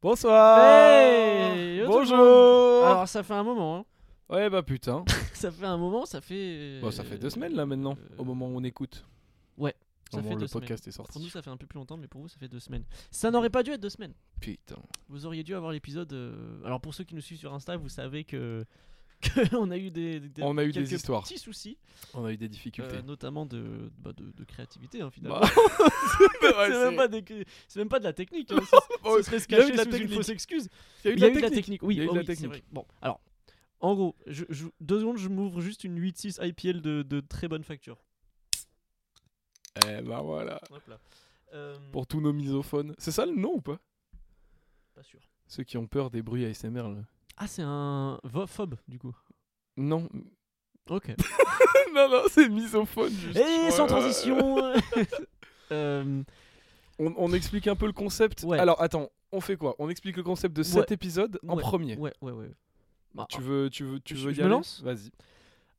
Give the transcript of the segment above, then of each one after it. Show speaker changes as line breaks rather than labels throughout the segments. Bonsoir
Hey, yo tout le
Bonjour
Alors euh, ça fait un moment, hein.
Ouais bah putain.
ça fait un moment, ça fait. euh,
Bon ça fait deux semaines là maintenant, au moment où on écoute.
ouais,
Au
ça
moment
fait
où
deux
le
semaines.
podcast est
Pour
sorti.
nous ça fait un peu plus longtemps, mais pour vous ça fait deux semaines. Ça n'aurait pas dû être deux semaines.
Putain.
Vous auriez dû avoir l'épisode. euh, Alors pour ceux qui nous suivent sur Insta, vous savez que qu'on a eu des, des-
On a eu des
quelques
histoires.
petits soucis,
On a eu des
euh,
difficultés.
notamment de bah, de, de créativité hein, finalement.
Bah, c'est vrai,
c'est même
c'est-
pas des cré- c'est même pas de la technique. hein, c'est-
Oh,
ce serait se
il y a eu
cacher
de la
sous une
technique.
fausse excuse.
Il y a eu de
Il y
la
a eu de la
technique.
technique, oui.
Il y a eu
oh
de la
oui, c'est
technique.
vrai. Bon, alors, en gros, je, je- deux secondes, je m'ouvre juste une 8.6 IPL de, de très bonne facture.
Eh bah voilà.
Hop là. Euh,
Pour tous nos misophones. C'est ça le nom ou pas
Pas sûr.
Ceux qui ont peur des bruits ASMR là.
Ah, c'est un vo- phobe, du coup.
Non.
Ok.
non, non, c'est misophone. juste,
Et
ouais,
Eh, sans
ouais.
transition euh,
On, on explique un peu le concept.
Ouais.
Alors attends, on fait quoi On explique le concept de cet
Ouais.
épisode en
Ouais.
premier.
Ouais, ouais, ouais. Bah,
Tu veux, tu veux, tu
Je-
veux y
je me
aller
lance
Vas-y.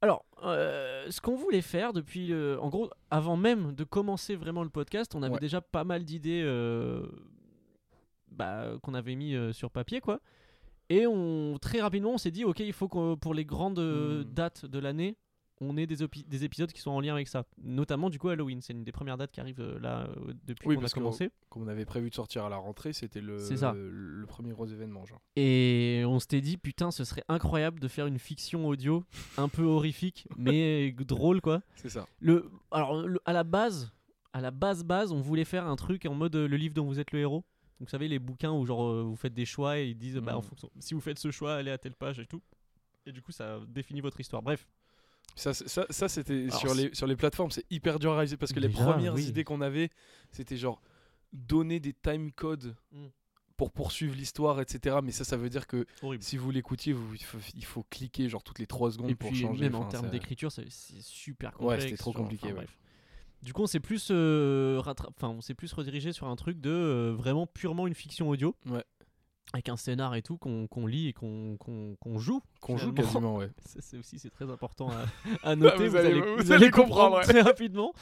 Alors, euh, ce qu'on voulait faire depuis, le- en gros, avant même de commencer vraiment le podcast, on avait
Ouais.
déjà pas mal d'idées euh, bah, qu'on avait mis euh, sur papier, quoi. Et on très rapidement, on s'est dit, ok, il faut que pour les grandes euh,
Hmm.
dates de l'année, on ait des, opi- des épisodes qui sont en lien avec ça. Notamment, du coup, Halloween, c'est une des premières dates qui arrive euh, là euh, depuis
Oui,
qu'on a
parce que-
commencé.
Comme on avait prévu de sortir à la rentrée, c'était le,
C'est ça.
le premier gros événement, genre.
Et on s'était dit, putain, ce serait incroyable de faire une fiction audio un peu horrifique, mais drôle, quoi.
C'est ça.
Le, alors, le- à la base, à la base base, on voulait faire un truc en mode euh, le livre dont vous êtes le héros. Donc, vous savez, les bouquins où genre euh, vous faites des choix et ils disent bah, en
Mm.
fonction, si vous faites ce choix, allez à telle page et tout. Et du coup, ça définit votre histoire. Bref,
Ça, c'est- ça, ça, c'était
Alors,
sur les, sur les plateformes, c'est hyper dur à réaliser parce que les
Déjà,
premières
oui.
idées qu'on avait, c'était genre donner des time codes
Mm.
pour poursuivre l'histoire, etc. Mais ça, ça veut dire que
horrible.
si vous l'écoutiez, vous- il, faut, il faut cliquer genre toutes les 3 secondes
Et
pour
puis,
changer.
même en
Enfin,
termes
ça-
d'écriture, ça- c'est super complexe.
c'était trop
genre,
compliqué,
enfin,
ouais.
bref. Du coup, on s'est plus, euh, rattra- enfin, on s'est plus redirigé sur un truc de euh, vraiment purement une fiction audio.
Ouais.
Avec un scénar et tout qu'on qu'on lit et qu'on qu'on- qu'on joue.
Qu'on joue
finalement.
quasiment, ouais.
Ça, c'est aussi c'est très important à, à noter.
Ah, vous allez- vous allez comprendre, ouais.
très rapidement.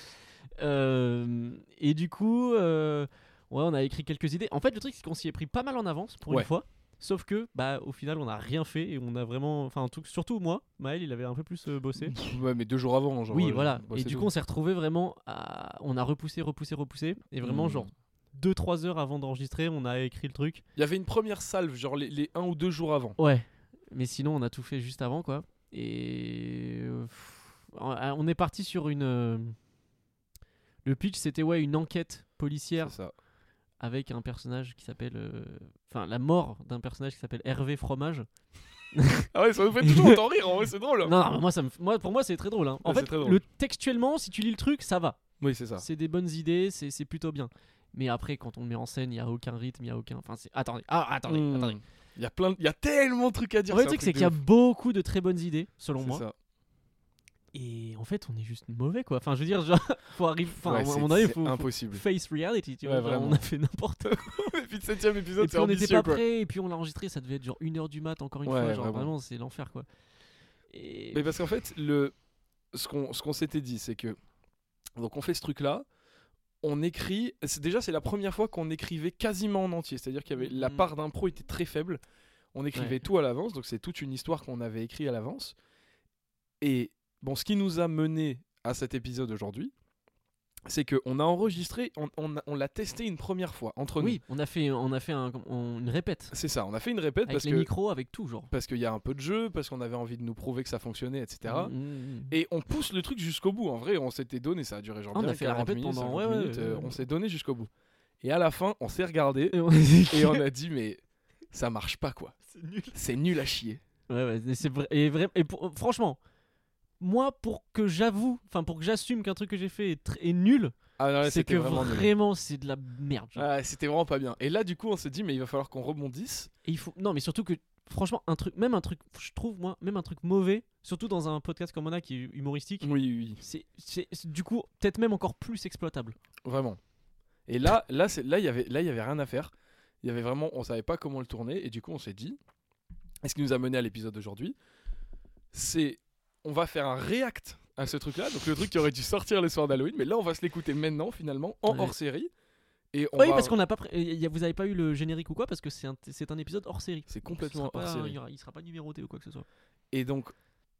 Euh, et du coup, euh, ouais, on a écrit quelques idées. En fait, le truc c'est qu'on s'y est pris pas mal en avance pour
Ouais.
une fois. Sauf que, bah, au final, on n'a rien fait et on a vraiment, enfin, en tout- surtout moi, Maël, il avait un peu plus euh, bossé.
Pff, ouais, mais deux jours avant, genre.
oui,
euh,
voilà.
bah,
et
c'est
du
tout.
coup, on s'est retrouvé vraiment, à- on a repoussé, repoussé, repoussé, et vraiment
Mm.
genre 2-3 heures avant d'enregistrer, on a écrit le truc.
Il y avait une première salve, genre les, les un ou deux jours avant.
Ouais, mais sinon on a tout fait juste avant quoi. Et euh, pff, on- on est parti sur une. euh, Le pitch c'était ouais une enquête policière
C'est ça.
avec un personnage qui s'appelle, euh, enfin la mort d'un personnage qui s'appelle Hervé Fromage.
Ah ouais, ça nous fait toujours autant rire, en vrai, c'est drôle.
Non, non, mais moi ça me, f- moi pour moi c'est très drôle. hein. En
Oh. Ouais, c'est
fait,
très drôle.
le textuellement si tu lis le truc ça va,
Oui, c'est ça.
c'est des bonnes idées, c'est c'est plutôt bien. Mais après quand on le met en scène, il y a aucun rythme, il y a aucun, enfin c'est, attendez, ah attendez,
Hmm.
attendez.
Il y a plein, de- il y a tellement de trucs à dire.
En vrai,
un
le truc
truc
c'est
de
qu'il y a
ouf.
beaucoup de très bonnes idées selon
C'est
moi.
ça.
Et en fait, on est juste mauvais, quoi. Enfin, je veux dire, genre, faut arriver. Enfin,
Ouais,
à
c'est-
mon avis,
c'est
faut, faut
impossible.
face reality, tu vois.
Ouais,
Genre,
vraiment.
on a fait n'importe quoi.
Depuis le septième
Et
épisode,
puis
c'est
on n'était pas
ambitieux quoi.
prêt, et puis on l'a enregistré, ça devait être genre une heure du mat, encore une
Ouais,
fois. Genre,
vraiment.
vraiment, c'est l'enfer, quoi. Et.
Mais parce qu'en fait, le ce qu'on ce qu'on s'était dit, c'est que donc on fait ce truc là. On écrit, c'est- déjà c'est la première fois qu'on écrivait quasiment en entier, c'est-à-dire qu'il y avait la
Mhm.
part d'impro était très faible. On écrivait
Ouais.
tout à l'avance, donc c'est toute une histoire qu'on avait écrit à l'avance. Et bon, ce qui nous a mené à cet épisode aujourd'hui, c'est que on a enregistré, on, on a- on l'a testé une première fois entre nous.
oui, on a fait, on a fait un- on- une répète.
C'est ça, on a fait une répète
Avec
parce
les
que
micros, avec tout, genre.
parce qu'il y a un peu de jeu, parce qu'on avait envie de nous prouver que ça fonctionnait, etc.
Mm, mm, mm.
Et on pousse le truc jusqu'au bout. En vrai, on s'était donné, ça a duré genre
Ah, on
bien
a fait la
40
répète
minutes,
pendant-
50
ouais, ouais,
minutes, euh,
ouais.
on s'est donné jusqu'au bout. Et à la fin, on s'est regardé
Et on-
et on a dit mais ça marche pas quoi.
C'est nul.
C'est nul à chier.
Ouais, ouais, mais c'est vrai. Et, vrai- et pour- franchement, moi, pour que j'avoue, enfin, pour que j'assume qu'un truc que j'ai fait est, tr- est nul,
Ah non, là,
c'est
c'était
que
vraiment,
vraiment,
nul.
c'est de la merde. genre.
Ah, c'était vraiment pas bien. Et là, du coup, on s'est dit mais il va falloir qu'on rebondisse.
Et il faut non mais surtout que franchement un truc même un truc je trouve moi même un truc mauvais surtout dans un podcast comme on a qui est humoristique
Oui, oui, oui.
c'est c'est- c'est du coup peut-être même encore plus exploitable.
Vraiment. Et là, là, c'est là, il y avait, là, il y avait rien à faire. Il y avait vraiment, on savait pas comment le tourner, et du coup, on s'est dit, et ce qui nous a mené à l'épisode d'aujourd'hui, c'est, on va faire un react à ce truc-là, donc le truc qui aurait dû sortir le soir d'Halloween, mais là, on va se l'écouter maintenant, finalement, en
Ouais.
hors série, Et on
Oui,
va-
parce qu'on n'a pas. pré- et y a- vous avez pas eu le générique ou quoi Parce que c'est un, c'est un épisode hors série.
c'est
Ce sera
complètement
pas-
hors série.
Il, aura- il sera pas numéroté ou quoi que ce soit.
Et donc,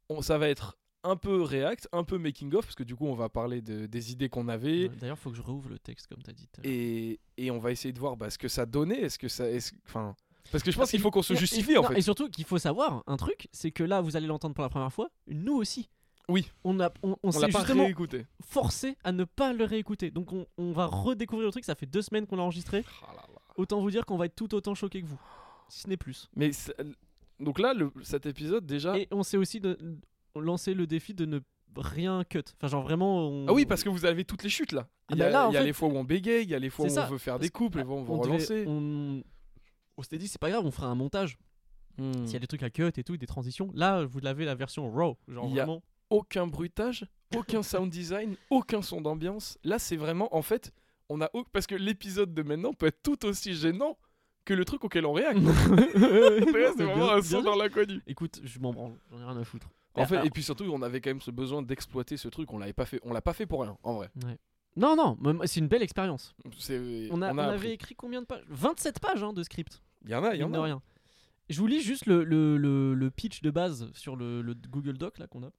on, ça va être un peu react, un peu making of, parce que du coup, on va parler de- des idées qu'on avait.
Ouais, Euh, D'ailleurs, faut que je rouvre le texte comme t'as dit. tout à l'heure.
Et, et on va essayer de voir bah, ce que ça donnait. Est-ce que ça. est-ce- Enfin, parce que je pense
Ah,
qu'il
et-
faut qu'on se
et-
justifie
et-
en
non,
fait.
Et surtout qu'il faut savoir un truc, c'est que là, vous allez l'entendre pour la première fois, nous aussi.
Oui.
On, a, on, on
On l'a
s'est
pas
justement
réécouté.
forcé à ne pas le réécouter. Donc on, on va redécouvrir le truc, ça fait deux semaines qu'on l'a enregistré.
Ah là là.
Autant vous dire qu'on va être tout autant choqué que vous, si ce n'est plus.
Mais ça- donc là, le- cet épisode déjà.
Et on s'est aussi de- lancé le défi de ne rien cut. Enfin, genre vraiment. on-
Ah oui, parce que vous avez toutes les chutes là.
Ah
il y
bah
a,
là, en
il y a
fait,
les fois où on bégaye, il y a les fois où
c'est ça,
on veut faire
parce
des
que,
couples, les fois où on veut
on devait-
relancer.
on- on s'était dit, c'est pas grave, on fera un montage.
Hmm.
S'il y a des trucs à cut et tout, des transitions, là, vous l'avez la version raw. Genre
Il y a-
vraiment.
Aucun bruitage, aucun sound design, aucun son d'ambiance. Là, c'est vraiment en fait, on a au- parce que l'épisode de maintenant peut être tout aussi gênant que le truc auquel on réagit.
Bien-
c'est vraiment un
bien
son
sûr.
dans l'inconnu.
Écoute, je m'en branle, j'en ai rien à foutre.
En
Mais
fait,
alors-
et puis surtout, on avait quand même ce besoin d'exploiter ce truc. On l'avait pas fait, on l'a pas fait pour rien, en vrai.
Non, non, mais moi, c'est une belle expérience.
C'est-
On, a, on
appris.
avait écrit combien de pages 27 pages hein, de script,
Il y en a, il Ah, y
mine
en
de
a.
rien. Je vous lis juste le, le- le- le pitch de base sur le, le Google Doc là qu'on a.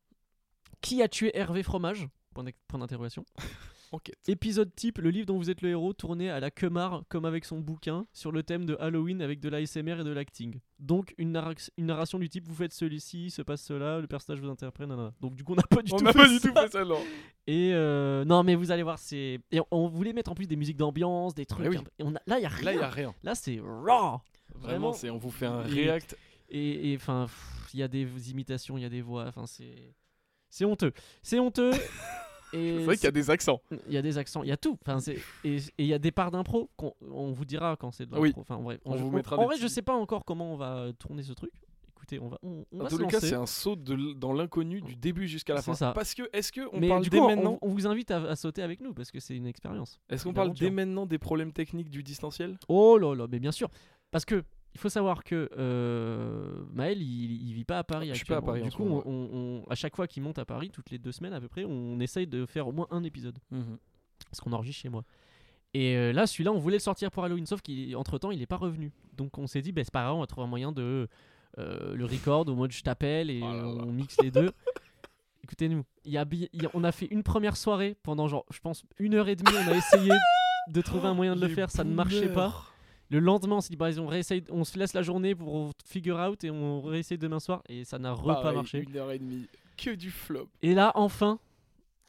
Qui a tué Hervé Fromage Point d'ex- point d'interrogation.
Enquête.
Épisode type, le livre dont vous êtes le héros, tourné à la Kemar comme avec son bouquin, sur le thème de Halloween avec de l'ASMR et de l'acting. Donc une, narra- une narration du type, vous faites celui-ci, se passe cela, le personnage vous interprète, nanana. Donc du coup on n'a pas du
on
tout
n'a
fait
pas du
ça.
tout fait ça, non.
Et euh, non, mais vous allez voir, c'est. Et on, on voulait mettre en plus des musiques d'ambiance, des trucs.
Mais Eh oui.
un peu- et on a- Là, il y a rien.
Là, il y a rien.
Là, c'est raw.
Vraiment,
Vraiment.
c'est on vous fait un
Et-
react
Et et, enfin, pff, il y a des imitations, il y a des voix. Enfin, c'est. C'est honteux. C'est honteux. et
C'est vrai qu'il y a des accents.
c'est- il y a des accents, il y a tout. Enfin, c'est- et et il y a des parts d'impro qu'on on vous dira quand c'est de l'impro.
Oui.
Enfin, en vrai,
On vous mettra
en
des
vrai, je
petits-
sais pas encore comment on va euh, tourner ce truc. Écoutez, on va. On, on
En
va
tous
se
les cas,
lancer.
c'est un saut de l- dans l'inconnu du début jusqu'à la
C'est
fin.
ça.
Parce que est-ce que on
Mais
parle
du
dès
coup, on-
maintenant
on vous invite à- à sauter avec nous parce que c'est une expérience.
Est-ce qu'on
une
parle
aventure.
dès maintenant des problèmes techniques du distanciel
Oh là là, mais bien sûr. Parce que il faut savoir que euh, Maël, il, il vit pas à Paris
Je suis pas à
actuellement.
Paris en
du
ce
coup,
moment,
on, on- on- à chaque fois qu'il monte à Paris, toutes les deux semaines à peu près, on essaye de faire au moins un épisode.
Mhm.
Parce qu'on enregistre chez moi. Et euh, là, celui-là, on voulait le sortir pour Halloween, sauf qu'entre-temps, il n'est pas revenu. Donc on s'est dit, bah, c'est pas grave, on va trouver un moyen de euh, le record au mode je t'appelle et
Oh là
euh,
là.
on mixe les deux. Écoutez-nous, il y a bi- il y a- on a fait une première soirée pendant genre, je pense, une heure et demie, on a essayé de trouver un moyen de le
Les
faire, ça ne marchait pas.
boomers.
Le lendemain, on s'est dit, bah, on, réessaye, on se laisse la journée pour figure out et on réessaye demain soir. Et ça n'a re pas
Pareil,
marché.
Une heure et demie. Que du flop.
Et là, enfin.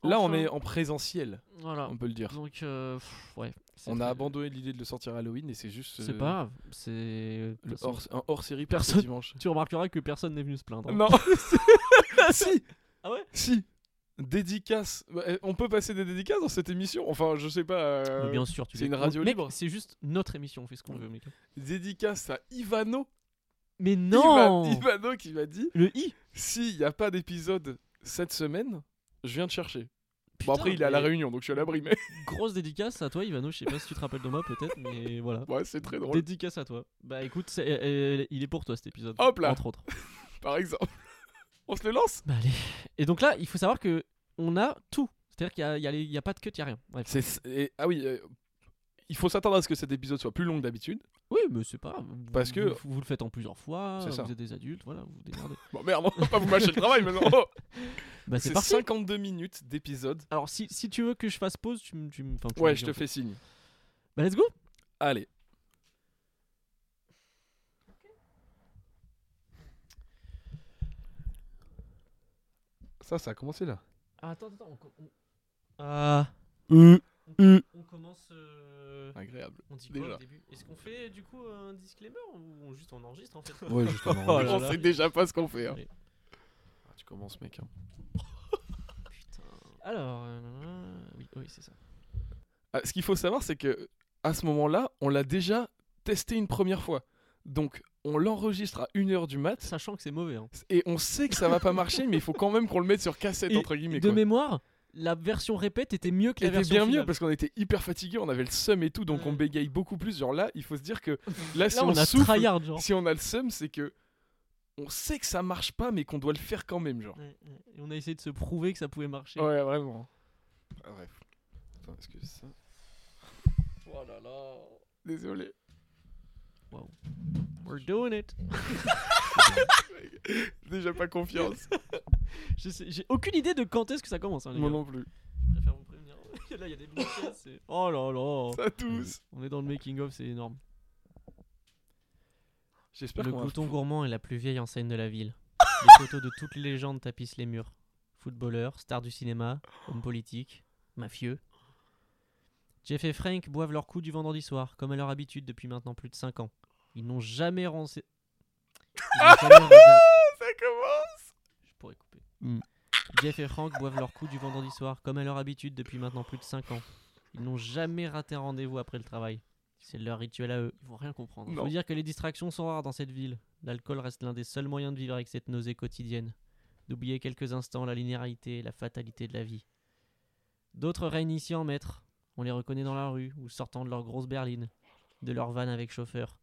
Là, on
enfin,
est en présentiel,
Voilà.
on peut le dire.
Donc, euh, pff, ouais. c'est
On a
très-
abandonné l'idée de le sortir Halloween et c'est juste.
C'est
euh,
pas grave. C'est.
le
personne-
hors, un hors série
Personne-
personne dimanche.
Tu remarqueras que personne n'est venu se plaindre.
Non. si.
Ah ouais
Si. Dédicace. Bah, eh, On peut passer des dédicaces dans cette émission. Enfin, je sais pas. euh,
Mais bien sûr, tu
c'est
les-
une
on-
radio
Mec,
libre.
C'est juste notre émission, on fait ce qu'on veut, mec.
Dédicace à Ivano.
Mais
Ivan-
non
Ivano qui m'a dit
Le i
s'il n'y a pas d'épisode cette semaine, je viens te chercher.
Putain,
bon, après, il est à la
mais
réunion, donc je suis à l'abri, mais
Grosse dédicace à toi, Ivano. Je sais pas si tu te rappelles de moi, peut-être, mais voilà.
ouais, c'est très drôle.
Dédicace à toi. Bah écoute, c'est- euh, euh, il est pour toi cet épisode.
Hop là.
Entre autres.
Par exemple, on se le lance
Bah, allez. Et donc là, il faut savoir que on a tout. C'est-à-dire qu'il n'y a, il y a les- il y a pas de cut, il n'y a rien. Bref.
C'est- et- Ah oui, euh, il faut s'attendre à ce que cet épisode soit plus long que d'habitude.
Oui, mais c'est pas. grave. Vous-
Parce que-
Vous, vous le faites en plusieurs fois,
C'est ça.
vous êtes des adultes, voilà, vous vous démerdez.
Bon, merde, on va pas vous mâcher le travail maintenant.
bah, c'est
c'est
parti.
52 minutes d'épisode.
Alors, si, si tu veux que je fasse pause, tu me. tu me- enfin, tu me
Ouais,
dis,
je
en
te
fait.
fais signe.
Bah, let's go
Allez. Ça, ça a commencé là.
ah, Attends, attends, on. com- on- Ah. On,
euh.
on commence. euh,
Agréable.
on dit
déjà.
début Est-ce qu'on fait du coup un disclaimer ou on- juste on enregistre en fait
Ouais, justement.
Oh là
on
là.
sait déjà pas ce qu'on fait. hein.
Allez.
Ah, tu commences, mec. hein.
Alors. euh, nanana, oui, oui, c'est ça.
Ah, ce qu'il faut savoir, c'est que à ce moment-là, on l'a déjà testé une première fois. Donc, on l'enregistre à 1h du mat
Sachant que c'est mauvais. hein.
et on sait que ça va pas marcher, mais il faut quand même qu'on le mette sur cassette,
Et
entre guillemets.
de
quoi.
mémoire, la version répète était mieux que la
Était
version
bien
finale.
mieux parce qu'on était hyper fatigué, on avait le seum et tout, donc on
Ouais.
bégaye beaucoup plus. Genre là, il faut se dire que là, si
Là,
on,
on, a
souffle,
tryhard, genre.
si on a le seum, c'est que on sait que ça marche pas, mais qu'on doit le faire quand même, genre.
Ouais, ouais. Et on a essayé de se prouver que ça pouvait marcher.
Ouais, vraiment. Ah, bref. Attends, est-ce que ça. Oh là là. Désolé.
We're doing it.
Déjà pas confiance.
Je sais- J'ai aucune idée de quand est-ce que ça commence. hein, les
Moi
gars.
non plus.
Je préfère vous prévenir. Là, il y a des blocages, c'est- Oh là là.
Ça tous.
On est dans le making-of, c'est énorme.
J'espère
le
qu'on va-
glouton gourmand est la plus vieille enseigne de la ville. Les photos de toutes les légendes tapissent les murs. Footballeurs, stars du cinéma, hommes politiques, mafieux. Jeff et Frank boivent leur coup du vendredi soir, comme à leur habitude depuis maintenant plus de 5 ans. Ils n'ont jamais rense- Ils n'ont jamais rense-
Ça commence.
Je pourrais couper.
Mm.
Jeff et Frank boivent leur coup du vendredi soir, comme à leur habitude depuis maintenant plus de 5 ans. Ils n'ont jamais raté un rendez-vous après le travail. C'est leur rituel à eux. Ils vont rien comprendre. Il
Non.
faut dire que les distractions sont rares dans cette ville. L'alcool reste l'un des seuls moyens de vivre avec cette nausée quotidienne. D'oublier quelques instants la linéarité et la fatalité de la vie. D'autres règnent ici en maître. On les reconnaît dans la rue ou sortant de leur grosse berline, de leur van avec chauffeur.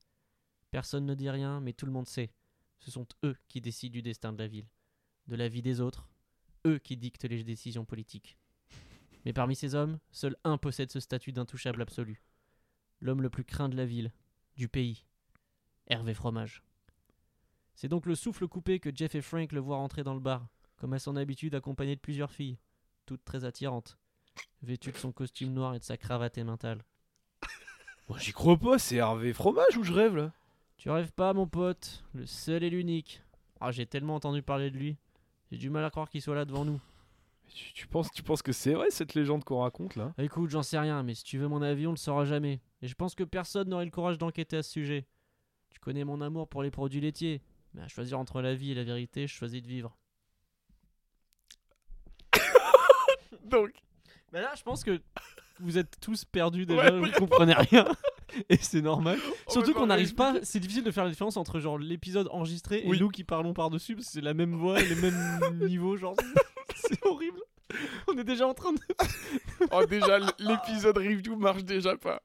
Personne ne dit rien, mais tout le monde sait. Ce sont eux qui décident du destin de la ville de la vie des autres, eux qui dictent les décisions politiques. Mais parmi ces hommes, seul un possède ce statut d'intouchable absolu. L'homme le plus craint de la ville, du pays. Hervé Fromage. C'est donc le souffle coupé que Jeff et Frank le voient rentrer dans le bar, comme à son habitude accompagné de plusieurs filles, toutes très attirantes, vêtues de son costume noir et de sa cravate émentale.
Moi j'y crois pas, c'est Hervé Fromage ou je rêve là
Tu rêves pas, mon pote, le seul et l'unique. Ah, j'ai tellement entendu parler de lui. J'ai du mal à croire qu'il soit là devant nous.
tu, tu penses, tu penses que c'est vrai cette légende qu'on raconte là
Ah, Écoute, j'en sais rien, mais si tu veux mon avis, on le saura jamais. Et je pense que personne n'aurait le courage d'enquêter à ce sujet. Tu connais mon amour pour les produits laitiers, mais à choisir entre la vie et la vérité, je choisis de vivre.
Donc,
Bah là, je pense que vous êtes tous perdus
Ouais,
déjà, vous comprenez rien. Et c'est normal. Surtout qu'on n'arrive
n'arrive
pas, c'est difficile de faire la différence entre genre l'épisode enregistré et
Oui.
nous qui parlons par-dessus, parce que c'est la même voix et le même niveau, genre. C'est horrible. On est déjà en train de.
Oh déjà l- l'épisode review marche déjà pas.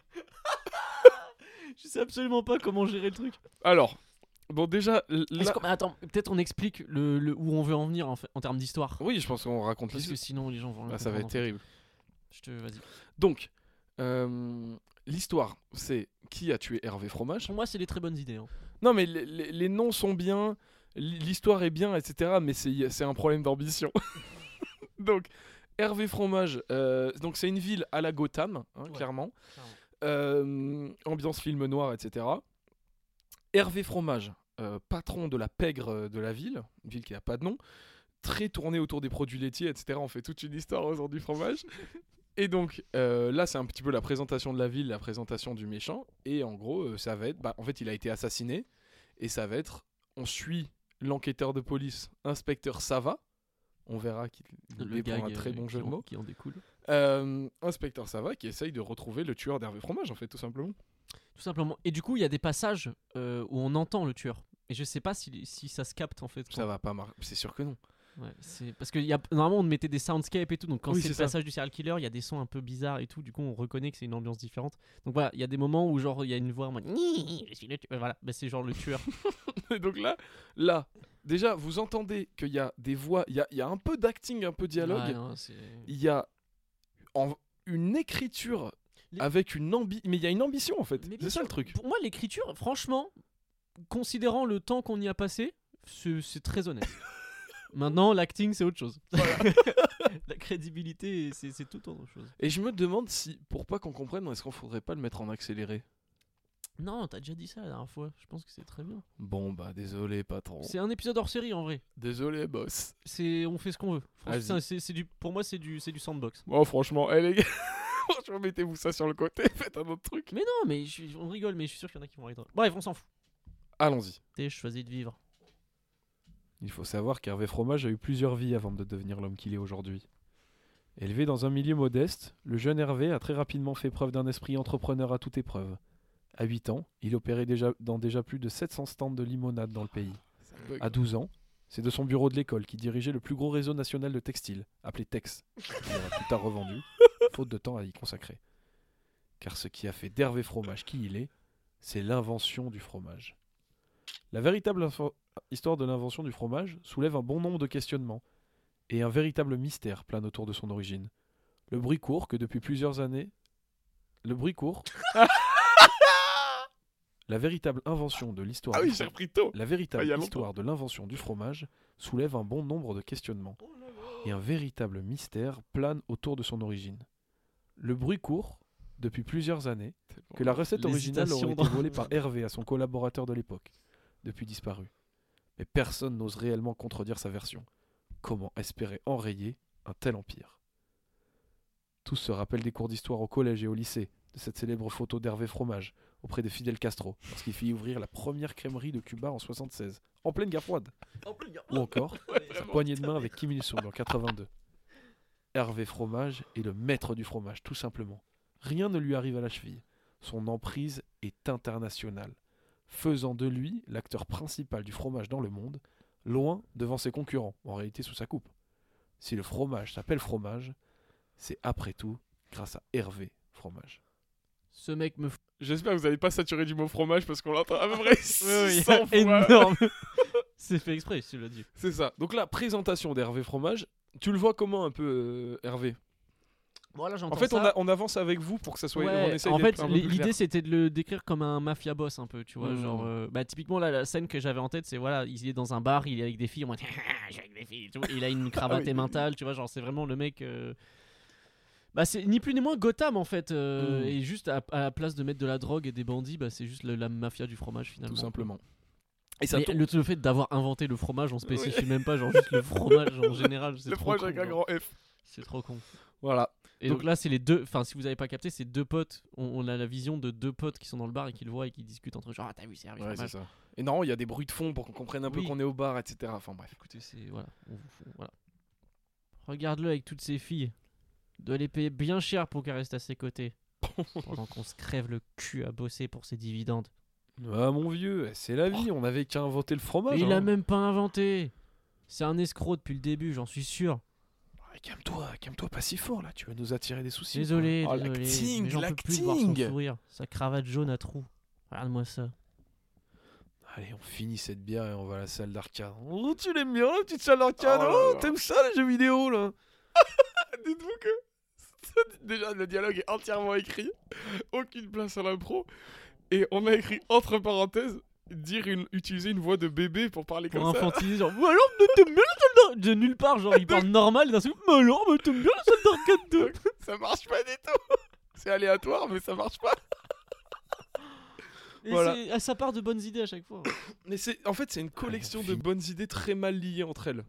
Je sais absolument pas comment gérer le truc.
Alors, bon déjà l-
Est-ce
là-
qu'on- mais attends, peut-être on explique le, le- où on veut en venir en, fait- en termes d'histoire.
Oui, je pense qu'on raconte
Parce que
l'histoire.
sinon les gens vont. rien
Ah, ça va être
comprendre,
terrible.
en fait. Je te vas-y.
Donc, euh, l'histoire, c'est qui a tué Hervé Fromage
Pour moi, c'est des très bonnes idées. hein.
Non, mais les, les- les noms sont bien, l- l'histoire est bien, etc. Mais c'est c'est un problème d'ambition. donc, Hervé Fromage, euh, donc c'est une ville à la Gotham, hein,
Ouais,
clairement.
clairement.
Euh, ambiance film noir, etc. Hervé Fromage, euh, patron de la pègre euh, de la ville, une ville qui n'a pas de nom, très tourné autour des produits laitiers, etc. On fait toute une histoire autour du fromage. Et donc euh, là, c'est un petit peu la présentation de la ville, la présentation du méchant. Et en gros, euh, ça va être. bah, en fait, il a été assassiné. Et ça va être. On suit l'enquêteur de police, inspecteur Sava. On verra qu'il il est pour un
euh,
très bon
qui
jeu de
en-
mots.
qui en découle.
Euh, inspecteur Sava qui essaye de retrouver le tueur d'Hervé Fromage, en fait, tout simplement.
Tout simplement. Et du coup, il y a des passages euh, où on entend le tueur. Et je sais pas si, si ça se capte en fait.
Ça va pas marcher. C'est sûr que non.
quand- ouais, c'est- parce que y a... normalement on mettait des soundscapes et tout. Donc quand
Oui,
c'est le
c'est ça.
passage du serial killer, il y a des sons un peu bizarres et tout. Du coup, on reconnaît que c'est une ambiance différente. Donc voilà, il y a des moments où genre il y a une voix en mode Ni, je suis le tueur. Voilà, bah, c'est genre le tueur.
Et donc là, là, déjà, vous entendez qu'il y a des voix, il y a, il y a un peu d'acting, un peu dialogue.
Ouais, non, c'est-
Il y a en- une écriture
Les-
avec une ambition. Mais il y a une ambition, en fait.
Mais bien
C'est ça
sûr,
le truc.
Pour moi, l'écriture, franchement, considérant le temps qu'on y a passé, c'est c'est très honnête. Maintenant, l'acting, c'est autre chose. La crédibilité, c'est c'est tout autre chose.
Et je me demande si, pour pas qu'on comprenne, est-ce qu'on faudrait pas le mettre en accéléré
Non, t'as déjà dit ça la dernière fois. Je pense que c'est très bien.
Bon, bah, désolé, patron.
C'est un épisode hors série en vrai.
Désolé, boss.
C'est on fait ce qu'on veut. Franchement,
Vas-y.
c'est un- c'est- c'est du, pour moi, c'est du, c'est du sandbox.
Oh, franchement, eh, les gars, franchement, mettez-vous ça sur le côté, faites un autre truc.
Mais non, mais je suis- on rigole, mais je suis sûr qu'il y en a qui vont être. Bref, on s'en fout.
Allons-y.
T'es choisi de vivre.
Il faut savoir qu'Hervé Fromage a eu plusieurs vies avant de devenir l'homme qu'il est aujourd'hui. Élevé dans un milieu modeste, le jeune Hervé a très rapidement fait preuve d'un esprit entrepreneur à toute épreuve. À 8 ans, il opérait déjà dans déjà plus de 700 stands de limonade dans le pays. À 12 ans, c'est de son bureau de l'école qui dirigeait le plus gros réseau national de textiles, appelé Tex, qu'il aura plus tard revendu, faute de temps à y consacrer. Car ce qui a fait d'Hervé Fromage qui il est, c'est l'invention du fromage. La véritable info- histoire de l'invention du fromage soulève un bon nombre de questionnements, et un véritable mystère plane autour de son origine. Le bruit court que depuis plusieurs années, Le bruit court. la véritable invention de l'histoire.
Ah
du
oui, j'ai
fromage-
repris tôt.
La
Ah,
véritable
il y a longtemps.
histoire de l'invention du fromage soulève un bon nombre de questionnements et un véritable mystère plane autour de son origine. Le bruit court depuis plusieurs années que la recette originale aurait été
L'hésitation dans-
volée par Hervé à son collaborateur de l'époque, depuis disparu. Mais personne n'ose réellement contredire sa version. Comment espérer enrayer un tel empire Tous se rappellent des cours d'histoire au collège et au lycée, de cette célèbre photo d'Hervé Fromage auprès de Fidel Castro, lorsqu'il fit ouvrir la première crèmerie de Cuba en 76, en pleine guerre froide. Ou encore, sa poignée de main avec Kim Il-sung en 82. Hervé Fromage est le maître du fromage, tout simplement. Rien ne lui arrive à la cheville. Son emprise est internationale, faisant de lui l'acteur principal du fromage dans le monde, loin devant ses concurrents, en réalité sous sa coupe. Si le fromage s'appelle fromage, c'est après tout grâce à Hervé Fromage.
Ce mec me fout.
J'espère que vous n'allez pas saturer du mot fromage parce qu'on l'entend à peu près
Oui,
600 fois.
énorme. C'est fait exprès, tu l'as dit.
C'est ça. Donc la présentation d'Hervé Fromage, tu le vois comment un peu, euh, Hervé
Bon, là, j'entends
En fait,
ça.
on, a- on avance avec vous pour que ça soit.
Ouais,
on essaye
en
d'être
fait,
un peu
l'i-
plus clair.
l'idée c'était de le décrire comme un mafia boss un peu, tu vois.
Mhm.
Genre, euh, bah, typiquement, là, la scène que j'avais en tête, c'est voilà, il est dans un bar, il est avec des filles, en mode, Ah, je suis avec des filles, tu vois, il a une cravate
Ah oui.
émentale, tu vois, genre, c'est vraiment le mec. euh, Bah, c'est ni plus ni moins Gotham en fait. euh,
Mhm.
Et juste à, à la place de mettre de la drogue et des bandits, bah, c'est juste le- la mafia du fromage finalement.
Tout simplement. Et
Mais le, le fait d'avoir inventé le fromage, on spécifie même pas, genre, juste le fromage en général. c'est
Le
trop
fromage
con,
avec un
genre.
grand F.
C'est trop con.
Voilà.
Et donc,
Donc-
là, c'est les deux. Enfin, si vous avez pas capté, c'est deux potes. On, on a la vision de deux potes qui sont dans le bar et qui le voient et qui discutent entre eux, genre ah t'as vu c'est Harvey Fromage.
ça. Et non, il y a des bruits de fond pour qu'on comprenne un peu
Oui.
qu'on est au bar, etc. Enfin bref.
Écoutez, c'est voilà, on vous fout- voilà. Regarde-le avec toutes ces filles. Doit les payer bien cher pour qu'elle reste à ses côtés. Pendant qu'on se crève le cul à bosser pour ses dividendes.
Ah mon vieux, c'est la vie. On avait qu'à inventer le fromage.
Oh. Mais il
hein.
a même pas inventé. C'est un escroc depuis le début, j'en suis sûr.
Ouais, calme-toi, calme-toi, pas si fort là. Tu vas nous attirer des soucis.
Désolé,
Oh,
désolé. mais
l'acting,
j'en peux plus de voir son
l'acting.
sourire, sa cravate jaune à trous. Regarde-moi ça.
Allez, on finit cette bière et on va à la salle d'arcade. Oh, tu l'aimes bien la petite salle d'arcade.
Oh là
Oh,
là.
t'aimes ça les jeux vidéo là.
Dites-vous que déjà le dialogue est entièrement écrit, aucune place à l'impro, et on a écrit entre parenthèses dire une, utiliser une voix de bébé pour parler
pour
comme ça.
infantiliser, genre, mais alors, mais t'aimes bien la salle d'ar- De nulle part, genre, il parle normal, et d'un seul coup, mais alors, mais t'aimes bien la salle d'arcade de-
Ça marche pas du tout. C'est aléatoire, mais ça marche pas.
Et
Voilà.
c'est- ah, ça part de bonnes idées à chaque fois.
Mais c'est, en fait, c'est une collection de
fini.
bonnes idées très mal liées entre elles.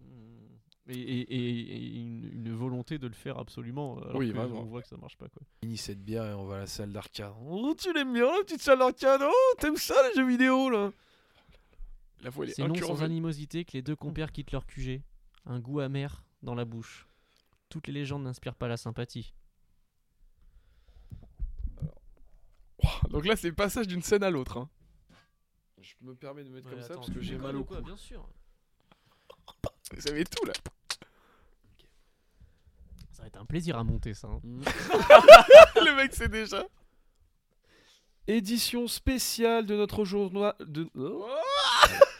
Et, et- et- et une, une volonté de le faire absolument. Alors
Oui,
que
vraiment.
On voit que ça marche pas, quoi.
Fini cette bière et on va à la salle d'arcade. Oh, tu l'aimes bien la petite salle d'arcade. Oh, t'aimes ça les jeux vidéo là.
La voix elle est
C'est non sans
incurvée.
animosité que les deux compères quittent leur QG. Un goût amer dans la bouche. Toutes les légendes n'inspirent pas la sympathie.
Ouah, Donc là, c'est le passage d'une scène à l'autre. hein.
Je me permets de mettre comme ça parce que j'ai mal au cou.
Bien sûr.
Vous avez tout là.
Ça va être un plaisir à monter, ça. hein.
Le mec sait déjà.
Édition spéciale de notre journal de
Oh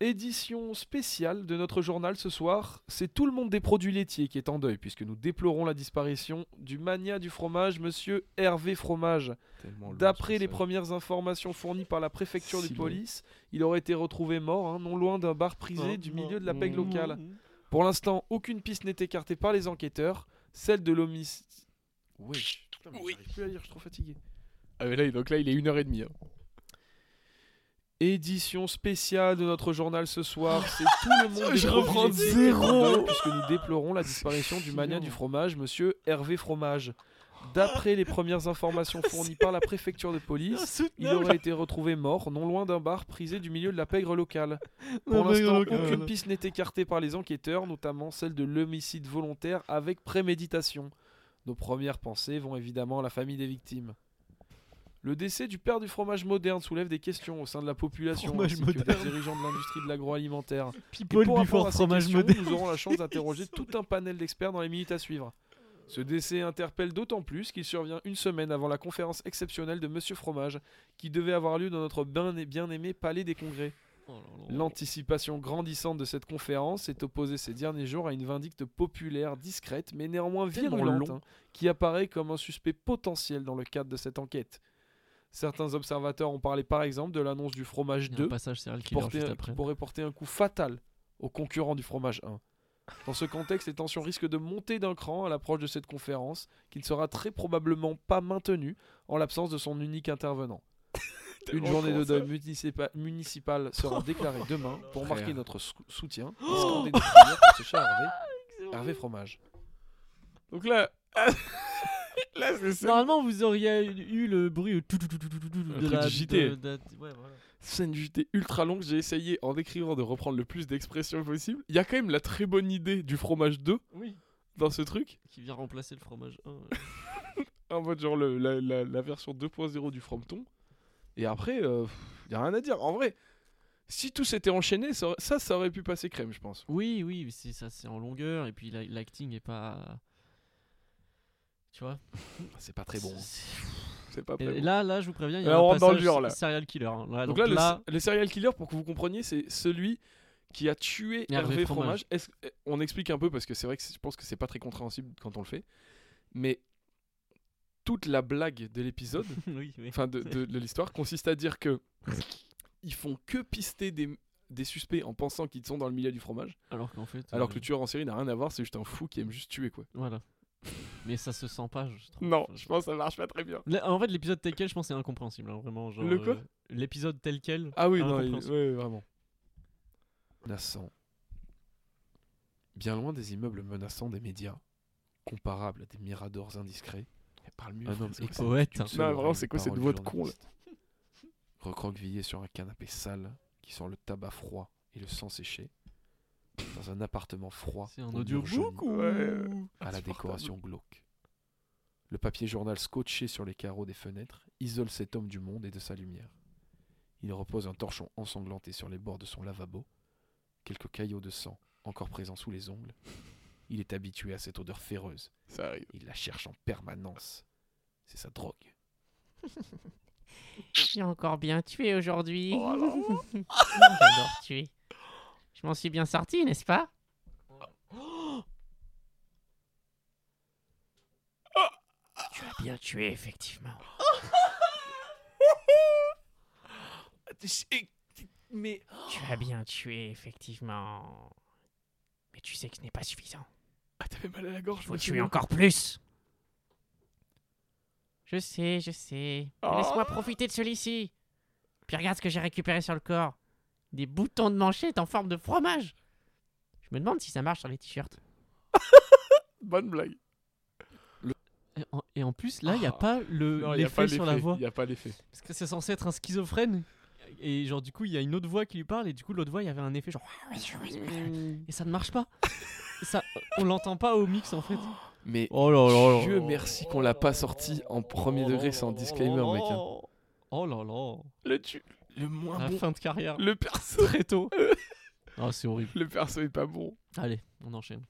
Édition spéciale de notre journal ce soir, c'est tout le monde des produits laitiers qui est en deuil puisque nous déplorons la disparition du mania du fromage monsieur Hervé Fromage. D'après les premières informations fournies par la préfecture de
Si long.
police, il aurait été retrouvé mort hein, non loin d'un bar prisé
Oh,
du
non.
milieu de la peg locale.
Mmh.
Pour l'instant, aucune piste n'est écartée par les enquêteurs, celle de l'homicide Oui. Putain, mais
Oui.
j'arrive plus à lire, je suis trop fatigué.
Ah mais là, donc là, il est une heure et demie. hein.
Édition spéciale de notre journal ce soir. C'est tout le monde.
Je
des
reprends
produits laitiers
zéro.
scandaleux Puisque nous déplorons la disparition du mania
chiant.
du fromage, monsieur Hervé Fromage. D'après les premières informations fournies par la préfecture de police, il aurait été retrouvé mort non loin d'un bar prisé du milieu de la pègre locale. Pour l'instant, aucune piste n'est écartée par les enquêteurs, notamment celle de l'homicide volontaire avec préméditation. Nos premières pensées vont évidemment à la famille des victimes. Le décès du père du fromage moderne soulève des questions au sein de la population
Fromage
ainsi que des
moderne.
dirigeants de l'industrie de l'agroalimentaire. Et
People
pour rapport
before
à ces
fromage
questions,
moderne.
nous aurons la chance d'interroger tout un panel d'experts dans les minutes à suivre. Ce décès interpelle d'autant plus qu'il survient une semaine avant la conférence exceptionnelle de Monsieur Fromage, qui devait avoir lieu dans notre bien- bien-aimé Palais des Congrès.
Oh là là.
L'anticipation grandissante de cette conférence s'est opposée ces derniers jours à une vindicte populaire discrète mais néanmoins
Tellement
virulente
long.
hein, qui apparaît comme un suspect potentiel dans le cadre de cette enquête. Certains observateurs ont parlé par exemple de l'annonce du fromage
Il y a un
2
passage serial
qui,
killer
portait-
juste
qui
après.
pourrait porter un coup fatal aux concurrents du fromage 1. Dans ce contexte, les tensions risquent de monter d'un cran à l'approche de cette conférence qui ne sera très probablement pas maintenue en l'absence de son unique intervenant. Une journée de deuil municipa- municipal sera déclarée demain pour
Frère.
marquer notre sou- soutien et scander nos prières pour ce cher Hervé, Hervé Fromage.
Donc là. là, c'est ça.
Normalement, vous auriez eu le bruit tout, tout, tout, tout, tout, tout, tout,
Le
de
truc
la
du JT.
de- de- ouais, voilà.
Scène du thé ultra longue, j'ai essayé en écrivant de reprendre le plus d'expressions possible. Il y a quand même la très bonne idée du fromage 2
Oui.
dans ce truc.
Qui vient remplacer le fromage 1.
En mode genre le- la, la- la version 2.0 du Frompton. Et après, il y a rien à dire. En vrai, si tout s'était enchaîné, ça, aurait- ça, ça aurait pu passer crème, je pense.
oui, oui, mais c'est ça, c'est en longueur et puis la- l'acting est pas. Tu vois.
Ah, C'est pas très bon.
C'est-
C'est pas
Et
très bon.
là, là, je vous préviens, il y a
Là, on
un
rentre dans le
passage
dur, là.
serial killer. hein. Là,
Donc
donc
là, le-
là,
le, serial killer, pour que vous compreniez, c'est celui qui a tué
Hervé
Hervé,
Fromage.
Fromage. Est-ce- eh, on explique un peu parce que c'est vrai que c'est- je pense que c'est pas très compréhensible quand on le fait. Mais toute la blague de l'épisode,
oui, oui.
enfin de, de- de l'histoire, consiste à dire que ils font que pister des, des suspects en pensant qu'ils sont dans le milieu du fromage,
Alors qu'en fait.
alors
euh,
que le tueur en série n'a rien à voir, c'est juste un fou qui aime juste tuer quoi.
Voilà. Mais ça se sent pas, je trouve.
Non,
Enfin,
je pense que ça marche pas très bien.
Là, en fait, l'épisode tel quel, je pense, c'est incompréhensible. hein, vraiment, genre,
Le quoi
euh, L'épisode tel quel.
Ah oui, non, il-
incompréhensible.
ouais, vraiment.
Menaçant. Bien loin des immeubles menaçants des médias, comparables à des miradors indiscrets,
Parle mieux.
un homme
français.
exalté
poète.
d'une
hein. Non,
seule
vraiment,
oreille
c'est quoi
des
cette
paroles
voix
du
de con, là
journaliste. Recroquevillé sur un canapé sale qui sent le tabac froid et le sang séché, dans un appartement froid
C'est un
aux murs jaunis,
audiobook ou.
Ouais.
à la
Insupportable.
décoration glauque. Le papier journal scotché sur les carreaux des fenêtres isole cet homme du monde et de sa lumière. Il repose un torchon ensanglanté sur les bords de son lavabo, quelques caillots de sang encore présents sous les ongles. Il est habitué à cette odeur féroce.
Ça arrive.
Il la cherche en permanence. C'est sa drogue.
J'ai encore bien tué aujourd'hui.
Oh là là.
J'adore tuer. Je m'en suis bien sorti, n'est-ce pas Tu as bien tué, effectivement.
Mais
Tu as bien tué, effectivement. Mais tu sais que ce n'est pas suffisant.
Ah, t'avais mal à la gorge.
Il
je
faut
me
tuer
souviens.
encore plus. Je sais, je sais. Mais
Oh.
Laisse-moi profiter de celui-ci. Puis regarde ce que j'ai récupéré sur le corps. Des boutons de manchette en forme de fromage. Je me demande si ça marche sur les t-shirts.
Bonne blague.
Et en, et en plus, là, il n'y a
Ah.
pas le-
Non, y a pas
l'effet sur la voix.
Y a pas l'effet.
Parce que c'est censé être un schizophrène. Et genre, du coup, il y a une autre voix qui lui parle. Et du coup, l'autre voix, il y avait un effet genre.
Mmh.
Et ça ne marche pas. ça, on l'entend pas au mix en fait.
Mais
Oh là
Dieu merci qu'on l'a pas sorti en premier degré sans disclaimer, mec. hein.
Oh là là.
Le tu... le moins
La
bon.
fin de carrière.
Le perso,
Très tôt. Ah, c'est horrible.
le perso est pas bon.
Allez, on enchaîne.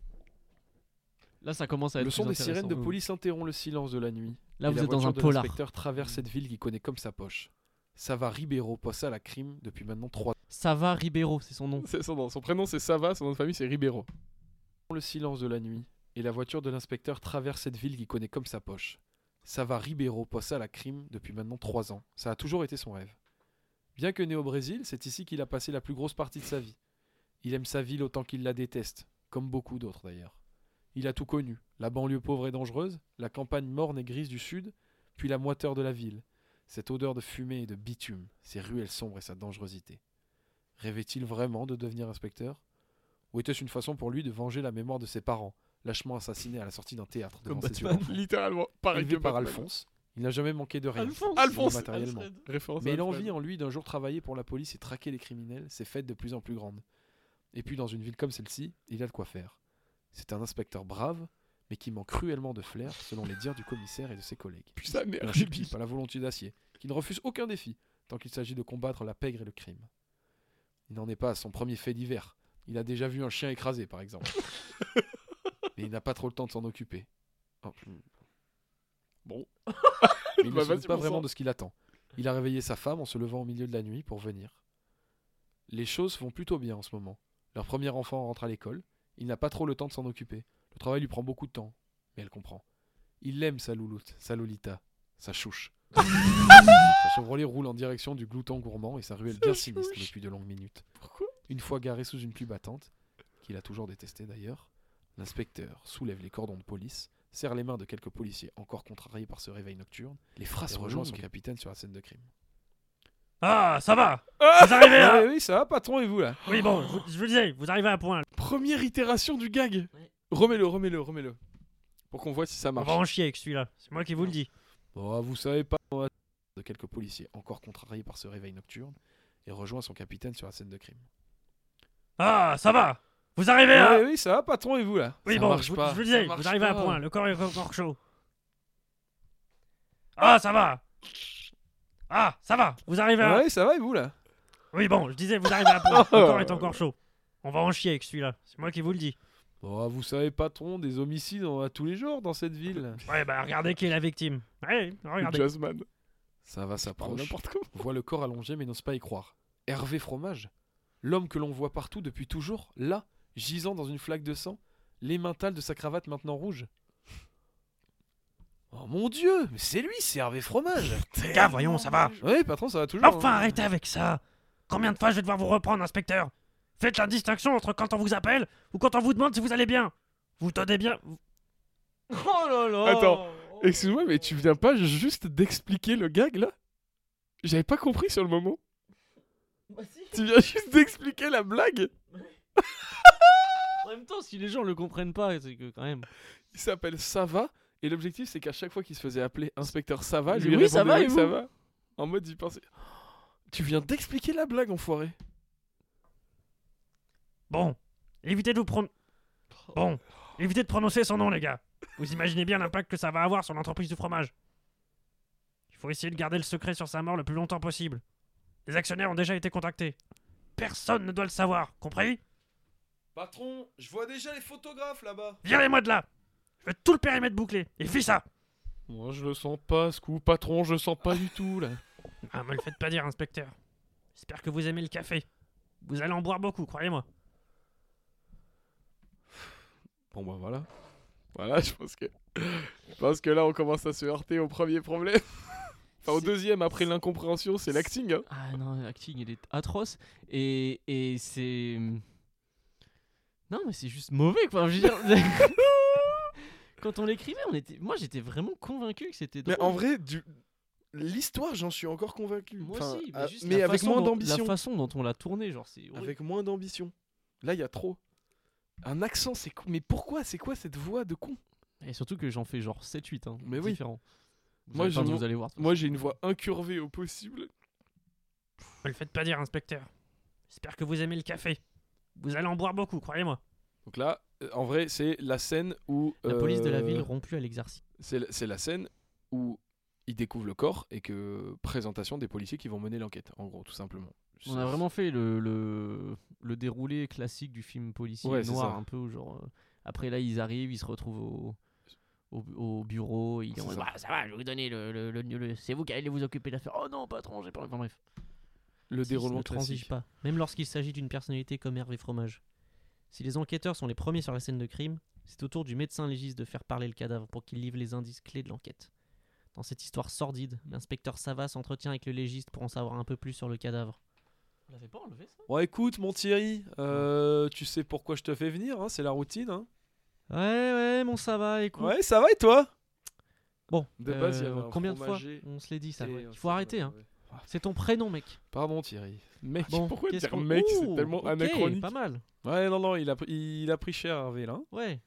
Là, ça commence à être.
Le son
plus
des sirènes de
intéressant.
police interrompt le silence de la nuit.
Là,
et
vous
la
êtes dans
voiture
un
de
polar.
L'inspecteur traverse cette ville qu'il connaît comme sa poche. Sava Ribeiro possa la crime depuis maintenant trois
Sava Ribeiro, c'est son nom.
C'est son nom. Son prénom c'est Sava, son nom de famille c'est Ribeiro.
Le silence de la nuit, et la voiture de l'inspecteur traverse cette ville qu'il connaît comme sa poche. Sava Ribeiro possa la crime depuis maintenant trois ans. Ça a toujours été son rêve. Bien que né au Brésil, c'est ici qu'il a passé la plus grosse partie de sa vie. Il aime sa ville autant qu'il la déteste, comme beaucoup d'autres d'ailleurs. Il a tout connu, la banlieue pauvre et dangereuse, la campagne morne et grise du sud, puis la moiteur de la ville, cette odeur de fumée et de bitume, ses ruelles sombres et sa dangerosité. Rêvait-il vraiment de devenir inspecteur ou était-ce une façon pour lui de venger la mémoire de ses parents, lâchement assassinés à la sortie d'un théâtre devant
Comme
ses yeux
Batman.
d'enfant
Littéralement. Pareil
Élevé
que
par
Batman.
Alphonse, il n'a jamais manqué de rien.
Alphonse.
matériellement.
Alfred.
Référence
Mais
à
l'envie
Alfred.
en hein. lui d'un jour travailler pour la police et traquer les criminels s'est faite de plus en plus grande. Et puis dans une ville comme celle-ci, il a de quoi faire. C'est un inspecteur brave, mais qui manque cruellement de flair, selon les dires du commissaire et de ses collègues.
Puis sa mère.
Il ne supplie pas la volonté d'acier, qui ne refuse aucun défi, tant qu'il s'agit de combattre la pègre et le crime. Il n'en est pas à son premier fait divers. Il a déjà vu un chien écrasé, par exemple. Mais il n'a pas trop le temps de s'en occuper. Oh, je-
Bon.
Mais il
Bah,
ne se doute
vas-y,
pas
bon
vraiment
sang.
de ce qu'il attend. Il a réveillé sa femme en se levant au milieu de la nuit pour venir. les choses vont plutôt bien en ce moment. Leur premier enfant rentre à l'école, il n'a pas trop le temps de s'en occuper. Le travail lui prend beaucoup de temps, mais elle comprend. Il aime sa louloute, sa lolita, sa chouche. sa Chevrolet roule en direction du glouton gourmand et sa ruelle bien sinistre depuis de longues minutes.
Pourquoi
Une fois garé sous une pub battante, qu'il a toujours détesté d'ailleurs, l'inspecteur soulève les cordons de police, serre les mains de quelques policiers encore contrariés par ce réveil nocturne, les
Ah,
phrases
C'est
rejoignent son
longue.
capitaine sur la scène de crime.
Ah, ça va Vous arrivez à...
hein
Eh
Ouais, oui, ça va, patron, et vous là
Oui, bon, vous- je vous le disais, vous arrivez à point.
Première itération du gag.
Ouais.
Remets-le, remets-le, remets-le. Pour qu'on voit si ça
On
marche.
va en chier avec celui-là. C'est moi qui vous le dis.
Oh, vous savez pas. moi. De quelques policiers encore contrariés par ce réveil nocturne et rejoint son capitaine sur la scène de crime.
Ah, ça va Vous arrivez à...
Ouais, oui, ça va, patron, et vous là
Oui,
Ça
bon,
marche
je, vous-
pas.
je vous le
ça
disais,
marche
vous arrivez à
pas.
point, le corps est encore chaud. Ah, ça va Ah, ça va Vous arrivez à...
Ouais, ça va, et vous là
Oui, bon, je disais, vous arrivez à point, le corps est encore chaud. On va en chier avec celui-là, c'est moi qui vous le dis.
Oh, vous savez, patron, des homicides on en a tous les jours dans cette ville.
Ouais, bah regardez qui est la victime. Ouais, regardez.
Jazzman.
Ça va
Parle
s'approche.
n'importe comment.
voit le corps allongé mais n'ose pas y croire. Hervé Fromage, l'homme que l'on voit partout depuis toujours, là, gisant dans une flaque de sang, l'émental de sa cravate maintenant rouge. Oh mon dieu, mais c'est lui, c'est Hervé Fromage
Les gars, voyons, ça va
Oui, patron, ça va toujours.
Enfin,
hein.
arrêtez avec ça Combien de fois je vais devoir vous reprendre, inspecteur Faites la distinction entre quand on vous appelle ou quand on vous demande si vous allez bien. Vous tenez bien...
Oh là là
Attends, Excuse-moi, mais tu viens pas juste d'expliquer le gag là J'avais pas compris sur le moment.
Bah si.
Tu viens juste d'expliquer la blague
En même temps, si les gens le comprennent pas, c'est que quand même.
Il s'appelle Sava et l'objectif c'est qu'à chaque fois qu'il se faisait appeler inspecteur Sava,
Il
lui
dit, Oui, ça
répondait,
va, et
oui,
vous
ça va. En mode il pensait Tu viens d'expliquer la blague enfoiré.
Bon, évitez de vous pron... Bon, évitez de prononcer son nom, les gars. Vous imaginez bien l'impact que ça va avoir sur l'entreprise du fromage. Il faut essayer de garder le secret sur sa mort le plus longtemps possible. Les actionnaires ont déjà été contactés. Personne ne doit le savoir, compris
Patron, je vois déjà les photographes là-bas.
Virez-moi de là Je veux tout le périmètre bouclé, et vis ça
Moi je le sens pas ce coup, patron, je le sens pas du tout là.
Ah, me le faites pas dire, inspecteur. J'espère que vous aimez le café. Vous allez en boire beaucoup, croyez-moi.
Bon bah voilà. Voilà, je pense que. Je pense que là on commence à se heurter au premier problème. Enfin, au
C'est-
deuxième, après l'incompréhension, c'est l'acting. Hein.
Ah non, l'acting, il est atroce. Et, et c'est. Non, mais c'est juste mauvais, quoi. Je veux dire. Quand on l'écrivait, on était... moi j'étais vraiment convaincu que c'était drôle.
Mais en vrai, du... l'histoire, j'en suis encore convaincu.
moi
Enfin,
aussi, mais,
à-
juste
mais
la
avec
façon
moins
dont- La
d'ambition.
façon dont on l'a tourné, genre, c'est. horrible.
Avec moins d'ambition. Là, il y a trop. Un accent, c'est. cou- Mais pourquoi C'est quoi cette voix de con
Et surtout que j'en fais genre 7-8, hein.
Mais oui.
Différents. Vous
Moi,
allez- enfin,
je-
vous allez voir.
Moi, j'ai une voix incurvée au possible.
Me le faites pas dire, inspecteur. J'espère que vous aimez le café. Vous allez en boire beaucoup, croyez-moi.
Donc là, euh, en vrai, c'est la scène où.
La police de la
euh,
ville rompue à l'exercice.
C'est la- c'est la scène où il découvre le corps et que présentation des policiers qui vont mener l'enquête, en gros, tout simplement.
On a vraiment fait le, le, le déroulé classique du film policier
Ouais, c'est
noir,
ça.
un peu où genre. euh, après là, ils arrivent, ils se retrouvent au, au, au bureau. Ils
C'est
disent
ça.
Bah, ça va, je vais vous donner le. le, le- le- c'est vous qui allez vous occuper de l'affaire. Oh non, patron, j'ai pas. envie. Enfin bref.
le
Ils ne
déroulement
transige
classique.
pas. Même lorsqu'il s'agit d'une personnalité comme Hervé Fromage. Si les enquêteurs sont les premiers sur la scène de crime, c'est au tour du médecin légiste de faire parler le cadavre pour qu'il livre les indices clés de l'enquête. Dans cette histoire sordide, l'inspecteur Sava s'entretient avec le légiste pour en savoir un peu plus sur le cadavre. On l'avait pas enlevé ça
Bon, écoute, mon Thierry, euh, tu sais pourquoi je te fais venir, hein, c'est la routine. hein.
Ouais, ouais, mon Sava, écoute.
Ouais, ça va et toi
Bon, euh,
De base, il y avait un
combien de fois
fromager
on se l'est dit ça
Et
ouais.
un
Il faut arrêter, hein.
fromager, ouais.
C'est ton prénom, mec.
Pardon, Thierry.
Mec,
Bon,
pourquoi
qu'est-ce
dire
qu'on-
mec C'est
Ouh,
tellement
ok,
anachronique.
Pas mal,
Ouais, non, non, il a, pr- il a pris cher, Hervé, là.
ouais.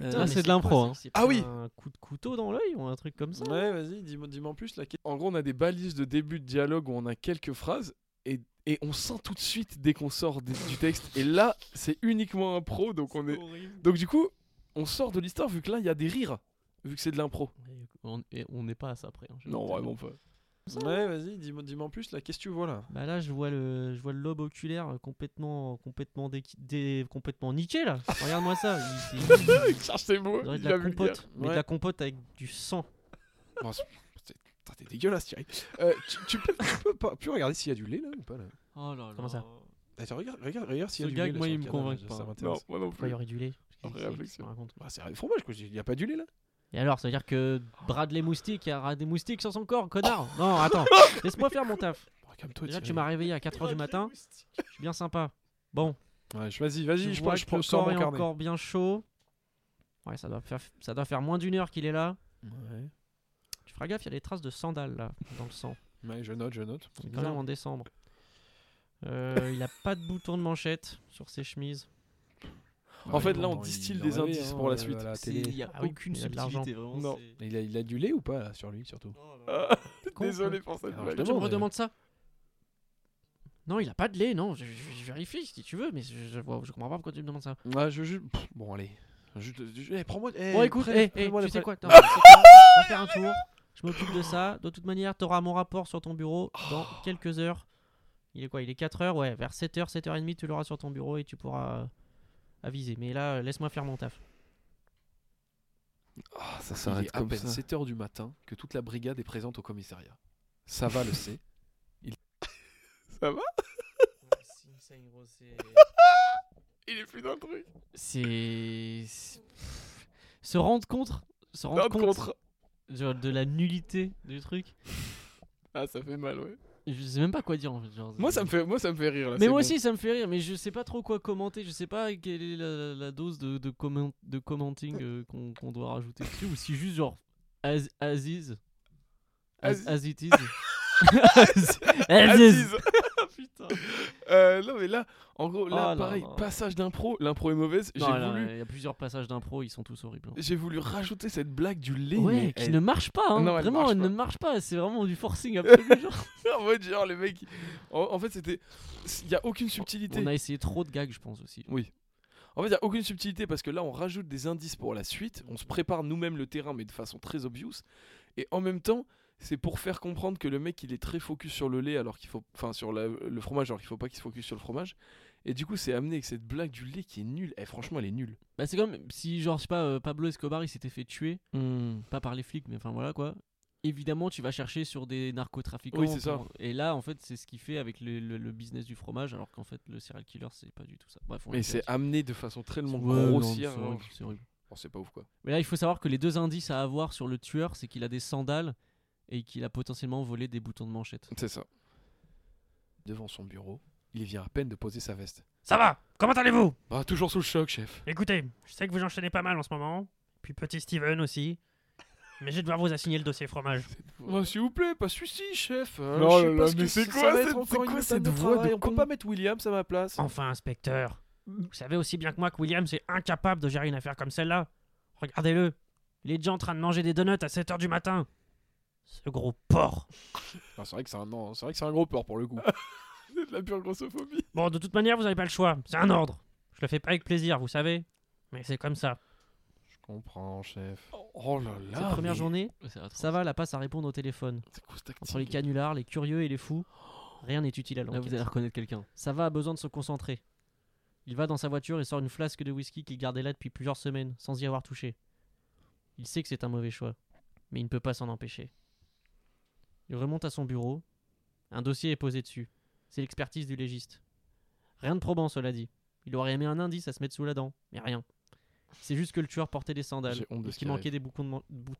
Euh,
Putain, mais
c'est-
c'est de l'impro.
quoi,
Hein.
Ah oui.
Un coup de couteau dans l'œil ou un truc comme
Euh,
ça.
Ouais, vas-y, dis-moi dis-moi en plus. Là,
En gros, on a des balises de début de dialogue où on a quelques phrases et, et on sent tout de suite dès qu'on sort des- du texte. Et là, c'est uniquement impro, donc on est. Donc du coup, on sort de l'histoire vu que là, il y a des rires, vu que c'est de l'impro.
Ouais, On et on n'est pas à ça près. hein, j'ai
Non,
envie de
vraiment
te
pas.
dire.
Ouais, vas-y, dis-moi dis-moi en plus. Là, qu'est-ce que tu vois là
Bah là, je vois le, je vois le lobe oculaire euh, complètement, complètement, dé- dé- complètement niqué là. Regarde-moi ça. Il, il-
Il cherche ses mots,
il aurait de
il
la
a vulgaire.
compote, mais de
Ouais.
la compote avec du sang.
Putain, t'es dégueulasse, Thierry. Euh, tu, tu peux, tu peux pas, plus regarder s'il y a du lait là ou pas là
Oh là
Comment ça
Attends, regarde, regarde, regarde s'il y a
Ce
du
gag,
lait, là,
moi,
sur
il
le
me
cadavre,
convainc
ça
pas.
m'intéresse.
Non, moi non
Pourquoi il y
plus.
aurait du lait
Après
Qu'est-ce que
réflexion.
raconte
Bah, c'est un fromage, quoi. Il n'y a pas du lait là
Et alors, ça veut dire que Bradley Moustique a des moustiques sur son corps, connard Non, attends, laisse-moi faire mon taf.
Bon, Calme-toi,
Déjà, tu
Thierry.
m'as réveillé à 4h du matin, je suis bien sympa. Bon,
Ouais, je- Vas-y, vas-y, je
vois
prends- je
que le
prends sors
corps
mon
est
carnet.
encore bien chaud. Ouais, ça doit faire, ça doit faire moins d'une heure qu'il est là.
Ouais.
Tu feras gaffe, il y a des traces de sandales là, dans le sang.
Ouais, je note, je note.
On est quand même en décembre. Euh, il a pas de bouton de manchette sur ses chemises.
En fait, là, on distille des
hein,
indices pour hein, euh, la suite.
il y a Ah oui, aucune il y a de l'argent. Ah, subtilité,
vraiment.
Non. Il a, il a du lait ou pas, là, sur lui, surtout
Ah,
Con,
Désolé pour cette
Alors,
blague.
je
Tu me
Bon, mais-
redemandes ça Non, il a pas de lait, non. Je, je- je vérifie si tu veux, mais je, je, vois- je comprends pas pourquoi tu me demandes ça.
Ah, je... je- pff, Bon, allez. Je te- je- eh, prends-moi... eh,
Bon, écoute,
prenne-
eh, eh,
prends-moi
tu
les
sais
pre-
quoi, attends, tu sais quoi On va faire un tour. Je m'occupe de ça. De toute manière, tu auras mon rapport sur ton bureau dans quelques heures. Il est quoi Il est 4h Ouais, vers 7h, 7h30, tu l'auras sur ton bureau et tu pourras euh, aviser. Mais là, euh, laisse-moi faire mon taf.
Ah, ça
Il
s'arrête
est à
comme
peine
ça.
7h du matin que toute la brigade est présente au commissariat. Ça va, le sait.
Ça va Il est plus dans le truc.
C'est. c'est- Se rendre compte, se rendre
Dans le
compte
contre.
genre, de la nullité du truc.
Ah, ça fait mal, ouais.
Je sais même pas quoi dire en fait. genre,
Moi,
c'est-
ça me fait, moi, ça me fait rire.
Mais
Là. Ah, c'est
moi
bon.
aussi, ça me fait rire, mais je sais pas trop quoi commenter. Je sais pas quelle est la, la dose de, de, comment- de commenting euh, qu'on qu'on doit rajouter dessus, ou si juste genre as, Aziz. As,
Aziz.
as it is. As- Aziz.
Aziz. oh, Putain. Euh, non, mais là, en gros, là,
Oh là
pareil,
là.
passage d'impro. L'impro est mauvaise. J'ai
Non, non,
voulu,
Il y a plusieurs passages d'impro, ils sont tous horribles. hein.
j'ai voulu rajouter cette blague du lait.
Ouais,
mais
qui
elle-
ne marche pas, hein.
Non, elle
vraiment,
marche
elle
pas.
ne marche pas, c'est vraiment du forcing absolu. genre.
en mode genre, le mec. En, en fait, c'était. Il n'y a aucune subtilité.
On a essayé trop de gags, je pense aussi.
Oui. En fait, il n'y a aucune subtilité parce que là, on rajoute des indices pour la suite. On se prépare nous-mêmes le terrain, mais de façon très obvious. Et en même temps, c'est pour faire comprendre que le mec, il est très focus sur le lait, alors qu'il faut. Enfin, sur la- le fromage, alors qu'il faut pas qu'il se focus sur le fromage. Et du coup, c'est amené avec cette blague du lait qui est nulle. Eh, franchement, elle est nulle.
Bah, c'est comme si, genre, je sais pas, euh, Pablo Escobar il s'était fait tuer.
Hmm.
pas par les flics, mais enfin voilà quoi. Évidemment, tu vas chercher sur des narcotrafiquants.
Oui, c'est
pour- Et là, en fait, c'est ce qu'il fait avec le, le- le business du fromage, alors qu'en fait, le serial killer, c'est pas du tout ça. Bref, on
Mais
était
c'est hein.
là-dessus.
amené de façon tellement
Ouais, non,
grossière.
c'est horrible, c'est horrible.
Bon, c'est pas ouf, quoi.
Mais là, il faut savoir que les deux indices à avoir sur le tueur, c'est qu'il a des sandales et qu'il a potentiellement volé des boutons de manchette.
C'est ça. Devant son bureau, il vient à peine de poser sa veste.
Ça va Comment allez-vous
Bah, toujours sous le choc, chef.
Écoutez, je sais que vous enchaînez pas mal en ce moment. Puis petit Steven aussi. Mais je vais devoir vous assigner le dossier fromage.
Bah,
Oh, S'il vous plaît, pas celui-ci, chef. Euh,
Non,
je sais
là,
pas
là,
ce
mais
que
c'est
ça
quoi
va
cette-
être encore
c'est
une
quoi
autre
cette
année de
voix de
travail. On peut
con
pas mettre Williams à ma place.
Enfin, inspecteur. Vous savez aussi bien que moi que Williams est incapable de gérer une affaire comme celle-là. Regardez-le. Il est déjà en train de manger des donuts à 7h du matin. Ce gros porc.
Ah, c'est vrai que c'est un, non, c'est vrai que c'est un gros porc pour le coup.
C'est de la pure grossophobie.
Bon, de toute manière, vous n'avez pas le choix. C'est un ordre. Je le fais pas avec plaisir, vous savez. Mais c'est comme ça.
je comprends, chef.
Oh là là.
Ah,
Cette première
mais
journée, ça va, la passe à répondre au téléphone.
C'est quoi cette tactique
Entre les canulars, les curieux et les fous, rien n'est utile à
Là, vous allez
l'enquête.
reconnaître quelqu'un.
Sava a besoin de se concentrer. Il va dans sa voiture et sort une flasque de whisky qu'il gardait là depuis plusieurs semaines, sans y avoir touché. Il sait que c'est un mauvais choix, mais il ne peut pas s'en empêcher. Il remonte à son bureau. Un dossier est posé dessus. C'est l'expertise du légiste. Rien de probant, cela dit. Il aurait aimé un indice à se mettre sous la dent, mais rien. C'est juste que le tueur portait des sandales
J'ai honte de
et
ce
qu'il
qui
manquait des boutons de man- bou-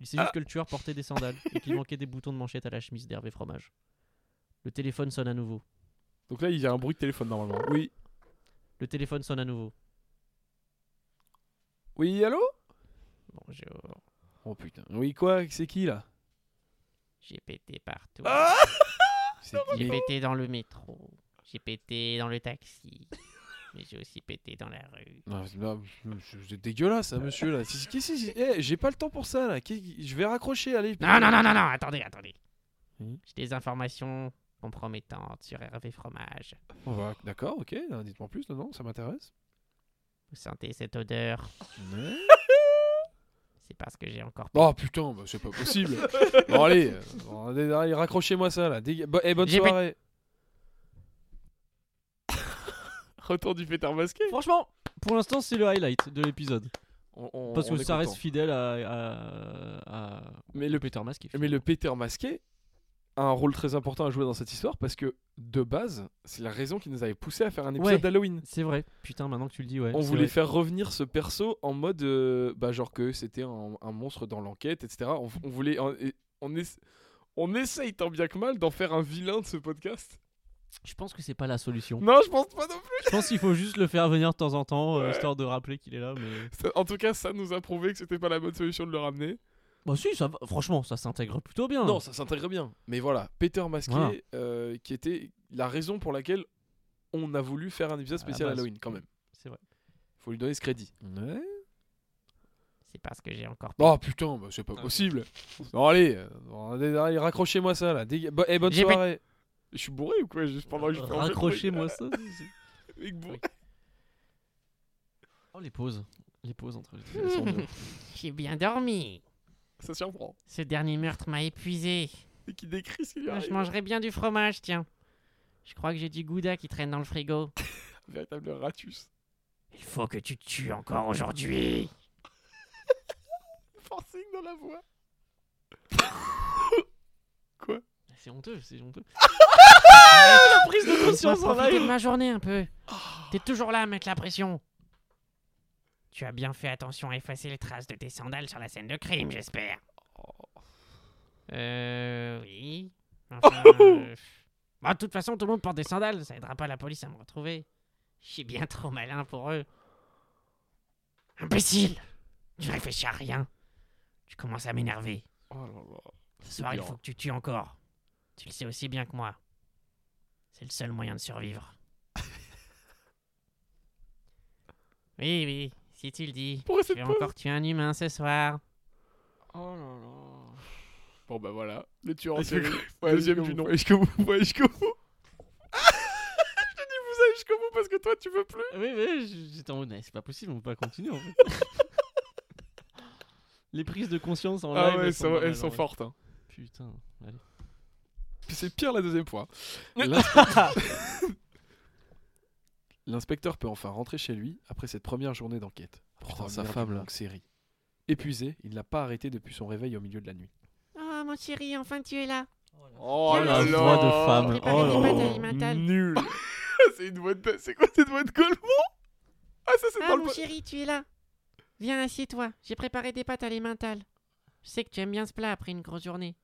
Il sait
Ah.
juste que le tueur portait des sandales et qu'il manquait des boutons de manchette à la chemise d'Hervé Fromage. Le téléphone sonne à nouveau.
Donc là, il y a un bruit de téléphone normalement.
Oui.
Le téléphone sonne à nouveau.
Oui, allô
Bonjour,
Oh putain. Oui, quoi C'est qui là
j'ai pété partout.
C'est
J'ai pété dans le métro, j'ai pété dans le taxi, mais j'ai aussi pété dans la rue.
Non, c'est- non, c'est c'est dégueulasse, hein, monsieur là. Qu'est-ce que c'est Eh, J'ai pas le temps pour ça là. Qu'est- Je vais raccrocher, allez.
Ah, Non, non, non, non, non, attendez, attendez.
Oui.
J'ai des informations compromettantes sur Hervé Fromage.
On va- D'accord, ok. non, Dites-moi plus, non, non, ça m'intéresse.
Vous sentez cette odeur C'est parce que j'ai encore...
Oh putain, bah, c'est pas possible. bon, allez, euh, bon, allez, allez, raccrochez-moi ça là. Déga- bo- eh, bonne
J'ai fait-
soirée.
Retour du pétard masqué.
Franchement, pour l'instant, c'est le highlight de l'épisode.
On- on-
Parce
on
que
est
ça reste
content.
fidèle à, à- à-
Mais le,
Peter Masqué.
mais le pétard masqué,
a un rôle très important à jouer dans cette histoire parce que de base, c'est la raison qui nous avait poussé à faire un épisode
Ouais.
d'Halloween.
C'est vrai. Putain, maintenant que tu le dis, ouais.
On
c'est
voulait
vrai.
faire revenir ce perso en mode, euh, bah, genre que c'était un, un monstre dans l'enquête, etc. On, on voulait, on, et on, essa- on essaye tant bien que mal d'en faire un vilain de ce podcast.
Je pense que c'est pas la solution.
Non, je pense pas non plus.
Je pense qu'il faut juste le faire venir de temps en temps, euh, histoire de rappeler qu'il est là. Mais
Ça- En tout cas, ça nous a prouvé que c'était pas la bonne solution de le ramener.
bah si, ça va. Franchement, ça s'intègre plutôt bien.
Non, ça s'intègre bien. Mais voilà, Peter Masqué,
Voilà.
euh, qui était la raison pour laquelle on a voulu faire un épisode
À la
spécial
base.
Halloween, quand même.
c'est vrai.
Faut lui donner ce crédit.
C'est parce que j'ai encore.
Oh putain, bah, c'est pas possible. Non, allez, euh, allez, allez, raccrochez-moi ça là. Déga- bo- eh, bonne
J'ai pas-
soirée. Je suis bourré ou quoi Juste pendant que je fais un
Raccrochez-moi ça.
truc avec bourré.
Oh les pauses, les pauses entre les. elles sont bien.
J'ai bien dormi.
Ça surprend.
Ce dernier meurtre m'a épuisé.
Et qui décrit ce qui lui
Ah, Je
arrive.
mangerais bien du fromage, tiens. Je crois que j'ai du gouda qui traîne dans le frigo.
Véritable ratus.
Il faut que tu te tues encore aujourd'hui.
Forcing dans la voix.
c'est honteux, c'est honteux. la prise de conscience en
profiter de
live. Oh.
ma journée un peu. T'es toujours là à mettre la pression. Tu as bien fait attention à effacer les traces de tes sandales sur la scène de crime, j'espère.
Oh.
Euh... Oui. Enfin, euh, bah, de toute façon, tout le monde porte des sandales. Ça aidera pas la police à me retrouver. Je suis bien trop malin pour eux. Imbécile Tu réfléchis à rien. Tu commences à m'énerver.
Oh là là.
Ce soir, il
dur.
faut que tu tues encore. Tu le sais aussi bien que moi. C'est le seul moyen de survivre. oui, oui, si tu le dis.
Pourquoi
Je
cette
vais
pause
encore tuer un humain ce soir.
Oh là là. Bon bah voilà, le tueur en
Est-ce que-
série.
est-ce que
Deuxième du
vous-
nom. Est-ce que vous voyez jusqu'au bout Je te dis vous allez jusqu'au bout parce que toi tu veux plus.
Oui, mais j- j'étais en mode, Eh, c'est pas possible, on peut pas continuer en fait. les prises de conscience en
ah
live.
ouais, elles sont,
pas mal,
elles sont
en vrai.
fortes. hein.
Putain, allez.
Puis c'est pire la deuxième fois. L'inspecteur peut enfin rentrer chez lui après cette première journée d'enquête. Putain, sa femme là. série. Épuisé, il n'a pas arrêté depuis son réveil au milieu de la nuit.
Oh, mon chéri, enfin tu es là.
Oh
là
la
là.
voix de femme.
Préparez
Oh
les
là
pâtes
là.
alimentales.
Nul. c'est une voix de c'est quoi cette voix de Golemont Ah ça c'est
Ah,
dans le
mon chéri, tu es là. Viens, assieds-toi. J'ai préparé des pâtes alimentales. Je sais que tu aimes bien ce plat après une grosse journée.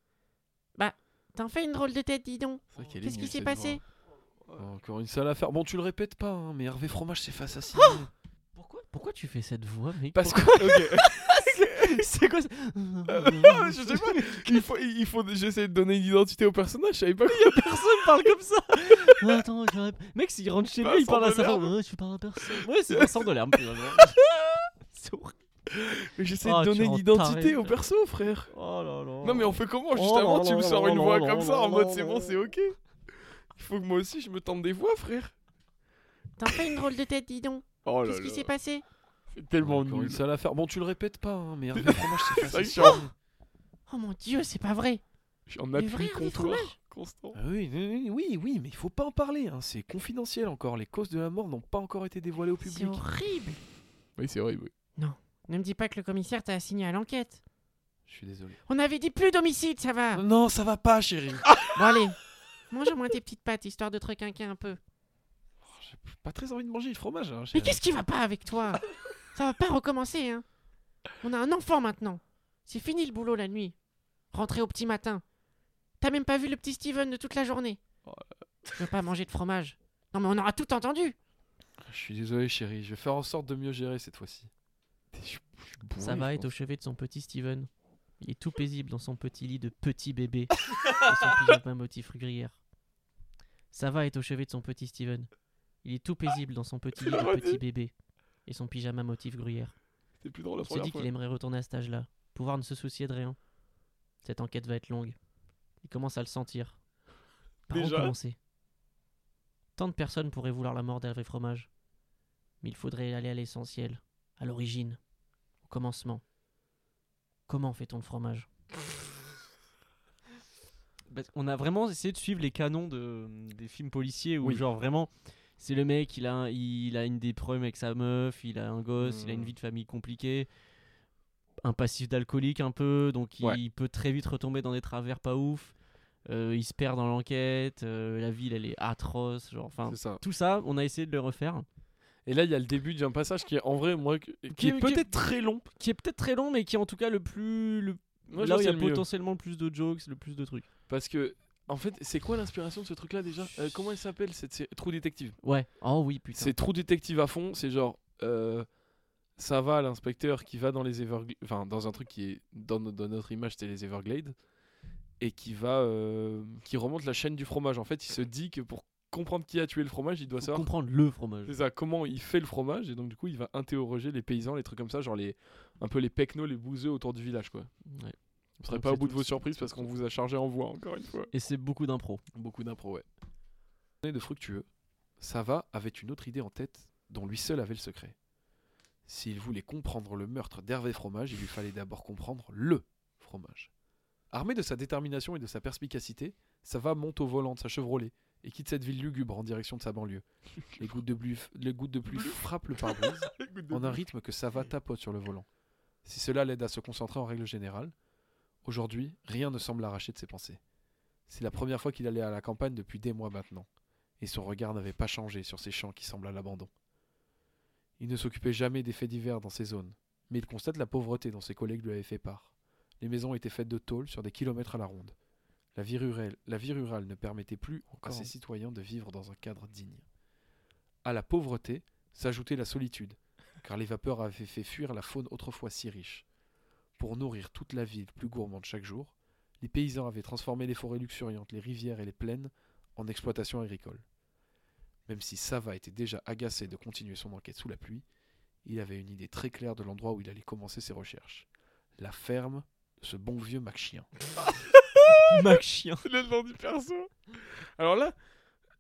Bah, t'en fais une drôle de tête, dis donc.
C'est vrai qu'elle est
Qu'est-ce qui
nulle,
s'est
cette
passé
voix. Encore une sale affaire. Bon, tu le répètes pas, hein, mais Hervé Fromage s'est fait assassiner.
Oh
Pourquoi, pourquoi tu fais cette voix, mec
Parce que.
Pourquoi- c'est quoi ça
je sais pas. Il faut, il faut, j'essaie de donner une identité au personnage. Je savais pas. quoi.
Personne parle comme ça Ouais, Attends, je rép- mec, s'il rentre chez lui, il
Vincent
parle à sa
Delerme.
femme. Ouais, je parle à personne. Ouais, c'est Vincent de l'herbe. c'est horrible.
Mais J'essaie
Ah,
de
tu
donner
rends
une identité
taré,
au
toi.
perso, frère.
Oh là là.
Non, mais on fait comment
Oh
Juste avant,
là
tu
là
me
là
sors
là
une
là
voix
là
comme
là
ça en
là
mode
là
c'est
là
bon,
là.
c'est ok. Il faut que moi aussi je me tente des voix, frère.
T'en fais une drôle de tête, dis donc.
Oh là
Qu'est-ce qui s'est
là.
passé
C'est tellement
Encore
nul.
une
sale affaire. Bon, tu le répètes pas, hein, mais Hervé Fromage s'est
fait assassiner.
Oh mon dieu, c'est pas vrai.
Je suis en
Mais
appui
vrai, Hervé
comptoir
Fromage
constant.
Ah Oui, oui, oui, oui, mais il faut pas en parler. hein, C'est confidentiel encore. Les causes de la mort n'ont pas encore été dévoilées au
C'est
public.
horrible.
Oui, c'est horrible. oui.
Ne me dis pas que le commissaire t'a assigné à l'enquête.
Je suis désolé.
On avait dit plus d'homicide, ça va.
Non, ça va pas, chérie.
Bon allez, mange au moins tes petites pattes, histoire de te requinquer un peu.
Pas très envie de manger du fromage. hein,
Mais
chérie.
qu'est-ce qui va pas avec toi Ça va pas recommencer, hein. On a un enfant maintenant. C'est fini le boulot la nuit. Rentrer au petit matin. T'as même pas vu le petit Steven de toute la journée.
Oh
Je veux pas manger de fromage. Non mais on aura tout entendu.
Je suis désolé, chérie. Je vais faire en sorte de mieux gérer cette fois-ci. Je suis- je suis bourré,
Sa va
je
est au
pense.
chevet de son petit Steven. Il est tout paisible dans son petit lit de petit bébé et son pyjama motif gruyère. Sava est au chevet de son petit Steven. Il est tout paisible dans son petit lit
l'as
de
redit.
petit bébé et son pyjama motif gruyère.
C'est plus drôle la
Il se
première
dit
fois.
qu'il aimerait retourner à cet âge-là, pouvoir ne se soucier de rien. Cette enquête va être longue. Il commence à le sentir. Par où
Déjà
commencer Tant de personnes pourraient vouloir la mort d'Hervé Fromage. Mais il faudrait aller à l'essentiel, à l'origine, au commencement. Comment fait-on le fromage Parce qu'on a vraiment essayé de suivre les canons de, euh, des films policiers où,
Oui.
genre, vraiment, c'est le mec, il a, un- il a une des problèmes avec sa meuf, il a un gosse, il a une
Mm.
vie de famille compliquée, un passif d'alcoolique un peu, donc il
Ouais.
peut très vite retomber dans des travers pas ouf. euh, il se perd dans l'enquête, euh, la ville elle est atroce, genre enfin
C'est ça.
tout ça, on a essayé de le refaire,
Et là, il y a le début d'un passage qui est en vrai, moi, qui,
Qui-
est
qui-
peut-être très long.
qui est peut-être très long mais qui est en tout cas le plus le
Moi, je
là
pense
où il y a
que c'est le mieux.
potentiellement le plus de jokes, le plus de trucs.
Parce que, en fait, c'est quoi l'inspiration de ce truc-là déjà Euh, Comment elle s'appelle cette série Trou Détective.
Ouais. Oh oui putain.
C'est Trou Détective à fond, c'est genre. euh, ça va, l'inspecteur qui va dans les Everglades. Enfin, dans un truc qui est. Dans, no- dans notre image, c'était les Everglades. Et qui va. euh, qui remonte la chaîne du fromage. En fait, il se dit que pour comprendre qui a tué le fromage, il doit
Faut
savoir
comprendre le fromage.
C'est ça, comment il fait le fromage et donc du coup il va interroger les paysans, les trucs comme ça, genre les un peu les pecnos, les bouseux autour du village quoi.
Ouais.
Vous serez
Donc
pas au
c'est
bout de
tout.
vos surprises parce qu'on vous a chargé en voix encore une fois.
Et c'est beaucoup d'impro.
Beaucoup d'impro ouais. On est de fructueux. Ça va avec une autre idée en tête dont lui seul avait le secret. S'il voulait comprendre le meurtre d'Hervé Fromage, il lui fallait d'abord comprendre le fromage. Armé de sa détermination et de sa perspicacité, Sava monte au volant de sa Chevrolet et quitte cette ville lugubre en direction de sa banlieue. Les gouttes de, pluie, les gouttes de pluie frappent le pare-brise en un rythme que Sava tapote sur le volant. Si cela l'aide à se concentrer en règle générale, aujourd'hui, rien ne semble l'arracher de ses pensées. C'est la première fois qu'il allait à la campagne depuis des mois maintenant, et son regard n'avait pas changé sur ces champs qui semblent à l'abandon. Il ne s'occupait jamais des faits divers dans ces zones, mais il constate la pauvreté dont ses collègues lui avaient fait part. Les maisons étaient faites de tôle sur des kilomètres à la ronde. La vie rurale, la vie rurale ne permettait plus à ses citoyens de vivre dans un cadre digne. À la pauvreté s'ajoutait la solitude, car les vapeurs avaient fait fuir la faune autrefois si riche. Pour nourrir toute la ville plus gourmande chaque jour, les paysans avaient transformé les forêts luxuriantes, les rivières et les plaines en exploitation agricole. Même si Sava était déjà agacé de continuer son enquête sous la pluie, il avait une idée très claire de l'endroit où il allait commencer ses recherches. La ferme de ce bon vieux Mac Chien.
Mac chien.
C'est le nom du perso. Alors là,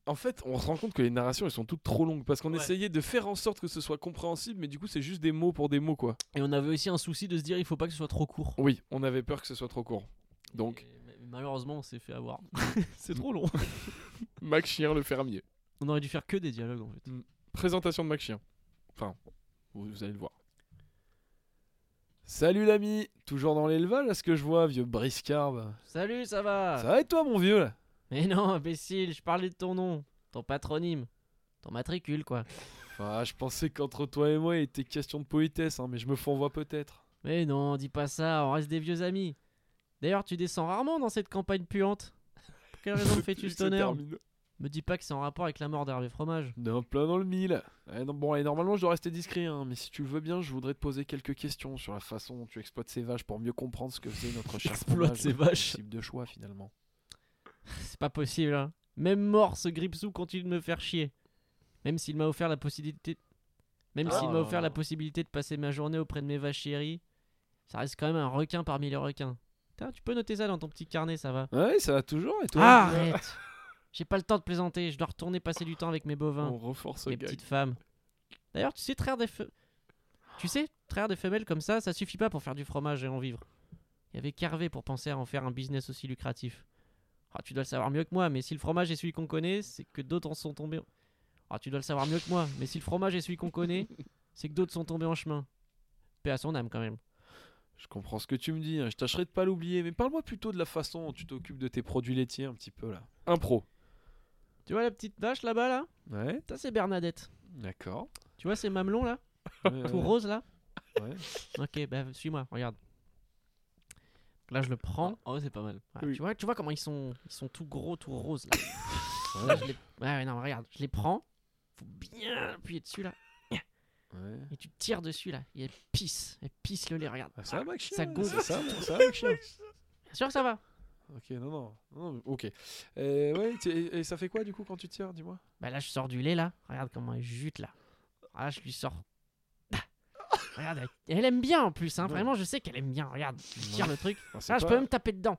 en fait, on se rend compte que les narrations, elles sont toutes trop longues parce qu'on
Ouais.
essayait de faire en sorte que ce soit compréhensible, mais du coup, c'est juste des mots pour des mots, quoi.
Et on avait aussi un souci de se dire il faut pas que ce soit trop court.
Oui, on avait peur que ce soit trop court. Donc,
Et- mais malheureusement on s'est fait avoir. c'est trop long.
Mac Chien, le fermier.
On aurait dû faire que des dialogues en fait.
Présentation de Mac Chien. Enfin, vous, vous allez le voir. Salut l'ami, toujours dans l'élevage à ce que je vois, vieux briscard. bah.
Salut, ça va
Ça va et toi, mon vieux là
Mais non, imbécile, je parlais de ton nom, ton patronyme, ton matricule quoi.
Enfin, je pensais qu'entre toi et moi, il était question de politesse, hein, mais je me fourvoie peut-être.
Mais non, dis pas ça, on reste des vieux amis. D'ailleurs, tu descends rarement dans cette campagne puante. Pour quelle raison fais-tu
Il se
cet honneur
termine.
Me dis pas que c'est en rapport avec la mort d'Hervé Fromage.
Non, plein dans le mille. Ouais, non, bon, allez, normalement, je dois rester discret, hein, mais si tu le veux bien, je voudrais te poser quelques questions sur la façon dont tu exploites ces vaches pour mieux comprendre ce que faisait notre cher
Exploite
fromage
ces
et ton
vaches.
type de choix, finalement.
C'est pas possible, hein. Même mort, ce Gripsou continue de me faire chier. Même s'il m'a offert la possibilité... Même
Ah.
s'il m'a offert la possibilité de passer ma journée auprès de mes vaches chéries, ça reste quand même un requin parmi les requins. Putain, tu peux noter ça dans ton petit carnet, ça va
Ouais, ça va toujours, et toi
Ah, arrête J'ai pas le temps de plaisanter, je dois retourner passer du temps avec mes bovins,
On renforce
mes
le gars.
petites femmes. D'ailleurs, tu sais traire des fe- Tu sais, traire des femelles comme ça, ça suffit pas pour faire du fromage et en vivre. Il y avait Carvé pour penser à en faire un business aussi lucratif. Ah, tu dois le savoir mieux que moi, mais si le fromage est celui qu'on connaît, c'est que d'autres en sont tombés. Ah, tu dois le savoir mieux que moi, mais si le fromage est celui qu'on connaît, c'est que d'autres sont tombés en chemin. Paix à son âme quand même.
Je comprends ce que tu me dis, hein, je tâcherai de pas l'oublier, mais parle-moi plutôt de la façon dont tu t'occupes de tes produits laitiers un petit peu, là. Impro.
Tu vois la petite vache là-bas là
Ouais,
Ça c'est Bernadette.
d'accord.
Tu vois ces mamelons là
Ouais,
Tout
ouais.
rose là
Ouais.
Ok, bah suis-moi, regarde. Donc Là, je le prends. Oh, c'est pas mal.
Oui.
tu, vois, tu vois comment ils sont, ils sont tout gros, tout roses là. Là, je les... ouais, ouais, non, regarde, je les prends. Faut bien appuyer dessus là.
Ouais.
Et tu tires dessus là. Et elle pisse. Elle pisse le lait, regarde.
Ah, ça va, Mac Chien,
Ça
ouais,
gonfle.
c'est Ça, mon- ça, Mac Chien.
Bien sûr que ça va.
Ok, non, non. non, non, ok. Euh, ouais, tu- et, et ça fait quoi, du coup, quand tu tires, dis-moi
Bah là, je sors du lait là. Regarde comment elle jute là. Ah, je lui sors. Ah. regarde, elle, elle aime bien en plus. Hein.
Ouais.
Vraiment, je sais qu'elle aime bien. Regarde, je tire le truc.
Enfin, c'est
Là, Ah, je
pas-
peux même taper dedans.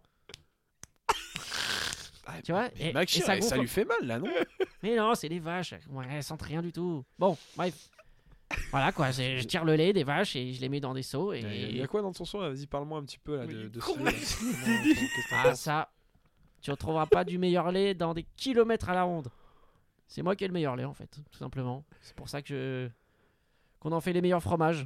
Ah,
Tu vois et,
Mac
et
Chien,
ça
et
gonfle
ça lui fait mal, là, non
Mais non, c'est des vaches. Ouais, elles sentent rien du tout. Bon, bref. Voilà quoi, c'est- je tire le lait des vaches et je les mets dans des seaux
Il y a- Il y
et.
a quoi dans ton son là Vas-y, parle-moi un petit peu là,
Mais il
de,
est
de
con,
ce.
mec.
Comment- qu'est-ce que t'en
Ah,
penses
ça. Tu retrouveras pas du meilleur lait dans des kilomètres à la ronde. C'est moi qui ai le meilleur lait en fait, tout simplement. C'est pour ça que je. qu'on en fait les meilleurs fromages.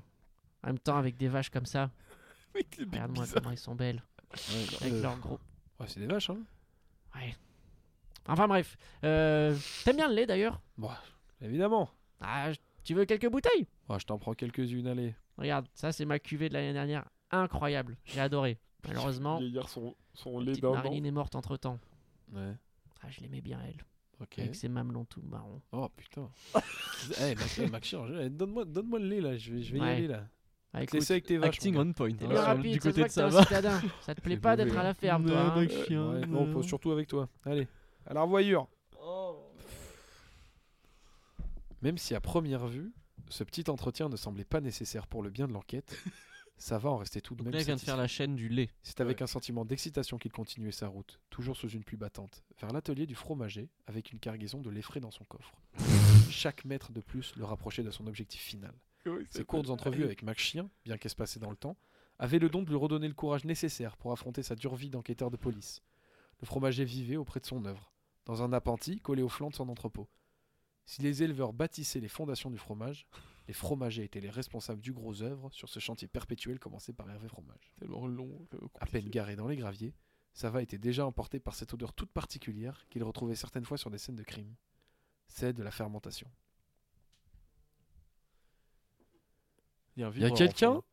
En même temps, avec des vaches comme ça. Regarde-moi comment elles sont belles.
Ouais,
Avec
euh,
leur gros.
ouais, c'est des vaches, hein
Ouais. Enfin bref. Euh, T'aimes bien le lait d'ailleurs
Évidemment.
Ah, je- tu veux quelques bouteilles
Ah, je t'en prends quelques-unes, allez.
Regarde, ça c'est ma cuvée de l'année dernière. Incroyable. J'ai adoré. Malheureusement,
Les hier sont, sont
la
lait
petite
d'un an.
Marilyn est morte entre temps.
Ouais,
Ah, je l'aimais bien elle.
ok.
Avec ses mamelons tout marron.
Oh putain. Eh, Max- Maxian, je- eh, donne-moi donne-moi le lait là, je vais, je vais
Ouais.
y aller là.
Ah,
C'est
écoute,
ça avec tes vaches.
Acting
mon gars.
on point.
t'es
hein,
bien
sur-
rapide, ça
du
se
côté
voit
de
que t'es
ça
un
va.
citadin. Ça te plaît
C'est
pas
mauvais,
d'être à la ferme,
Ouais,
toi. hein.
mec,
Euh,
chien,
ouais, non,
non.
pose surtout avec toi. Allez, à la revoyure.
Oh.
Même si à première vue, ce petit entretien ne semblait pas nécessaire pour le bien de l'enquête, ça va en rester tout de
Donc
même.
là, il vient de
satisfait.
faire la chaîne du lait.
C'est avec un sentiment d'excitation qu'il continuait sa route, toujours sous une pluie battante, vers l'atelier du fromager, avec une cargaison de lait frais dans son coffre. Chaque mètre de plus le rapprochait de son objectif final. Ses courtes entrevues avec Mac Chien, bien qu'espacées dans le temps, avaient le don de lui redonner le courage nécessaire pour affronter sa dure vie d'enquêteur de police. Le fromager vivait auprès de son œuvre, dans un appentis collé au flanc de son entrepôt. Si les éleveurs bâtissaient les fondations du fromage, les fromagers étaient les responsables du gros œuvre sur ce chantier perpétuel commencé par Hervé Fromage.
Tellement long. euh,
À peine
compliqué.
garé dans les graviers, Sava était déjà emporté par cette odeur toute particulière qu'il retrouvait certaines fois sur des scènes de crime. C'est de la fermentation.
Il y a, un
Il y a
vibreur en
quelqu'un
fond.
hein.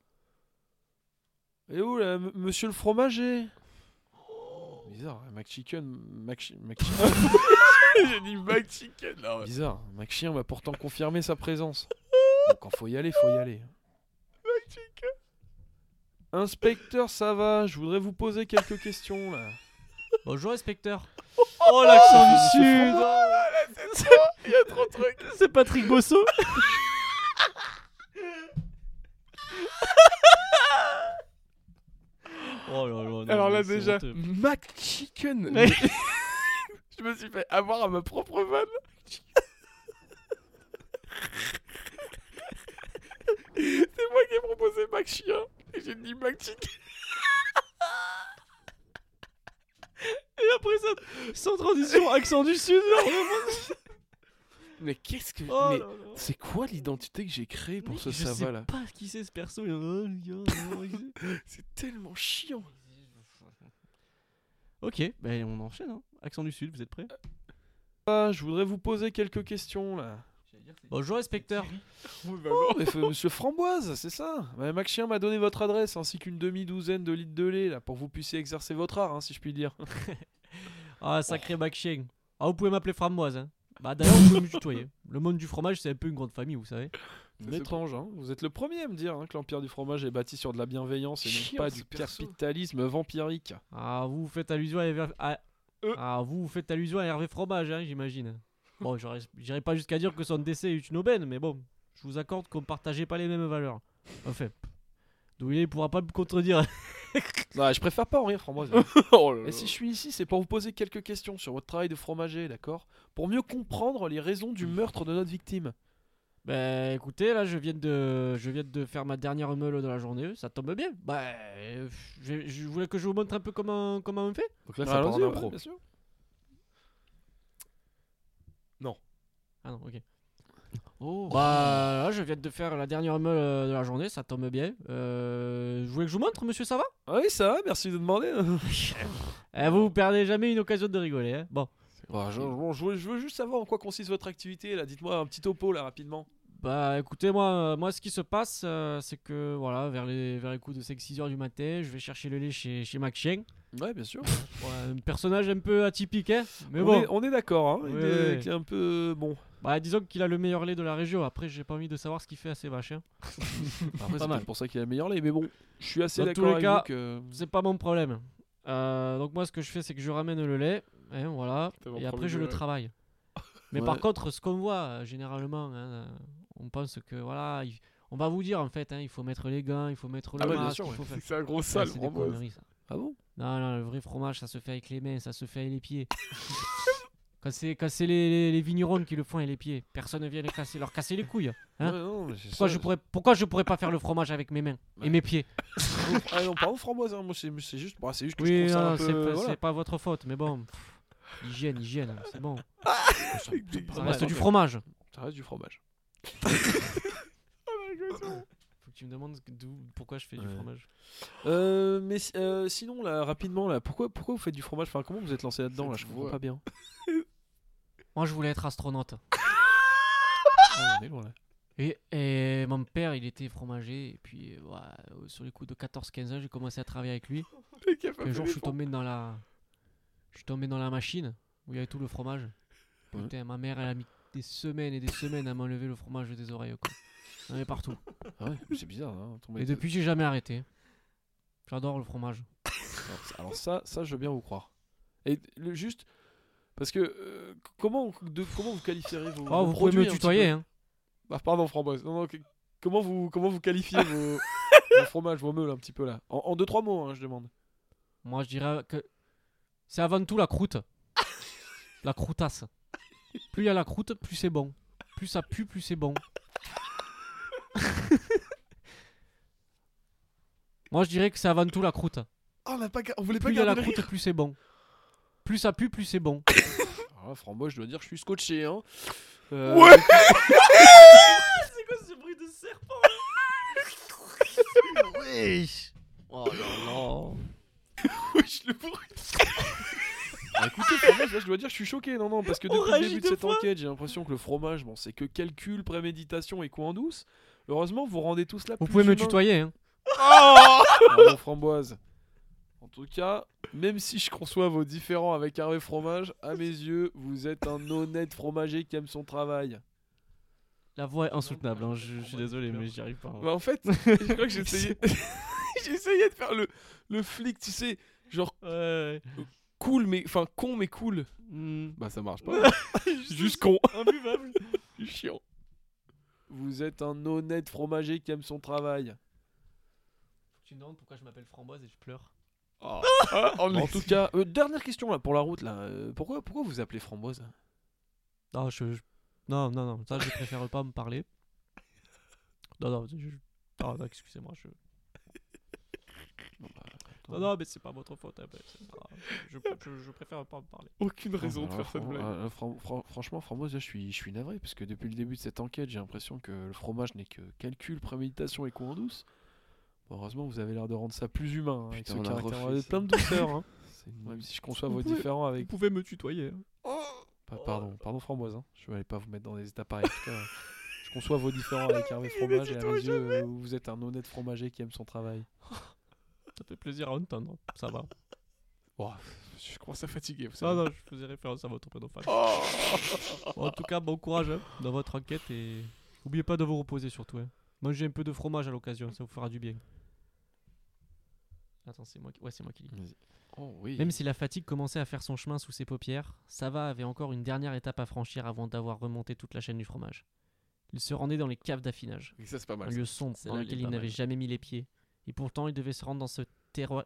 Et où là, m- monsieur le fromager Bizarre, un McChicken, Mac
J'ai dit Mac Chicken. là, ouais.
Bizarre, hein. un McChien m'a pourtant confirmé sa présence. Donc quand faut y aller, faut y aller. hein. Inspecteur Sava, je voudrais vous poser quelques questions là.
Bonjour, inspecteur.
Oh l'accent du
C'est
sud
froid.
C'est Patrick Bosso Oh là là, non,
Alors là
mais c'est
déjà,
honteux.
Mac Chicken
Ouais.
Je me suis fait avoir à ma propre vanne. C'est moi qui ai proposé Mac Chien et j'ai dit Mac Chicken.
Et après ça, sans transition, accent du sud, genre, vraiment.
Mais qu'est-ce que
Oh
mais
là là.
c'est quoi l'identité que j'ai créée pour
Mec,
ce
je
ça va
sais
là
pas qui c'est ce perso. il y en a un, le gars, non, il sait.
C'est tellement chiant.
ok, ben on enchaîne. Hein. Accent du sud, vous êtes prêts
Sava, je voudrais vous poser quelques questions là.
Bonjour, inspecteur.
Oh, mais f- monsieur Framboise, c'est ça. Ouais, Mac Chien m'a donné votre adresse ainsi qu'une demi-douzaine de litres de lait là pour que vous puissiez exercer votre art, hein, si je puis dire.
Ah, sacré bac chien. Ah, vous pouvez m'appeler Framoise. Hein. Bah d'ailleurs, vous pouvez me tutoyer. Le monde du fromage, c'est un peu une grande famille, vous savez.
c'est
Étrange, hein. Vous êtes le premier à me dire hein, que l'empire du fromage est bâti sur de la bienveillance et non
Chiant,
pas
ce
du
perso.
capitalisme vampirique.
Ah, vous vous faites allusion à, Hervé- à-
Euh.
Ah, vous vous faites allusion à Hervé Fromage, hein, j'imagine. Bon, j'aurais- j'irai pas jusqu'à dire que son décès est une aubaine, mais bon, je vous accorde qu'on partageait pas les mêmes valeurs. Enfin, d'où il est, il pourra pas me contredire.
Ouais, je préfère pas en rire, Framboise.
Oh là là.
et si je suis ici, c'est pour vous poser quelques questions sur votre travail de fromager, d'accord Pour mieux comprendre les raisons du meurtre de notre victime.
Bah écoutez, là je viens de je viens de faire ma dernière meule de la journée, ça tombe bien. Bah euh, je, je voulais que je vous montre un peu comment comment on fait.
Donc là
Ah,
ça part en
allons-y, ouais,
impro.
bien sûr.
Ah non, OK. Bah là je viens de faire la dernière meule euh, de la journée, ça tombe bien. Euh, je voulais que je vous montre monsieur ça va
Ah oui, ça va, merci de demander.
Eh, vous vous perdez jamais une occasion de rigoler hein. Bon.
Bon, Bah, je, bon, je veux, je veux juste savoir en quoi consiste votre activité là. Dites-moi un petit topo là rapidement.
Bah écoutez, moi, euh, moi ce qui se passe, euh, c'est que voilà, vers les, vers les coups de 5-6 heures du matin, je vais chercher le lait chez, chez Mac Chien.
Ouais, bien sûr.
Voilà, un personnage un peu atypique, hein. Mais
on,
bon,
est, on est d'accord, hein. Il
Ouais,
est-
ouais.
qu'il est un peu bon.
bah disons qu'il a le meilleur lait de la région. Après, j'ai pas envie de savoir ce qu'il fait à ses vaches. hein.
Après, c'est
Pas mal.
peut-être pour ça qu'il a le meilleur lait, mais bon, je suis assez
Dans tous
d'accord avec
les cas-
vous que.
C'est pas mon problème. Euh, donc moi, ce que je fais, c'est que je ramène le lait, hein, voilà,
T'as mon
et
problème,
après je le
ouais.
travaille. Mais par contre, ce qu'on voit euh, généralement, hein, euh, on pense que voilà, il- on va vous dire en fait, hein, il faut mettre les gants, il faut mettre le
Ah ouais, bien
masque,
sûr,
il
ouais.
faut faire.
C'est un gros
Ouais,
sale,
c'est des
Framboise.
conneries, ça.
Ah bon
Non, non, le vrai fromage, ça se fait avec les mains, ça se fait avec les pieds. quand c'est quand c'est les, les- les vignerons qui le font avec les pieds, personne ne vient les casser, leur casser les couilles. Hein
Ouais, non, mais c'est
Pourquoi
ça,
je pourrais pourquoi je pourrais pas faire le fromage avec mes mains et
Ouais.
mes pieds
Ah non, pardon, framboise, hein. moi c'est c'est juste, bah, c'est juste que je
Oui,
trouve ça
non,
un
non, c'est
peu.
pas,
voilà.
c'est pas votre faute, mais bon. pff, Hygiène, hygiène, c'est bon. Ça
Ouais,
reste
non,
du
mais
fromage.
Ça reste du fromage.
Faut que tu me demandes d'où, pourquoi je fais du
Ouais.
fromage.
Euh, mais si- euh, sinon, là, rapidement, là, pourquoi, pourquoi vous faites du fromage Enfin, comment vous êtes lancé là-dedans là, Je
Faites-vous,
comprends
ouais.
pas bien.
Moi, je voulais être astronaute.
Ah, on est loin, là.
Et, et mon père, il était fromager. Et puis, euh, voilà, euh, sur les coups de 14-15 ans, j'ai commencé à travailler avec lui. Un jour, je suis tombé dans la, je suis tombé dans la machine où il y avait tout le fromage.
Ouais.
Putain, ma mère, elle a mis des semaines et des semaines à m'enlever le fromage des oreilles. Quoi. Il y en avait partout.
Ah ouais, c'est bizarre. hein, tomber-
Et depuis, j'ai jamais arrêté. J'adore le fromage.
Alors, ça- Alors ça, ça, je veux bien vous croire. Et le, juste, parce que euh, c- comment, de, comment vous qualifieriez vos,
Oh,
vos
vous pouvez
produits
me
un petit
tutoyer,
peu
hein.
Ah, pardon, framboise. Non, non, que- comment vous, comment vous qualifiez vos, vos fromages, vos meules un petit peu là En, en deux trois mots, hein, je demande.
Moi, je dirais que c'est avant tout la croûte. la croûtasse. Plus il y a la croûte, plus c'est bon. Plus ça pue, plus c'est bon. Moi, je dirais que c'est avant tout la croûte.
Ah, on, a pas, ga- on voulait pas
Plus il y a la
garder le
croûte,
rire.
plus c'est bon. Plus ça pue, plus c'est bon.
Alors là, Ah, framboise, je dois dire, je suis scotché. Hein. Euh,
Ouais.
C'est quoi ce bruit de serpent Oh là
Wesh, le bruit.
bah, écoutez, framboise, là, je dois dire, je suis choqué. Non, non, parce que
On
depuis le
réagit
début de
deux
cette
fois.
enquête, j'ai l'impression que le fromage, bon, c'est que calcul, préméditation et coup en douce. Heureusement, vous rendez tous la
Vous
plus
pouvez me
humain.
tutoyer, hein.
Pardon, framboise. En tout cas, même si je conçois vos différends avec Hervé Fromage, à mes yeux, vous êtes un honnête fromager qui aime son travail.
La voix est insoutenable, hein. je, je suis désolé, mais j'y arrive pas. hein.
Bah en fait, je crois que j'essayais j'essayais de faire le, le flic, tu sais, genre
Ouais.
cool mais enfin con mais cool.
Hmm.
Bah ça marche pas. Juste con.
Imbuvable.
Chiant. Vous êtes un honnête fromager qui aime son travail.
Tu me demandes pourquoi je m'appelle Framboise et je pleure.
Ah. oh,
en tout cas, euh, dernière question là pour la route là. Euh, pourquoi pourquoi vous appelez framboise
Non, je, je- non, non, non, ça je préfère pas me parler. Non, non, je- je- ah, non, excusez-moi, je... Non, non, mais c'est pas votre faute. hein, mais c'est pas grave. je, je- je préfère pas me parler.
Aucune
Ah,
raison
bah,
de faire cette
fran-
blague.
ah, fran- fran- franchement, Framboise, là, je suis, je suis navré parce que depuis le début de cette enquête, j'ai l'impression que le fromage n'est que calcul, préméditation et coup en douce. Bon, heureusement, vous avez l'air de rendre ça plus humain hein, avec
Putain,
ce
on l'a
caractère
refait,
euh,
ça.
plein de douceur. hein.
C'est une-
Même si je conçois
Vous
vos
pouvez-
différends avec.
pouvez me tutoyer. hein.
Oh,
Pa- pardon, pardon, Framboise, hein. je vais pas vous mettre dans des états pareils. En tout cas, euh, je conçois vos différends avec Hervé Fromage et à mes yeux, euh, vous êtes un honnête fromager qui aime son travail.
Ça fait plaisir à entendre, ça va.
Je commence à fatiguer, vous
Non,
savez.
Ah,
Oh.
non, Oh, je faisais référence à votre pédophile. Bon, en tout cas, bon courage hein, dans votre enquête et n'oubliez pas de vous reposer surtout. Hein. Mangez un peu de fromage à l'occasion, ça vous fera du bien. Attends, c'est moi qui... Ouais, c'est moi qui lis.
Oh oui.
Même si la fatigue commençait à faire son chemin sous ses paupières, Sava avait encore une dernière étape à franchir avant d'avoir remonté toute la chaîne du fromage. Il se rendait dans les caves d'affinage,
Mais ça, c'est pas
un
mal.
lieu sombre
celle-là,
dans
elle est
lequel
pas
il n'avait
mal.
jamais mis les pieds, et pourtant il devait se rendre dans ce terroir.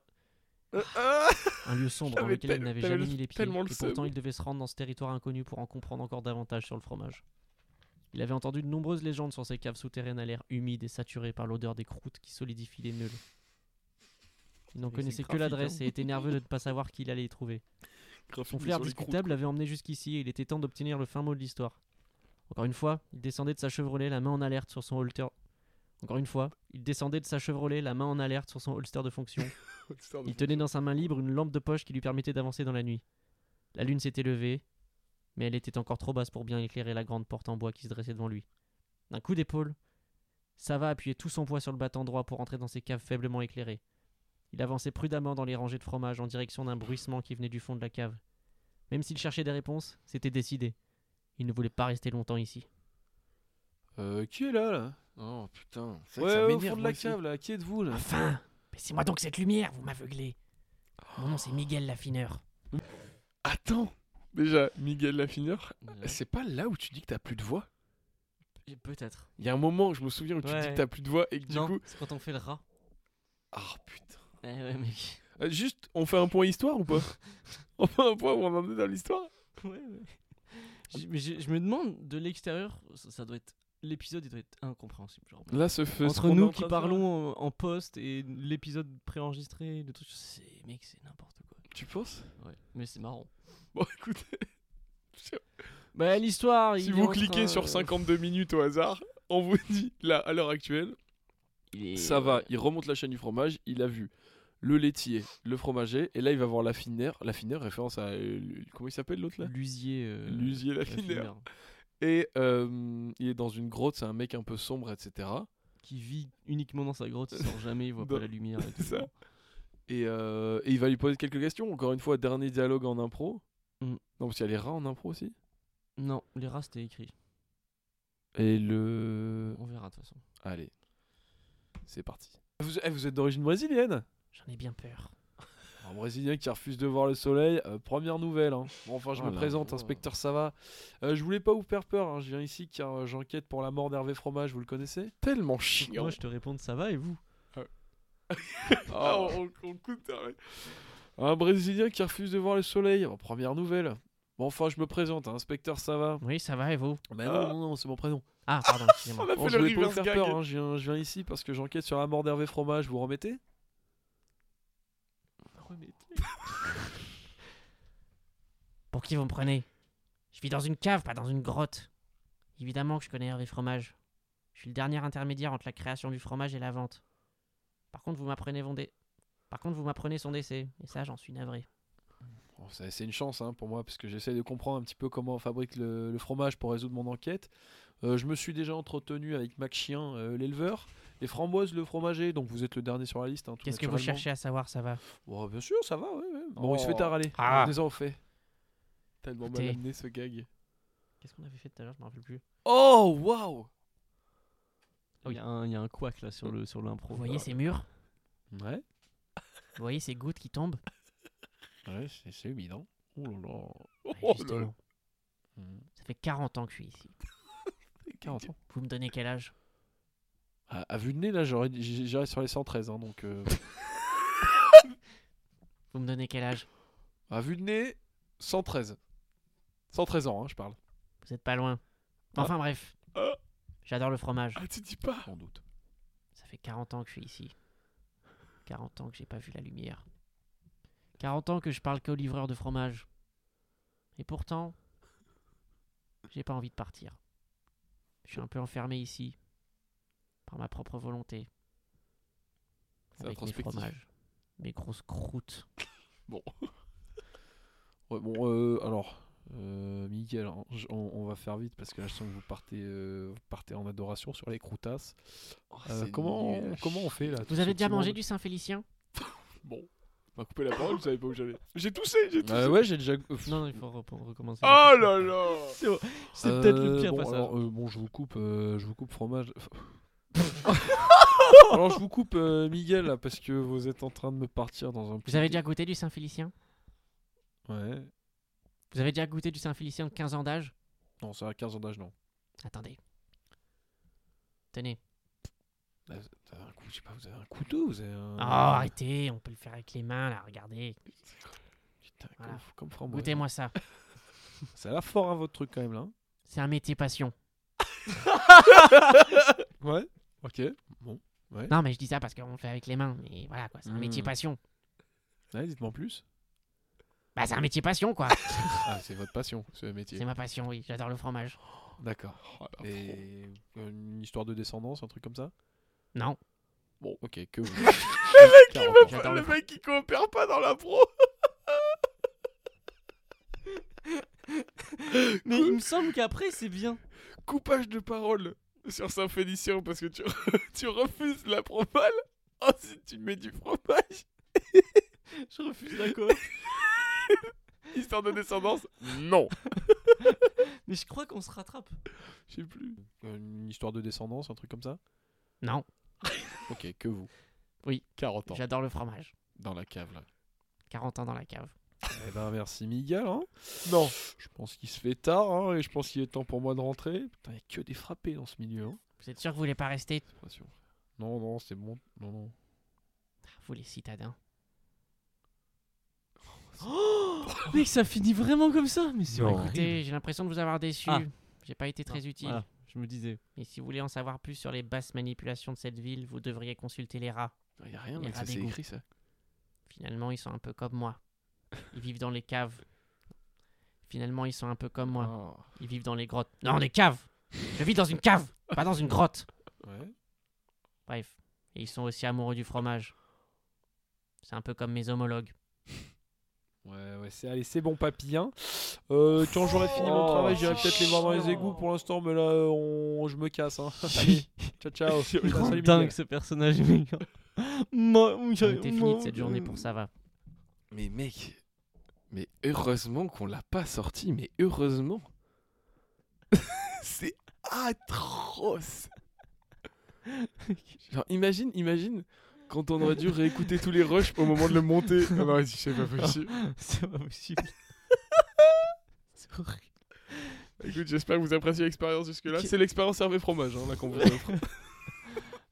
Ah,
Un lieu sombre dans
J'avais
lequel il
tel-
n'avait
tellement
jamais
le-
mis les pieds, et
tellement le
pourtant
seum.
il devait se rendre dans ce territoire inconnu pour en comprendre encore davantage sur le fromage. Il avait entendu de nombreuses légendes sur ces caves souterraines à l'air humide et saturé par l'odeur des croûtes qui solidifient les meules. Il n'en
c'est
connaissait que
graphique,
l'adresse
hein.
et était nerveux de ne pas savoir qui il allait y trouver. Son flair discutable l'avait emmené jusqu'ici et il était temps d'obtenir le fin mot de l'histoire. Encore une fois, il descendait de sa Chevrolet, la main en alerte sur son holster. Encore une fois, il descendait de sa Chevrolet, la main en alerte sur son holster de fonction. Il tenait dans sa main libre une lampe de poche qui lui permettait d'avancer dans la nuit. La lune s'était levée, mais elle était encore trop basse pour bien éclairer la grande porte en bois qui se dressait devant lui. D'un coup d'épaule, Sava appuyait tout son poids sur le battant droit pour entrer dans ces caves faiblement éclairées. Il avançait prudemment dans les rangées de fromage en direction d'un bruissement qui venait du fond de la cave. Même s'il cherchait des réponses, c'était décidé. Il ne voulait pas rester longtemps ici.
Euh, qui est là, là
Oh putain, c'est vrai que
Ouais,
ça
au
m'énerve,
fond de
moi
la
aussi.
cave là, qui êtes-vous là
Enfin Baissez-moi donc cette lumière, vous m'aveuglez. Mon nom c'est Miguel l'affineur.
Attends Déjà, Miguel Lafineur, c'est pas là où tu dis que t'as plus de voix
Peut-être.
Il y a un moment, je me souviens, où tu dis
Ouais.
que t'as plus de voix et que du
Non,
coup.
c'est quand on fait le rat. Eh
Ah putain.
ouais,
Euh, Juste, on fait un point histoire ou pas On fait un point où on en est dans l'histoire
Ouais, ouais. Je, mais je, je me demande de l'extérieur, ça, ça doit être l'épisode, il doit être incompréhensible. genre.
Là, ce feu.
Entre nous qui parlons en, en poste et l'épisode préenregistré, le truc, c'est mec, c'est n'importe quoi.
Tu penses
Ouais, mais c'est marrant.
Bon, écoutez,
Bah l'histoire.
si
il
vous
entre,
cliquez
euh,
sur 52 minutes au hasard, on vous dit là, à l'heure actuelle,
Il est-
Ça va, il remonte la chaîne du fromage, il a vu le laitier, le fromager, et là il va voir la finère, la finère référence à... euh, l- comment il s'appelle l'autre là
Lusier. euh,
Lusier la
la
finère.
finère,
Et euh, il est dans une grotte, c'est un mec un peu sombre, etc.
Qui vit uniquement dans sa grotte, il sort jamais, il voit
Dans-
pas la lumière. et tout.
ça. Et, euh, et il va lui poser quelques questions, encore une fois, dernier dialogue en impro.
Mm.
Non, parce qu'il y a les rats en impro aussi.
Non, les rats c'était écrit. Euh,
Et le...
On verra de toute façon.
Allez, c'est parti. Vous, eh, vous êtes d'origine brésilienne
J'en ai bien peur.
Un Brésilien qui refuse de voir le soleil, euh, première nouvelle. hein. Bon, enfin, je
Oh
me
là
présente,
là.
inspecteur Sava. Euh, je voulais pas vous faire peur, hein, je viens ici car euh, j'enquête pour la mort d'Hervé Fromage, vous le connaissez Tellement chiant
Moi je te réponds de ça va et vous
Ah, on, on coupe direct. Un Brésilien qui refuse de voir le soleil, Oh, première nouvelle. Bon, enfin, je me présente, hein, inspecteur Sava.
Oui, ça va et vous
Mais
Ah.
Bah non, non, non, c'est mon prénom.
Ah, pardon, excusez-moi.
Bon, je voulais pas vous faire peur, hein, je, viens, je viens ici parce que j'enquête sur la mort d'Hervé Fromage, vous remettez
Pour qui vous me prenez Je vis dans une cave, pas dans une grotte. Évidemment que je connais Hervé Fromage. Je suis le dernier intermédiaire entre la création du fromage et la vente. Par contre, vous m'apprenez vos dé- Par contre, vous m'apprenez son décès, et ça, j'en suis navré.
Bon, ça- c'est une chance hein, pour moi, parce que j'essaie de comprendre un petit peu comment on fabrique le, le fromage pour résoudre mon enquête. Euh, je me suis déjà entretenu avec Mac Chien, euh, l'éleveur, et Framboise, le fromager, donc vous êtes le dernier sur la liste. hein, tout
Qu'est-ce que vous
naturellement.
cherchez à savoir, ça va
Oh, Bien sûr, ça va, ouais, ouais. Bon, il se fait
Oh.
tard, allez.
Ah.
Venez-en au fait. Tellement
Écoutez.
mal amené ce gag.
Qu'est-ce qu'on avait fait tout à l'heure Je me rappelle plus.
Oh, waouh
Il y, a un- il y a un couac là sur le sur l'impro.
Vous voyez ces murs
Ouais,
Vous voyez ces gouttes qui tombent
ouais c'est évident. Oh là là.
Ouais, Justement.
Mmh.
Ça fait 40 ans que je suis ici.
40 ans.
Vous me donnez quel âge
À, à vue de nez, là, j'aurais- j'- j'irais sur les 113, hein, donc... euh,
Vous me donnez quel âge
à vue de nez, 113. 113 ans, hein, je parle.
Vous êtes pas loin. Enfin bref.
Ah.
J'adore le fromage.
Ah, tu dis pas Sans doute.
Ça fait 40 ans que je suis ici. 40 ans que j'ai pas vu la lumière. 40 ans que je parle qu'au livreur de fromage. Et pourtant, j'ai pas envie de partir. Je suis un peu enfermé ici par ma propre volonté.
C'est
Avec mes
introspectif.
fromages, mes grosses croûtes.
Ouais, bon, euh, alors, euh, Miguel, hein, j- on, on va faire vite parce que là, je sens que vous partez, euh, vous partez en adoration sur les croutasses.
Oh, Ah,
Euh, comment, comment on fait là tout
Vous avez
ce
déjà
petit
mangé
monde
du Saint-Félicien
Bon, on m'a coupé la parole, vous savez pas où j'allais. J'ai toussé, j'ai toussé.
Euh, Ouais, j'ai déjà. euh,
Non, non, il faut reprendre- recommencer.
Oh là là
C'est peut-être le
euh,
pire
bon,
passage.
alors, euh, bon, je vous coupe, euh, je vous coupe fromage. alors, je vous coupe, euh, Miguel, là, parce que vous êtes en train de me partir dans un.
Vous avez déjà goûté du Saint-Félicien
Ouais.
Vous avez déjà goûté du Saint-Félicien de 15 ans d'âge
Non, ça à 15 ans d'âge, non.
Attendez. Tenez.
Là, vous avez un coup- je sais pas, vous avez un couteau, vous avez un.
Oh, arrêtez, on peut le faire avec les mains, là, regardez.
Putain, comme-
Voilà.
comme framboise.
Goûtez-moi ça.
Ça a l'air fort, hein, votre truc, quand même, là.
C'est un métier passion.
Ouais. Ok.
Non, mais je dis ça parce qu'on le fait avec les mains, mais voilà, quoi, c'est un métier
Mm.
passion.
Ouais, dites-moi en plus.
Bah, c'est un métier passion, quoi.
Ah, c'est votre passion, ce métier.
c'est ma passion, oui, j'adore le fromage.
D'accord.
la
Et une histoire de descendance, un truc comme ça
Non,
Bon, ok, que vous.
j'adore le,
Le mec qui coopère pas dans la pro
Mais il me semble qu'après c'est bien.
Coupage de parole sur Saint-Félicien parce que tu, tu refuses la propale. Ensuite, tu mets du fromage.
Je refuse la quoi.
Histoire de descendance Non
Mais je crois qu'on se rattrape.
Je sais plus.
Une histoire de descendance, un truc comme ça
Non.
Ok, que vous.
Oui.
40 ans.
j'adore le fromage.
Dans la cave, là.
40 ans dans la cave.
Eh ben, merci Miguel. Hein. Non. Je pense qu'il se fait tard, hein, et je pense qu'il est temps pour moi de rentrer. Putain, il n'y a que des frappés dans ce milieu. Hein.
Vous êtes sûr que vous voulez pas rester
C'est pression. Non, non, c'est bon. Non, non.
Vous, les citadins.
Mec, ça finit vraiment comme ça. Mais c'est
Non.
horrible.
Écoutez, j'ai l'impression de vous avoir déçu.
Ah.
J'ai pas été très utile.
Voilà, je me disais.
Mais si vous voulez en savoir plus sur les basses manipulations de cette ville, vous devriez consulter les rats.
Il n'y a rien,
Il y a
mec, ça
des
c'est
goûts.
écrit, ça.
Finalement, ils sont un peu comme moi. Ils vivent dans les caves. Finalement, ils sont un peu comme
Ah.
moi.
Oh.
Ils vivent dans les grottes. Non, les caves Je vis dans une cave, pas dans une grotte.
Ah, ouais.
Bref, Et ils sont aussi amoureux du fromage. C'est un peu comme mes homologues.
Ouais, ouais, c'est allez, c'est bon, papillon. Euh, quand j'aurai fini mon
Oh.
travail, j'irai peut-être les voir dans les égouts pour l'instant, mais là, euh, on... je me casse.
Oh,
Hein. Allez, ciao, ciao. Salut, Miguel.
dingue ce personnage, mec. Moi,
On était fini de cette journée pour ça va.
Mais mec, mais heureusement qu'on l'a pas sorti, mais heureusement. c'est atroce. Genre imagine, imagine quand on aurait dû réécouter tous les rushs au moment de le monter. Ah non, vas-y, c'est pas possible.
C'est pas possible. C'est horrible.
Écoute, j'espère que vous appréciez l'expérience jusque-là.
Qui-
C'est l'expérience Hervé Fromage, hein, là qu'on vous offre.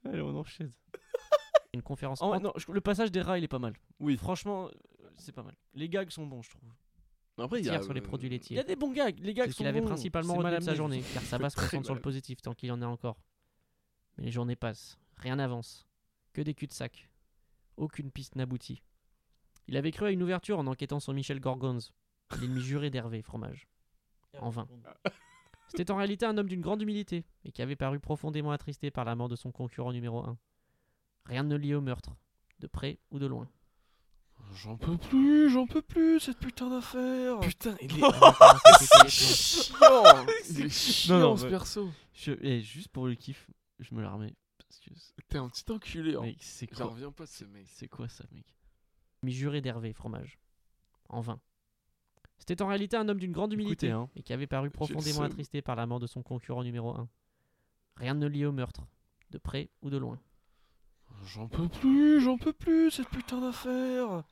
Allez, on enchaîne.
Une conférence.
Oh,
en-
non, je- le passage des rats, il est pas mal.
Oui.
Franchement, euh, c'est pas mal. Les gags sont bons, je trouve.
Après,
Tiers sur les produits
Il y a
laitiers.
des bons gags. Les gags
C'est
sont
ce qu'il avait
bons.
principalement
C'est
retenu
mal
de sa
amené.
journée, car ça va se
Très
concentre sur
mal
le positif tant qu'il en est encore. Mais les journées passent, rien n'avance, que des cul-de-sac. Aucune piste n'aboutit. Il avait cru à une ouverture en enquêtant sur Michel Gorgonz, l'ennemi juré d'Hervé Fromage. En vain. C'était en réalité un homme d'une grande humilité, et qui avait paru profondément attristé par la mort de son concurrent numéro 1. Rien ne liait au meurtre, de près ou de loin.
J'en peux plus, j'en peux plus, cette putain d'affaire. Putain, il est chiant. Il est chiant
non,
ce
mais-
perso.
Je... Et juste pour le kiff, je me la remets. Parce que c'est-
T'es un petit enculé. Hein.
mec, c'est
J'en
quoi,
reviens pas de ce mec.
c'est quoi ça, mec
mi juré d'Hervé Fromage. En vain. C'était en réalité un homme d'une grande humilité,
Écoutez, hein.
et qui avait paru profondément
seum.
attristé par la mort de son concurrent numéro 1. Rien ne liait au meurtre, de près ou de loin.
J'en peux plus, j'en peux plus, cette putain d'affaire.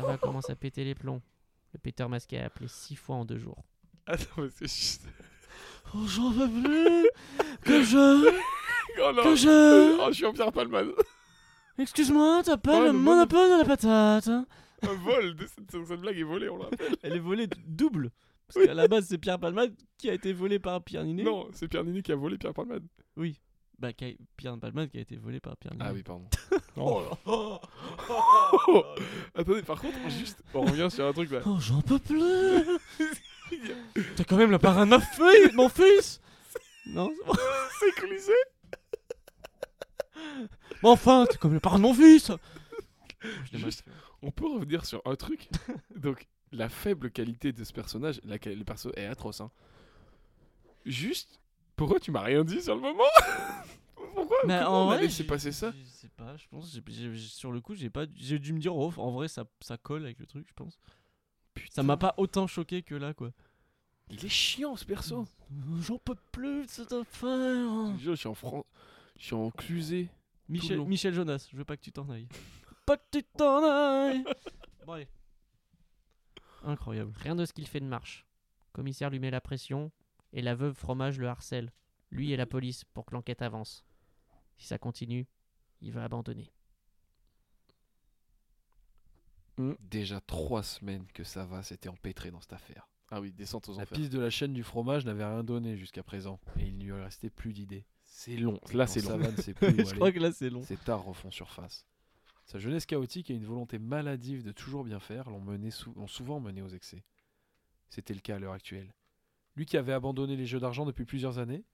va commence à péter les plombs. Le péteur masqué a appelé six fois en deux jours.
Attends, mais c'est juste.
Oh, j'en veux plus Que je.
Oh non.
Que je.
Oh, je suis en Pierre Palman.
Excuse-moi, t'as pas
Ouais,
le
le
monopole de la patate hein
Un vol. de Cette, cette blague est volée, on l'a.
Elle est volée double. Parce qu'à la base, c'est Pierre Palmade qui a été volé par Pierre Ninet.
Non, c'est Pierre Ninet qui a volé Pierre Palman.
Oui. Bah, qui a- Pierre Palmade qui a été volé par Pierre Ninet.
Ah oui, pardon.
Oh,
Oh. Attendez, par contre, juste, on revient sur un truc là.
oh, j'en peux plus T'as quand même la part à ma fille, mon fils Non c'est bon.
c'est cliché.
Mais enfin, t'as quand même la part de mon fils Je l'ai mal
Juste, on peut revenir sur un truc. Donc, la faible qualité de ce personnage, la, le perso est atroce. Hein. Juste, pourquoi tu m'as rien dit sur le moment Pourquoi
Mais
Comment
Bah, en
on a
vrai,
laissé
j'ai-
passer ça
Je sais pas, je pense. j'ai- j'ai- j'ai- sur le coup, j'ai pas, j'ai dû me dire, oh, en vrai, ça, ça colle avec le truc, je pense. Ça m'a pas autant choqué que là, quoi.
Il est chiant ce perso.
Oh, J'en peux plus de cette affaire.
Je te jure, je suis en France. Je suis en Clusé.
Michel,
long.
Michel Jonas, je veux pas que tu t'en ailles. pas que tu t'en ailles. Bon, allez. Incroyable.
Rien de ce qu'il fait ne marche. Le commissaire lui met la pression, et la veuve Fromage le harcèle, lui et la police, pour que l'enquête avance. Si ça continue, il va abandonner.
Déjà trois semaines que ça va, c'était empêtré dans cette affaire. Ah oui, descente aux
La
enfers.
piste de la chaîne du fromage n'avait rien donné jusqu'à présent, et il ne lui restait plus d'idées.
C'est long. Là, c'est
Dans
long.
Savane, c'est plus où
je
aller.
crois que là, c'est long.
Ces tares refont surface.
Sa jeunesse chaotique et une volonté maladive de toujours bien faire l'ont mené sou- l'ont souvent mené aux excès. C'était le cas à l'heure actuelle. Lui qui avait abandonné les jeux d'argent depuis plusieurs années,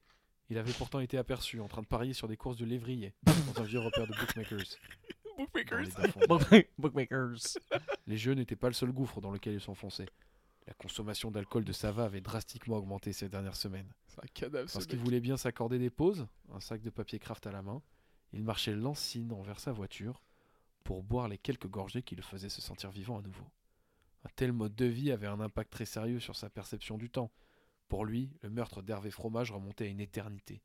il avait pourtant été aperçu en train de parier sur des courses de lévrier dans un vieux repère de bookmakers. dans les bas-fonds.
Bookmakers.
Les jeux n'étaient pas le seul gouffre dans lequel ils s'enfonçaient. La consommation d'alcool de Sava avait drastiquement augmenté ces dernières semaines.
C'est un cadavre. ce
Parce qu'il
mec.
voulait bien s'accorder des pauses, un sac de papier craft à la main, il marchait lancine envers sa voiture pour boire les quelques gorgées qui le faisaient se sentir vivant à nouveau. Un tel mode de vie avait un impact très sérieux sur sa perception du temps. Pour lui, le meurtre d'Hervé Fromage remontait à une éternité.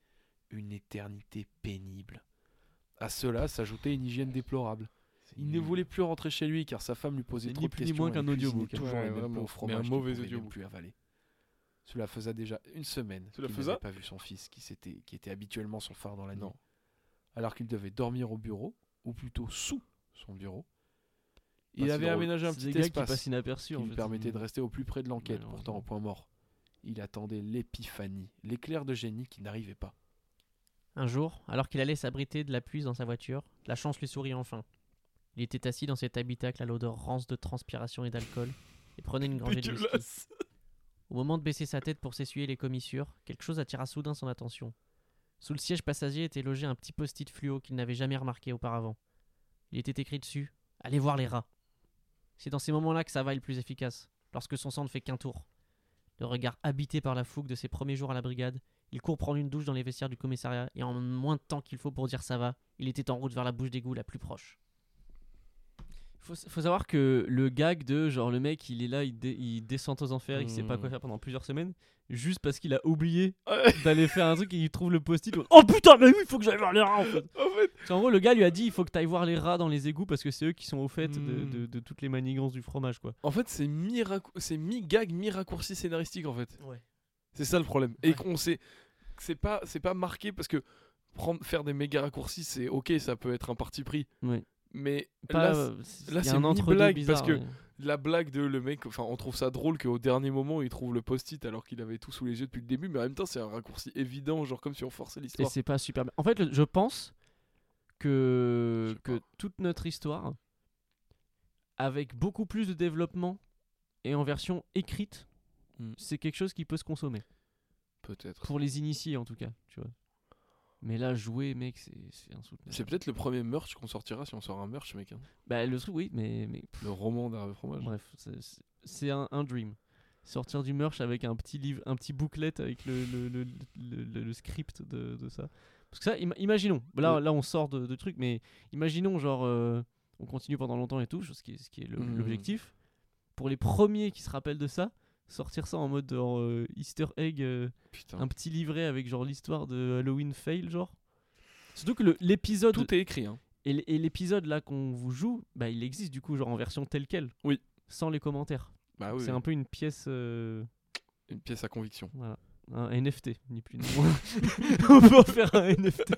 Une éternité pénible. À cela s'ajoutait une hygiène déplorable. Il ne voulait plus rentrer chez lui car sa femme lui posait
C'est
trop
ni
de
plus ni
questions.
moins
et
qu'un
il cuisinait
audiobook.
toujours
Ouais,
les mêmes
vraiment.
pains au
Mais
fromage
un
qu'il
mauvais
pouvait même
audiobook.
plus avaler. Cela faisait déjà une semaine
Cela
qu'il
faisait-
n'avait pas vu son fils qui, s'était- qui était habituellement son phare dans la nuit. Alors qu'il devait dormir au bureau, ou plutôt sous son bureau, il
si
avait
drôle.
aménagé un
Bah, C'est des
petit
gars qui
espace
passent
qui,
inaperçus en
lui
fait.
permettait de rester au plus près de l'enquête,
Malheureusement.
pourtant au point mort. Il attendait l'épiphanie, l'éclair de génie qui n'arrivait pas.
Un jour, alors qu'il allait s'abriter de la pluie dans sa voiture, la chance lui sourit enfin. Il était assis dans cet habitacle à l'odeur rance de transpiration et d'alcool et prenait une gorgée de whisky.
Dégueulasse.
Au moment de baisser sa tête pour s'essuyer les commissures, quelque chose attira soudain son attention. Sous le siège passager était logé un petit post-it fluo qu'il n'avait jamais remarqué auparavant. Il était écrit dessus Allez voir les rats. C'est dans ces moments-là que ça va est le plus efficace, lorsque son sang ne fait qu'un tour. Le regard habité par la fougue de ses premiers jours à la brigade, il court prendre une douche dans les vestiaires du commissariat et en moins de temps qu'il faut pour dire ça va, il était en route vers la bouche d'égout la plus proche.
Faut, faut savoir que le gag de genre le mec il est là, il, dé- il descend aux enfers, il sait pas
Hmm.
quoi faire pendant plusieurs semaines, juste parce qu'il a oublié d'aller faire un truc et il trouve le post-it. Oh putain, mais oui, il faut que j'aille voir les rats en fait.
En fait,
Parce qu'en gros, le gars lui a dit il faut que t'ailles voir les rats dans les égouts parce que c'est eux qui sont au fait de,
Hmm.
Mm.
de- de toutes les manigances du fromage quoi.
en fait c'est mi c'est mi-gag, mi-raccourci scénaristique en fait.
Ouais.
C'est ça le problème. Et qu'on sait, c'est pas, c'est pas marqué parce que prendre, faire des méga raccourcis, c'est ok, ça peut être un parti pris.
Ouais.
Mais
Pas,
là,
euh,
là,
il y a
c'est
un
une
entre-deux
blague,
bizarre,
parce que-
ouais.
la blague de le mec, enfin, on trouve ça drôle qu'au dernier moment, il trouve le post-it alors qu'il avait tout sous les yeux depuis le début, mais en même temps, c'est un raccourci évident, genre comme si on forçait
Et
l'histoire.
c'est pas super. bien. En fait, le- je pense que,
Je sais
que toute notre histoire, avec beaucoup plus de développement et en version écrite,
Mm.
c'est quelque chose qui peut se consommer.
Peut-être.
Pour les initiés, en tout cas. Tu vois. Mais là, jouer, mec, c'est c'est insoutenable.
C'est peut-être le premier merch qu'on sortira si on sort un merch, mec. hein.
Bah, le truc, oui, mais, mais
Le roman d'Harvey Fromage.
Bref, c'est- c'est- c'est un, un dream. Sortir du merch avec un petit livre, un petit booklet avec le, le, le, le- le- le script de, de ça. Parce que ça, im- imaginons, là, là on sort de, de trucs, mais imaginons genre euh, on continue pendant longtemps et tout, ce qui est, ce qui est le-
Mhm.
l'objectif. Pour les premiers qui se rappellent de ça, sortir ça en mode genre, euh, Easter egg, euh,
Putain.
un petit livret avec genre l'histoire de Halloween fail, genre. Surtout que le- l'épisode
Tout est écrit, hein.
et l- et l'épisode là qu'on vous joue, bah il existe du coup genre en version telle quelle.
Oui.
Sans les commentaires.
Bah oui,
C'est un peu une pièce, euh,
une pièce à conviction.
voilà, un NFT, ni plus ni moins. on peut en faire un NFT.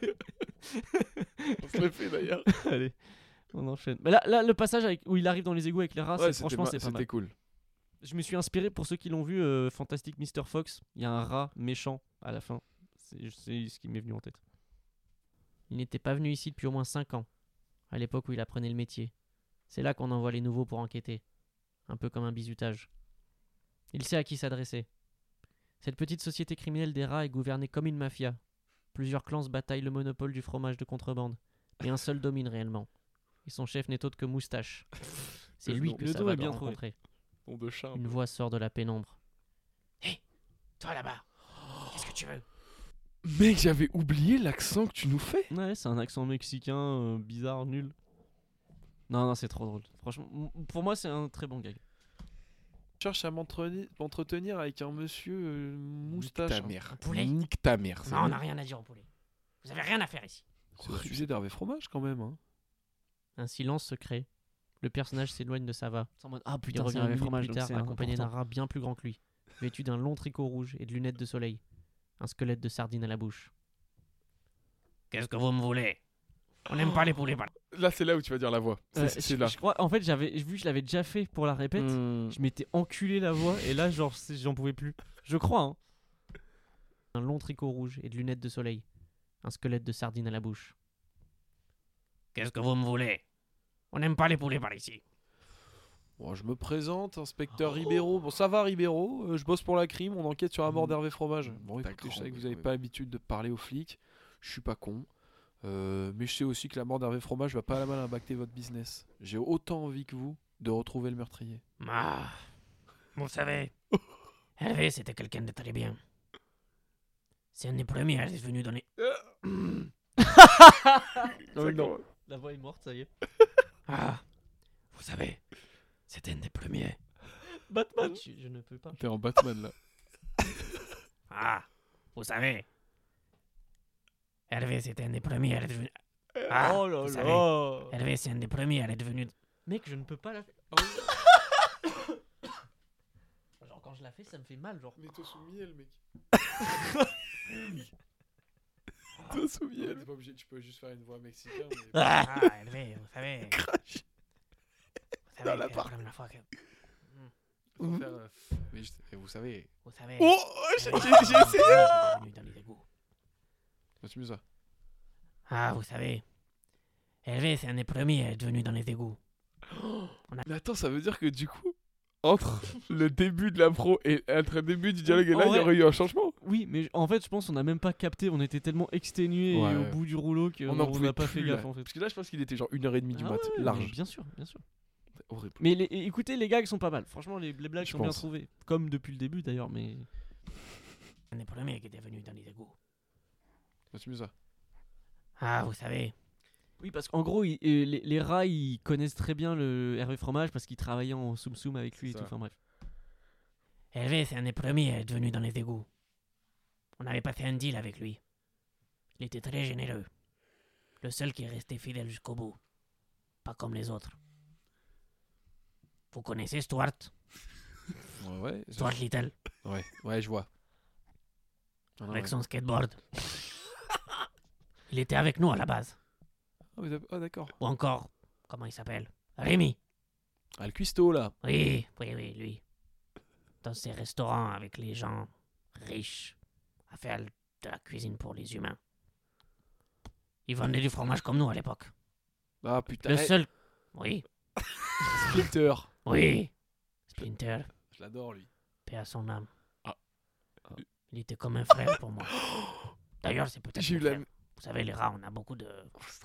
On se le fait d'ailleurs.
Allez, on enchaîne. Mais là, là, le passage avec, où il arrive dans les égouts avec les rats, Ah, c'est- franchement, c'est pas mal.
C'était cool.
Je me suis inspiré pour ceux qui l'ont vu, euh, Fantastic Mr. Fox. Il y a un rat méchant à la fin. C'est c'est ce qui m'est venu en tête.
Il n'était pas venu ici depuis au moins 5 ans, à l'époque où il apprenait le métier. C'est là qu'on envoie les nouveaux pour enquêter, un peu comme un bizutage. Il sait à qui s'adresser. Cette petite société criminelle des rats est gouvernée comme une mafia. Plusieurs clans se bataillent le monopole du fromage de contrebande, mais un seul domine réellement. Et son chef n'est autre que Moustache. C'est
Le
lui
nom-
que
le
ça
nom
va
est bien trouvé.
rencontrer.
Nom de chat.
Une voix sort de la pénombre.
Toi là-bas, qu'est-ce que tu veux
Mec, j'avais oublié l'accent que tu nous fais.
Ouais, c'est un accent mexicain euh, bizarre, nul. Non, non, c'est trop drôle. Franchement, m- pour moi, c'est un très bon gag.
Je cherche à m'entreni- m'entretenir avec un monsieur euh, moustache.
Ta
hein.
mère.
Poulet
Nique ta mère.
Non, on n'a rien à dire au poulet. Vous avez rien à faire ici.
C'est le sujet d'Hervé Fromage quand même. Hein.
Un silence se crée. Le personnage s'éloigne de Sava.
ah
Il revient une minute plus tard, accompagné d'un rat bien plus grand que lui, vêtu d'un long tricot rouge et de lunettes de soleil. Un squelette de sardine à la bouche.
Qu'est-ce que vous me voulez On n'aime pas les poulets. par-
Là, c'est là où tu vas dire la voix. C'est
Euh,
c'est-
je-
c'est là.
Je crois, en fait, j'avais vu que je l'avais déjà fait pour la répète.
Hmm.
Je m'étais enculé la voix et là, genre, c'est- j'en pouvais plus. Je crois. Hein.
Un long tricot rouge et de lunettes de soleil. Un squelette de sardine à la bouche.
Qu'est-ce que vous me voulez On n'aime pas les poulets par ici.
Bon, je me présente, inspecteur Ribeiro. Bon, ça va, Ribeiro. euh, je bosse pour la crime. On enquête sur la mort d'Hervé Fromage. Bon,
T'as
écoutez, je sais
grandi,
que vous n'avez
oui.
pas l'habitude de parler aux flics. Je suis pas con. Euh, mais je sais aussi que la mort d'Hervé Fromage va pas à la mal impacter votre business. J'ai autant envie que vous de retrouver le meurtrier.
Ah, vous savez, Hervé, c'était quelqu'un de très bien. C'est un des premiers à être venu donner.
La voix est morte, ça y est.
Ah, vous savez, c'était un des premiers.
Batman. Ah, Je, ne peux pas.
T'es en Batman là.
Ah, vous savez, Hervé, c'était un des premiers à être venu. Ah,
oh là
vous savez,
là.
Hervé, c'est un des premiers à être venu.
Mec, je ne peux pas la faire. genre, quand je la fais, ça me fait mal. Genre,
Mais t'es sous miel, mec. t'es sous miel. T'es pas obligé, tu peux juste faire une voix mexicaine.
Ah, Hervé, vous savez. Vous savez, c'est la première fois que.
Mais,
euh,
je- mais vous savez.
Vous savez.
Oh, j'ai essayé.
c'est venu dans les égouts.
Continue ça.
Ah, vous savez, Hervé, c'est un des premiers à être venu dans les égouts.
Mais attends, ça veut dire que du coup, entre le début de la pro et entre le début du dialogue et là,
En
il y
vrai-
aurait eu un changement.
Oui, mais en fait, je pense qu'on n'a même pas capté. On était tellement exténués
Ouais,
et
ouais.
au bout du rouleau qu'on
On en pouvait
n'a pas fait
plus,
gaffe
là.
en fait.
Parce que là, je pense qu'il était genre 1h30 du
Ah
mat,
ouais, ouais, mais
large.
Bien sûr, bien sûr.
Horrible.
Mais les- et écoutez, les gags sont pas mal. Franchement, les, les blagues
Je
sont bien
pense.
trouvées. Comme depuis le début d'ailleurs, mais.
On est pour le mec qui était venu dans les égouts.
Continue ça.
Ah, vous savez.
Oui, parce qu'en gros, il- euh, les, les rats, ils connaissent très bien le Hervé Fromage parce qu'ils travaillaient en Soum Soum avec lui et
C'est
tout.
ça.
Enfin bref.
Hervé, Eh c'est un des premiers à être venu dans les égouts. On avait passé un deal avec lui. Il était très généreux. Le seul qui est resté fidèle jusqu'au bout. Pas comme les autres. Vous connaissez Stuart
Ouais, ouais. je-
Stuart Little,
Ouais, ouais, je vois. Ah, non,
avec
ouais.
son skateboard. Il était avec nous à la base.
Ah, mais t'as- ah, d'accord.
Ou encore, comment il s'appelle Rémi.
Ah, le cuistot là.
Oui, oui, oui, lui. Dans ces restaurants avec les gens riches, à faire de la cuisine pour les humains. Ils vendaient du fromage comme nous à l'époque.
Ah, putain.
Le
eh,
seul. Oui,
Splinter.
oui.
Ah.
Splinter,
Je l'adore, lui.
paix à son âme.
Ah. Ah.
Il était comme un frère pour moi. D'ailleurs, c'est peut-être.
J'ai eu
mon
la.
frère. Vous savez, les rats, on a beaucoup de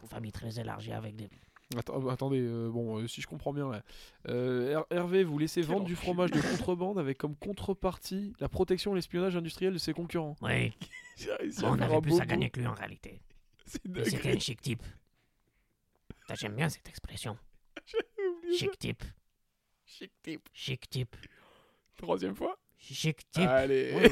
familles très élargies avec des.
Attends- attendez, euh, bon, euh, si je comprends bien là. Euh, Her- Hervé, vous laissez vendre du fromage de contrebande avec comme contrepartie la protection et l'espionnage industriel de ses concurrents.
Oui,
J'ai réussi à
on
faire un
avait plus
beau
à
bout.
gagner que lui en réalité.
C'est
Mais
dingue.
c'était un chic type. Ça, J'aime bien cette expression. Chic type.
Chic type.
Chic type.
Troisième fois.
Chic type.
Allez.
Ouais,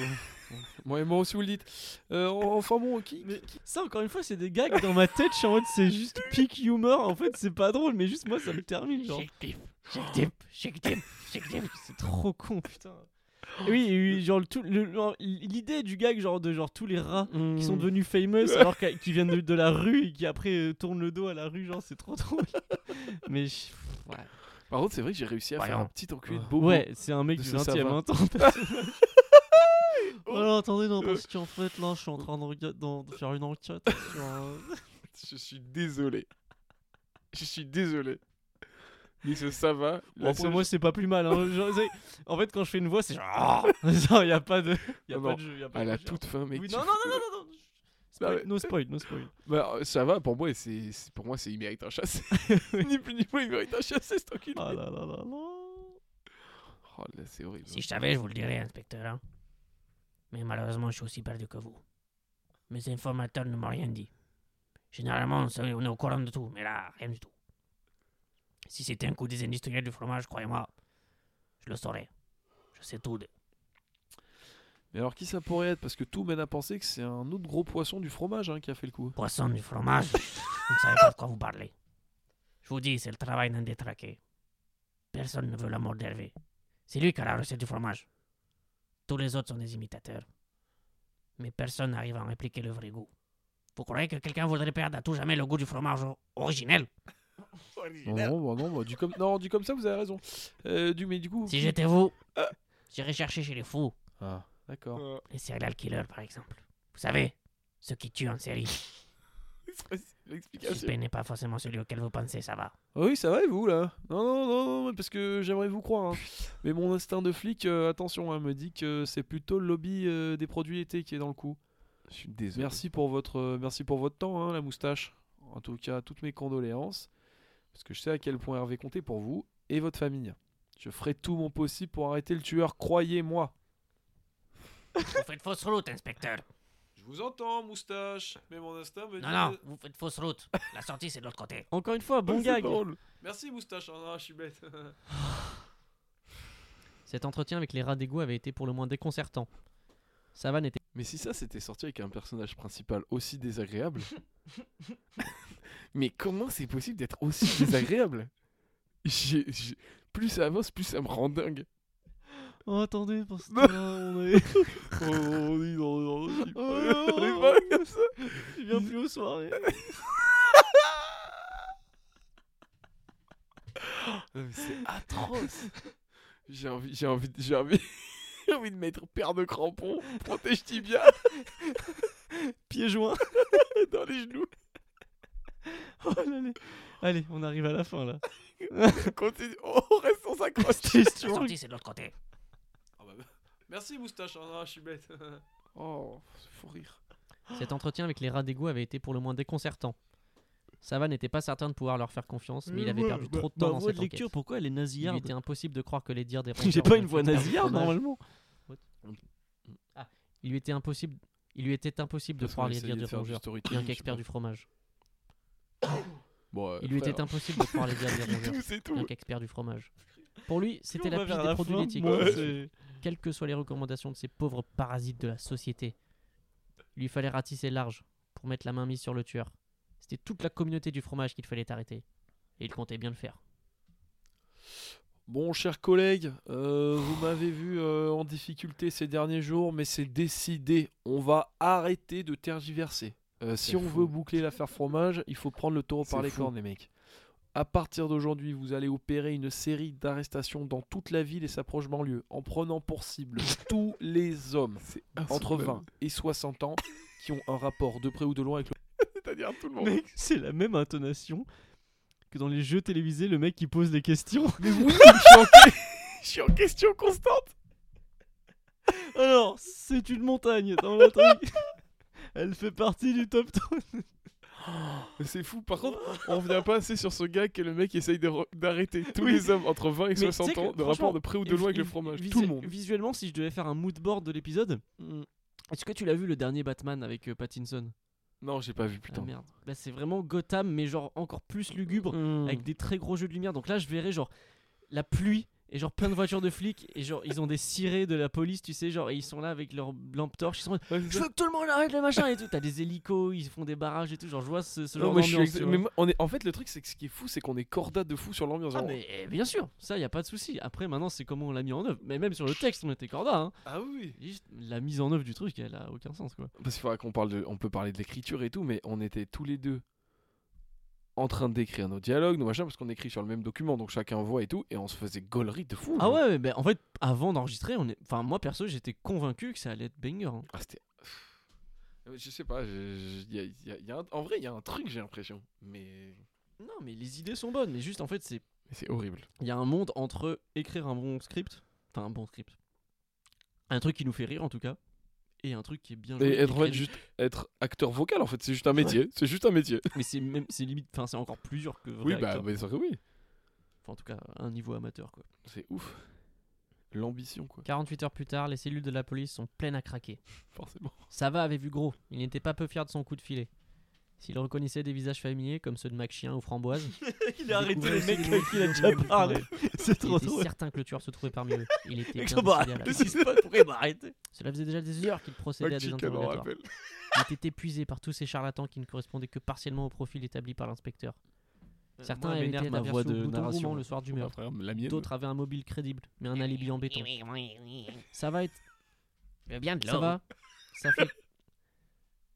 Moi et moi aussi, vous le dites. Euh, en- enfin bon, qui
Mais ça, encore une fois, c'est des gags dans ma tête. Je suis en mode, c'est juste peak humor. En fait, c'est pas drôle, mais juste moi, ça me termine. Genre,
Chic type. Chic type. Chic type. Chic type.
c'est trop con, putain. Et oui, et oui, genre, le tout- le- le- l'idée du gag, genre, de genre tous les rats qui
Hmm.
sont devenus famous alors qu'a- qu'ils viennent de, de la rue et qui après euh, tournent le dos à la rue, genre, c'est trop drôle. mais je-
Par contre, c'est vrai que j'ai réussi à faire
Voyons.
un petit enculé de bobo.
ouais, c'est un mec
de
du
ce
20 e
savant.
hein, attends, parce que- Alors, attendez, non, parce qu'en fait, là, je suis en train de, rega- d'en- de faire une enquête sur euh, un-
Je suis désolé. Je suis désolé. Mais ce ça va.
Bon,
la
pour
seule-
moi, c'est pas plus mal. hein. Genre, c'est- en fait, quand je fais une voix, c'est genre. Il n'y a pas de. Y a
Non,
pas
Ah non.
de jeu. Y a pas
à
de
la
jeu.
toute fin, mec.
Oui,
tu-
non, non, non, non, non, non.
Bah
Spoil-
ouais.
No spoil, no spoil.
Bah, euh, ça va, pour moi, c'est c'est- pour moi, c'est il mérite un chassé. ni plus ni moins, il mérite un chassé, cet enculé.
Ah là là là là.
Oh là, c'est horrible.
Si je savais, je vous le dirais, inspecteur. hein. Mais malheureusement, je suis aussi perdu que vous. Mes informateurs ne m'ont rien dit. Généralement, on sait- on est au courant de tout, mais là, rien du tout. Si c'était un coup des industriels du fromage, croyez-moi, je le saurais. Je sais tout. de-
Mais alors, qui ça pourrait être Parce que tout mène à penser que c'est un autre gros poisson du fromage hein, qui a fait le coup.
Poisson du fromage, vous ne savez pas de quoi vous parlez. Je vous dis, c'est le travail d'un détraqué. Personne ne veut la mort d'Hervé. C'est lui qui a la recette du fromage. Tous les autres sont des imitateurs. Mais personne n'arrive à en répliquer le vrai goût. Vous croyez que quelqu'un voudrait perdre à tout jamais le goût du fromage o- originel
Non, non, bah, non, bah, du comme... non, du comme ça, vous avez raison. Euh, du... Mais du coup.
Si j'étais vous, j'irais chercher chez les fous,
Ah, d'accord.
les serial killers par exemple. Vous savez, ceux qui tuent en série. Le
L'explication.
suspect n'est pas forcément celui auquel vous pensez, ça va.
Ah oui, ça va et vous là Non, non, non, non, mais parce que j'aimerais vous croire. hein. Mais mon instinct de flic, euh, attention, hein, me dit que c'est plutôt le lobby euh, des produits été qui est dans le coup.
Je suis désolé.
Merci pour votre, euh, merci pour votre temps, hein, la moustache. En tout cas, toutes mes condoléances. Parce que je sais à quel point Hervé comptait pour vous et votre famille. Je ferai tout mon possible pour arrêter le tueur, croyez-moi.
Vous faites fausse route, inspecteur.
Je vous entends, moustache, mais mon instinct me
Non, non, vous faites fausse route. La sortie, c'est de l'autre côté.
Encore une fois, bon gag.
Merci, moustache, Oh, je suis bête.
Cet entretien avec les rats d'égout avait été pour le moins déconcertant. Savane était
Mais si ça c'était sorti avec un personnage principal aussi désagréable. mais comment c'est possible d'être aussi désagréable J'ai- j'ai- Plus ça avance, plus ça me rend dingue.
Oh, attendez, parce que là, on est.
Oh, on est dans- dans- on est
Oh,
pas comme ça.
Je viens plus aux soirées.
Non, mais C'est atroce. J'ai envie, j'ai envie, j'ai envie, j'ai envie de mettre paire de crampons, protège tibia
Pieds joints.
dans les genoux.
Oh là là. Allez, on arrive à la fin là.
Continue. Oh, on reste sans accroche.
C'était
La
sûr.
Ah bah,
sortie, c'est de l'autre côté.
hein,
Merci moustache, je suis bête. Oh, faut rire.
Cet entretien avec les rats d'égout avait été pour le moins déconcertant. Sava n'était pas certain de pouvoir leur faire confiance, mais il avait perdu trop de temps dans
bah, voix
cette
de
enquête.
lecture, pourquoi elle est
Il
nasillarde
était impossible de croire que les dires des
J'ai
rongeurs
pas
ne
une voix
fût un
nasillarde
fromage.
normalement.
Il lui était impossible, il lui était impossible de
Parce qu'on
croire les
essayait
dires
de
des
faire du
rongeurs, bien
storytelling, je sais
qu'expert
pas.
du fromage.
Bon, euh,
Il lui
frère,
était impossible de croire les dires des rongeurs,
C'est tout.
bien qu'expert du fromage. Pour lui, c'était
On va
la piste
vers
des
la
produits
fin,
laitiers.
moi, c'est-
Quelles que soient les recommandations de ces pauvres parasites de la société, il lui fallait ratisser large pour mettre la main mise sur le tueur. C'était toute la communauté du fromage qu'il fallait arrêter. Et il comptait bien le faire.
Bon, chers collègues, euh, vous m'avez vu euh, en difficulté ces derniers jours, mais c'est décidé. On va arrêter de tergiverser. Euh, si on veut boucler l'affaire fromage, il faut prendre le taureau par
C'est
les
fou.
cornes, les mecs. À partir d'aujourd'hui, vous allez opérer une série d'arrestations dans toute la ville et sa proche banlieue, en prenant pour cible tous les hommes
Ah,
entre 20 et 60 ans qui ont un rapport de près ou de loin avec le.
C'est-à-dire tout le monde.
Mec, c'est la même intonation que dans les jeux télévisés, le mec qui pose les questions.
Je suis en question constante.
Alors, c'est une montagne dans l'intrigue. Elle fait partie du top 10.
C'est fou. Par contre, on vient pas assez sur ce gars que le mec essaye de re- d'arrêter tous
Oui.
les hommes entre 20 et
tu sais
60
que,
ans de
franchement,
rapport de près ou de loin avec le fromage.
Visu-
Tout le monde. Mm.
Visuellement, si je devais faire un mood board de l'épisode, est-ce que tu l'as vu le dernier Batman avec euh, Pattinson
Non, j'ai pas vu,
Ah, merde. Bah, c'est vraiment Gotham, mais genre encore plus lugubre,
Hmm.
Mm.
avec des très gros jeux de lumière. Donc là, je verrais genre la pluie et genre plein de voitures de flics et genre ils ont des cirés de la police, tu sais, genre et ils sont là avec leur lampe torche, ils sont en mode, je veux que tout le monde arrête le machin et tout. T'as des hélicos, ils font des barrages et tout. Genre je vois ce, ce genre
Non, mais je suis
d'ambiance.
exa-
tu vois.
mais moi, on est... En fait, le truc, c'est que ce qui est fou, c'est qu'on est corda de fou sur l'ambiance.
Ah
Genre,
mais
Euh,
eh, bien sûr, ça y a pas de souci. Après maintenant c'est comment on l'a mis en œuvre. Mais même sur le texte on était corda. Hein.
Ah oui.
Juste, la mise en œuvre du truc elle a aucun sens quoi.
Parce qu'il faudra qu'on parle de. On peut parler de l'écriture et tout, mais on était tous les deux en train d'écrire nos dialogues, nos machins, parce qu'on écrit sur le même document, donc chacun voit et tout, et on se faisait gaulerie de fou.
Ah
genre.
ouais, ben en fait avant d'enregistrer on est, enfin moi perso j'étais convaincu que ça allait être banger. hein.
Ah, c'était. Euh, Je sais pas, je- je- y a- y a- y a un- en vrai, il y a un truc, j'ai l'impression. Mais.
Non mais les idées sont bonnes, mais juste en fait c'est
mais c'est horrible.
Il y a un monde entre écrire un bon script, enfin un bon script, un truc qui nous fait rire en tout cas, et un truc qui est bien joué.
Et
qui est
être, en fait,
crédible.
juste, être acteur vocal, en fait, c'est juste un métier. C'est juste un métier.
Mais c'est même, c'est limite, enfin c'est encore plus dur que. vrai
Oui, bah,
acteur.
bien sûr que oui.
Enfin, en tout cas, à un niveau amateur quoi.
C'est ouf. L'ambition, quoi,
48 heures plus tard, les cellules de la police sont pleines à craquer.
forcément.
Sava avait vu gros, il n'était pas peu fier de son coup de filet. S'il reconnaissait des visages familiers comme ceux de Mac Chien ou Framboise,
Il a arrêté
découvrait
les mecs
aussi
avec qui il a déjà parlé. C'est
il
trop
était
drôle.
certain que le tueur se trouvait parmi eux. Il était bien
Mec,
décidé
ça m'a-
à la
Qu'est-ce qui se passe Pourquoi il m'a arrêté
Cela faisait déjà des heures qu'il procédait à des interrogatoires. Il était épuisé par tous ces charlatans qui ne correspondaient que partiellement au profil établi par l'inspecteur.
Euh,
Certains
Moi, elle
avaient
m'énerve
été
ma voix
version
de
bouton
narration.
roulant le soir du meurtre.
La mienne.
D'autres avaient un mobile crédible, mais un alibi en béton. Ça va être...
Je veux bien de l'eau.
Ça va Ça fait...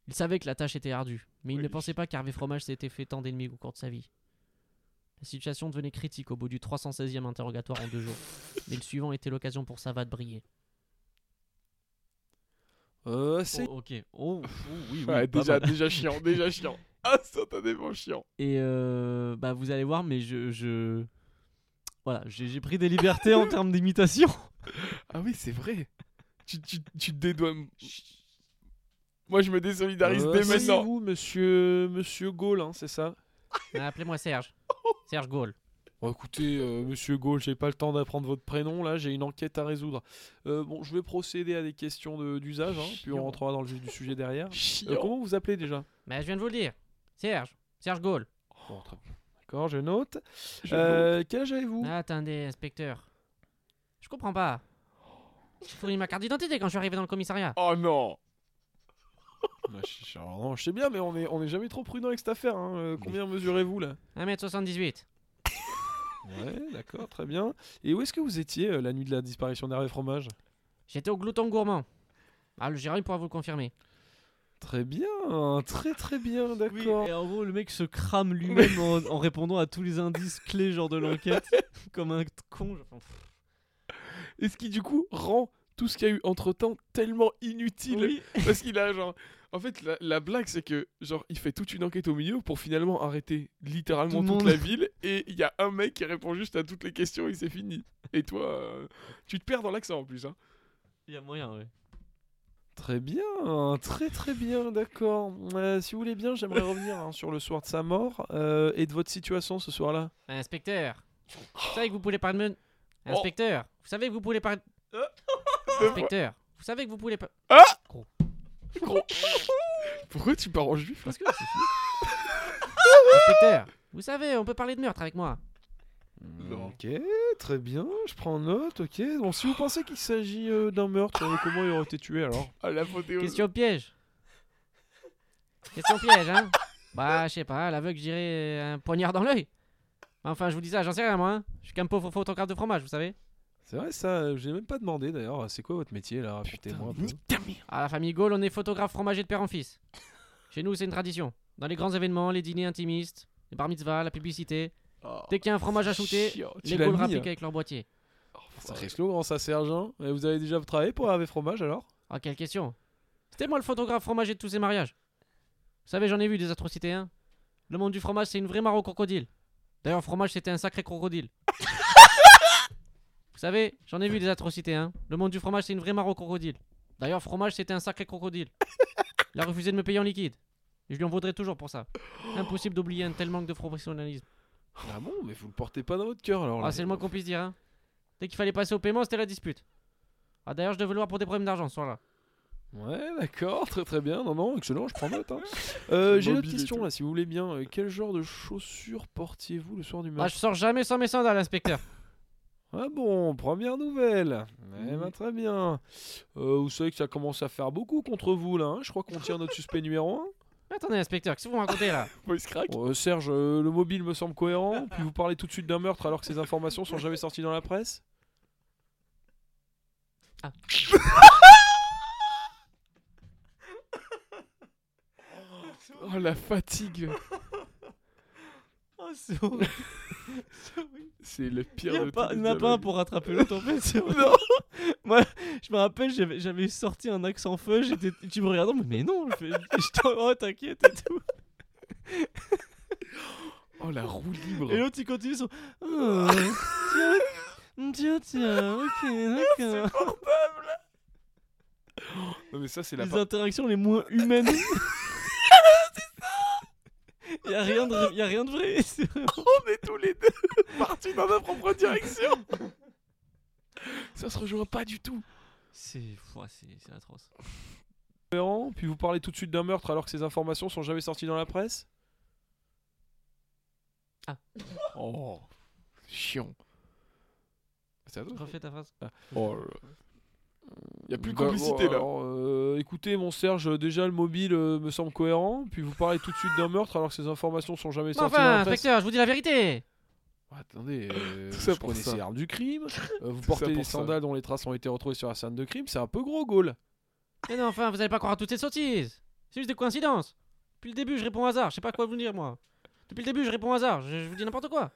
Il savait que la tâche était ardue, mais il ne pensait pas qu'Hervé Fromage s'était fait tant d'ennemis au cours de sa vie. La situation devenait critique au bout du 316e interrogatoire en deux jours, mais le suivant était l'occasion pour Sava de briller.
Euh, c'est.
Oh, ok. Oh, oh, oui, oui.
Ouais,
pas
déjà,
mal.
déjà chiant, déjà chiant. Instantanément chiant.
Et euh, bah vous allez voir, mais je, je... voilà, j'ai j'ai pris des libertés en termes d'imitation.
Ah oui, c'est vrai. Tu, tu, tu te dédouanes. Moi, je me désolidarise
Euh,
dès maintenant.
vous, monsieur, monsieur Gaulle, hein, c'est ça
Ah, Appelez-moi Serge. Serge Gaulle.
Bon, écoutez, euh, monsieur Gaulle, j'ai pas le temps d'apprendre votre prénom, là, j'ai une enquête à résoudre. Euh, bon, je vais procéder à des questions de- d'usage, hein, puis on rentrera dans le vif du sujet derrière. Euh,
Chiant.
comment vous appelez déjà
Bah, je viens de vous le dire. Serge. Serge Gaulle.
Bon, très bien. D'accord, je note.
Je
Euh, quel âge avez-vous
Ah. Attendez, inspecteur. Je comprends pas. J'ai fourni ma carte d'identité quand je suis arrivé dans le commissariat.
Oh non
Bah, je, je- non, je sais bien, mais on est, on est jamais trop prudent avec cette affaire. hein. Euh, combien mesurez-vous là
1m78.
Ouais, d'accord, très bien. Et où est-ce que vous étiez euh, la nuit de la disparition d'Hervé Fromage
J'étais au glouton gourmand. Ah, le gérant pourra vous le confirmer.
Très bien, très très bien,
Oui,
d'accord.
et en gros, le mec se crame lui-même en, en répondant à tous les indices clés genre de l'enquête, comme un con. genre, enfin, pff,
Et ce qui, du coup, rend tout ce qu'il y a eu entre temps tellement inutile. Parce qu'il a genre. En fait, la, la blague, c'est que, genre, il fait toute une enquête au milieu pour finalement arrêter littéralement
Tout le
toute
monde.
la ville. Et il y a un mec qui répond juste à toutes les questions et c'est fini. Et toi, euh, tu te perds dans l'accent en plus. Hein.
Il y a moyen, ouais.
Très bien, très très bien, d'accord. Euh, si vous voulez bien, j'aimerais revenir hein, sur le soir de sa mort euh, et de votre situation ce soir-là.
Inspecteur, vous savez que vous pouvez pas me...
Oh.
Inspecteur, vous savez que vous pouvez pas...
Euh.
Inspecteur, vous savez que vous pouvez pas...
Gros. Pourquoi tu pars en juif
Parce que
Inspecteur, vous savez, on peut parler de meurtre avec moi.
Ok, très bien, je prends note, ok. Donc si vous pensez qu'il s'agit euh, d'un meurtre, euh, comment il aurait été tué alors
Ah, la photo.
Question piège. Question piège, hein Bah, je sais pas, à l'aveugle, je dirais euh, un poignard dans l'œil. Bah, Enfin, je vous dis ça, j'en sais rien, moi. hein. Je suis qu'un pauvre photographe de fromage, vous savez.
C'est vrai ça, euh, j'ai même pas demandé d'ailleurs, c'est quoi votre métier là Rachetez-moi un peu.
À la famille Gaulle, on est photographe fromager de père en fils. Chez nous, c'est une tradition. Dans les grands événements, les dîners intimistes, les bar mitzvahs, la publicité,
Oh.
dès qu'il y a un fromage à shooter,
Chiant, tu
les
l'as
Gauls
mis, hein.
rappliquent
là.
avec leur boîtier.
Sacré slogan ça Serge, hein. Et vous avez déjà travaillé pour Hervé Fromage alors
Ah, quelle question C'était moi le photographe fromager de tous ces mariages. Vous savez, j'en ai vu des atrocités, hein Le monde du fromage, c'est une vraie mare au crocodile. D'ailleurs, fromage, c'était un sacré crocodile. Vous savez, j'en ai vu des atrocités, hein Le monde du fromage, c'est une vraie mare au crocodile. D'ailleurs, fromage, c'était un sacré crocodile. Il a refusé de me payer en liquide. Et je lui en vaudrais toujours pour ça. Impossible d'oublier un tel manque de professionnalisme.
Ah bon, mais vous le portez pas dans votre cœur alors. Oh là.
Ah, c'est le moins qu'on puisse dire, hein Dès qu'il fallait passer au paiement, c'était la dispute. Ah, d'ailleurs, je devais le voir pour des problèmes d'argent ce soir-là.
Ouais, d'accord, très très bien. Non, non, excellent, je prends note. hein. Euh, J'ai une autre
Mobile et
question là, si vous voulez bien. Euh, Quel genre de chaussures portiez-vous le soir du
Ah,
match
je sors jamais sans mes sandales, inspecteur.
Ah bon, première nouvelle. Eh ben, très bien. Euh, vous savez que ça commence à faire beaucoup contre vous là. hein. Je crois qu'on tient notre suspect numéro 1.
Attendez, inspecteur, qu'est-ce que vous me racontez là
Voice crack.
Serge, euh, le mobile me semble cohérent. Puis vous parlez tout de suite d'un meurtre alors que ces informations sont jamais sorties dans la presse.
Ah.
Oh la fatigue. C'est
Il Ah,
le
y
pire
a
de
pas-
tous
il n'y
les
en a pas un
dialogues.
pour rattraper l'autre en fait. c'est vrai. Moi, je me rappelle, j'avais- j'avais sorti un accent feu, j'étais, tu me regardais, mais mais non, je fais- j'étais en- oh, t'inquiète et tout.
Oh la roue libre.
Et l'autre il continue son. Oh, tiens, tiens, tiens, ok, d'accord.
Non mais ça c'est la
Les interactions les moins humaines. Il n'y a, rien de- y a rien de vrai. c'est vraiment-
On est tous les deux partis dans notre propre direction. Ça se rejoint pas du tout.
C'est ouah, c'est- c'est atroce.
cohérent. Puis vous parlez tout de suite d'un meurtre alors que ces informations sont jamais sorties dans la presse.
Oh, chiant. C'est à toi.
Refais ta phrase.
Oh là là. Y a plus de
Bah,
complicité
bon,
là.
alors, euh, écoutez, mon Serge, euh, déjà le mobile euh, me semble cohérent. Puis vous parlez tout de suite d'un meurtre alors que ces informations sont jamais
Mais
sorties dans
Enfin,
la presse.
inspecteur, je vous dis la vérité
oh,
Attendez, euh,
Tout ça
vous
pour
connaissez
ça.
l'arme du crime. euh, vous
Tout ça
portez
pour
des
ça.
sandales dont les traces ont été retrouvées sur la scène de crime. C'est un peu gros, Gaulle.
Mais non, enfin, vous allez pas croire à toutes ces sottises C'est juste des coïncidences Depuis le début, je réponds au hasard, je sais pas quoi vous dire moi. Depuis le début, je réponds au hasard, je, je vous dis n'importe quoi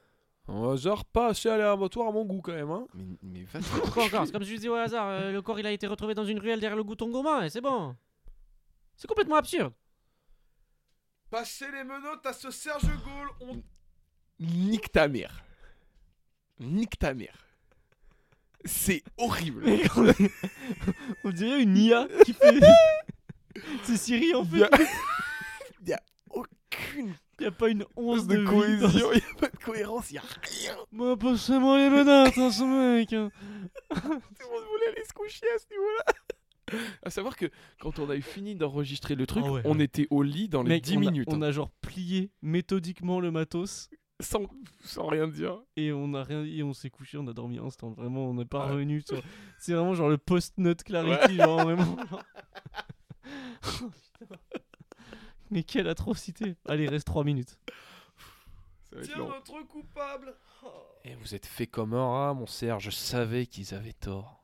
Un hasard pas assez aléatoire à mon goût quand même. Hein.
Mais, mais va
Pourquoi encore C'est comme si je dis au hasard, euh, le corps il a été retrouvé dans une ruelle derrière le gouton gourmand, et c'est bon C'est complètement absurde
Passez les menottes à ce Serge Gaulle. On...
Nique ta mère. Nique ta mère. C'est horrible.
Mais on, on dirait une IA qui fait. C'est Siri en fait.
Y a- y a aucune
Il a pas une once
cause
de,
de cohésion, y a pas de cohérence, y a rien.
Moi, moi les menottes, hein, ce mec. hein.
Tout le monde voulait aller se coucher à ce niveau-là. À savoir que quand on a eu fini d'enregistrer le truc,
Ah ouais.
on était au lit dans les
Mec,
10
on a-
minutes.
On
hein.
a genre plié méthodiquement le matos
Sans, sans rien dire.
et on a rien et on s'est couché, on a dormi instant. Vraiment, on n'est pas
Ouais.
revenu. sur- C'est vraiment genre le post-nut clarity, genre vraiment. genre. Oh, putain. Mais quelle atrocité! Allez, il reste 3 minutes.
Ça va être
Tiens
long.
notre coupable.
Et Eh, vous êtes fait comme un rat, mon Serge. Je savais qu'ils avaient tort.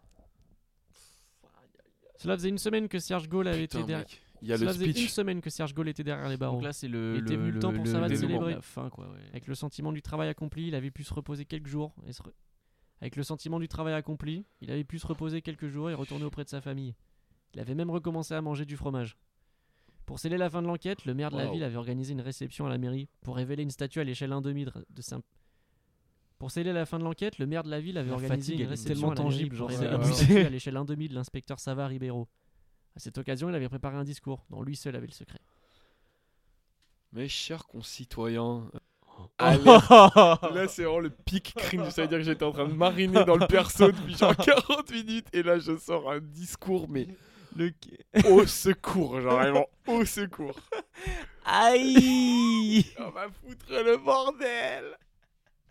Cela faisait une semaine que Serge Gaulle avait
Putain,
été derrière...
mec, Il y a
Cela
le
faisait une
speech.
semaine que Serge Gaulle était derrière les barreaux.
Donc là, c'est le.
il était venu le temps pour Savate
le
célébrer.
La fin, quoi, ouais.
Avec le sentiment du travail accompli, il avait pu se reposer quelques jours. Et se re- Avec le sentiment du travail accompli, il avait pu se reposer quelques jours et retourner auprès de sa famille. Il avait même recommencé à manger du fromage. Pour sceller la fin de l'enquête, le maire de la
Waouh.
ville avait organisé une réception à la mairie pour révéler une statue à l'échelle 1,5 de- de Saint. Pour sceller la fin de l'enquête, le maire de la ville avait
La
organisé
fatigue,
une
elle est
réception
tellement
à la mairie
tangible, genre,
pour révéler
c'est
une
abusé.
statue à l'échelle 1,5 de l'inspecteur Savard Ribeiro. À cette occasion, il avait préparé un discours dont lui seul avait le secret.
Mes chers concitoyens.
Ah,
Alerte.
Oh.
là, c'est vraiment le pic crime. Ça veut dire que j'étais en train de mariner dans le perso depuis genre 40 minutes. Et là, je sors un discours, Oh, mais
Le...
au secours. Genre vraiment au secours.
Aïe
On va foutre le bordel.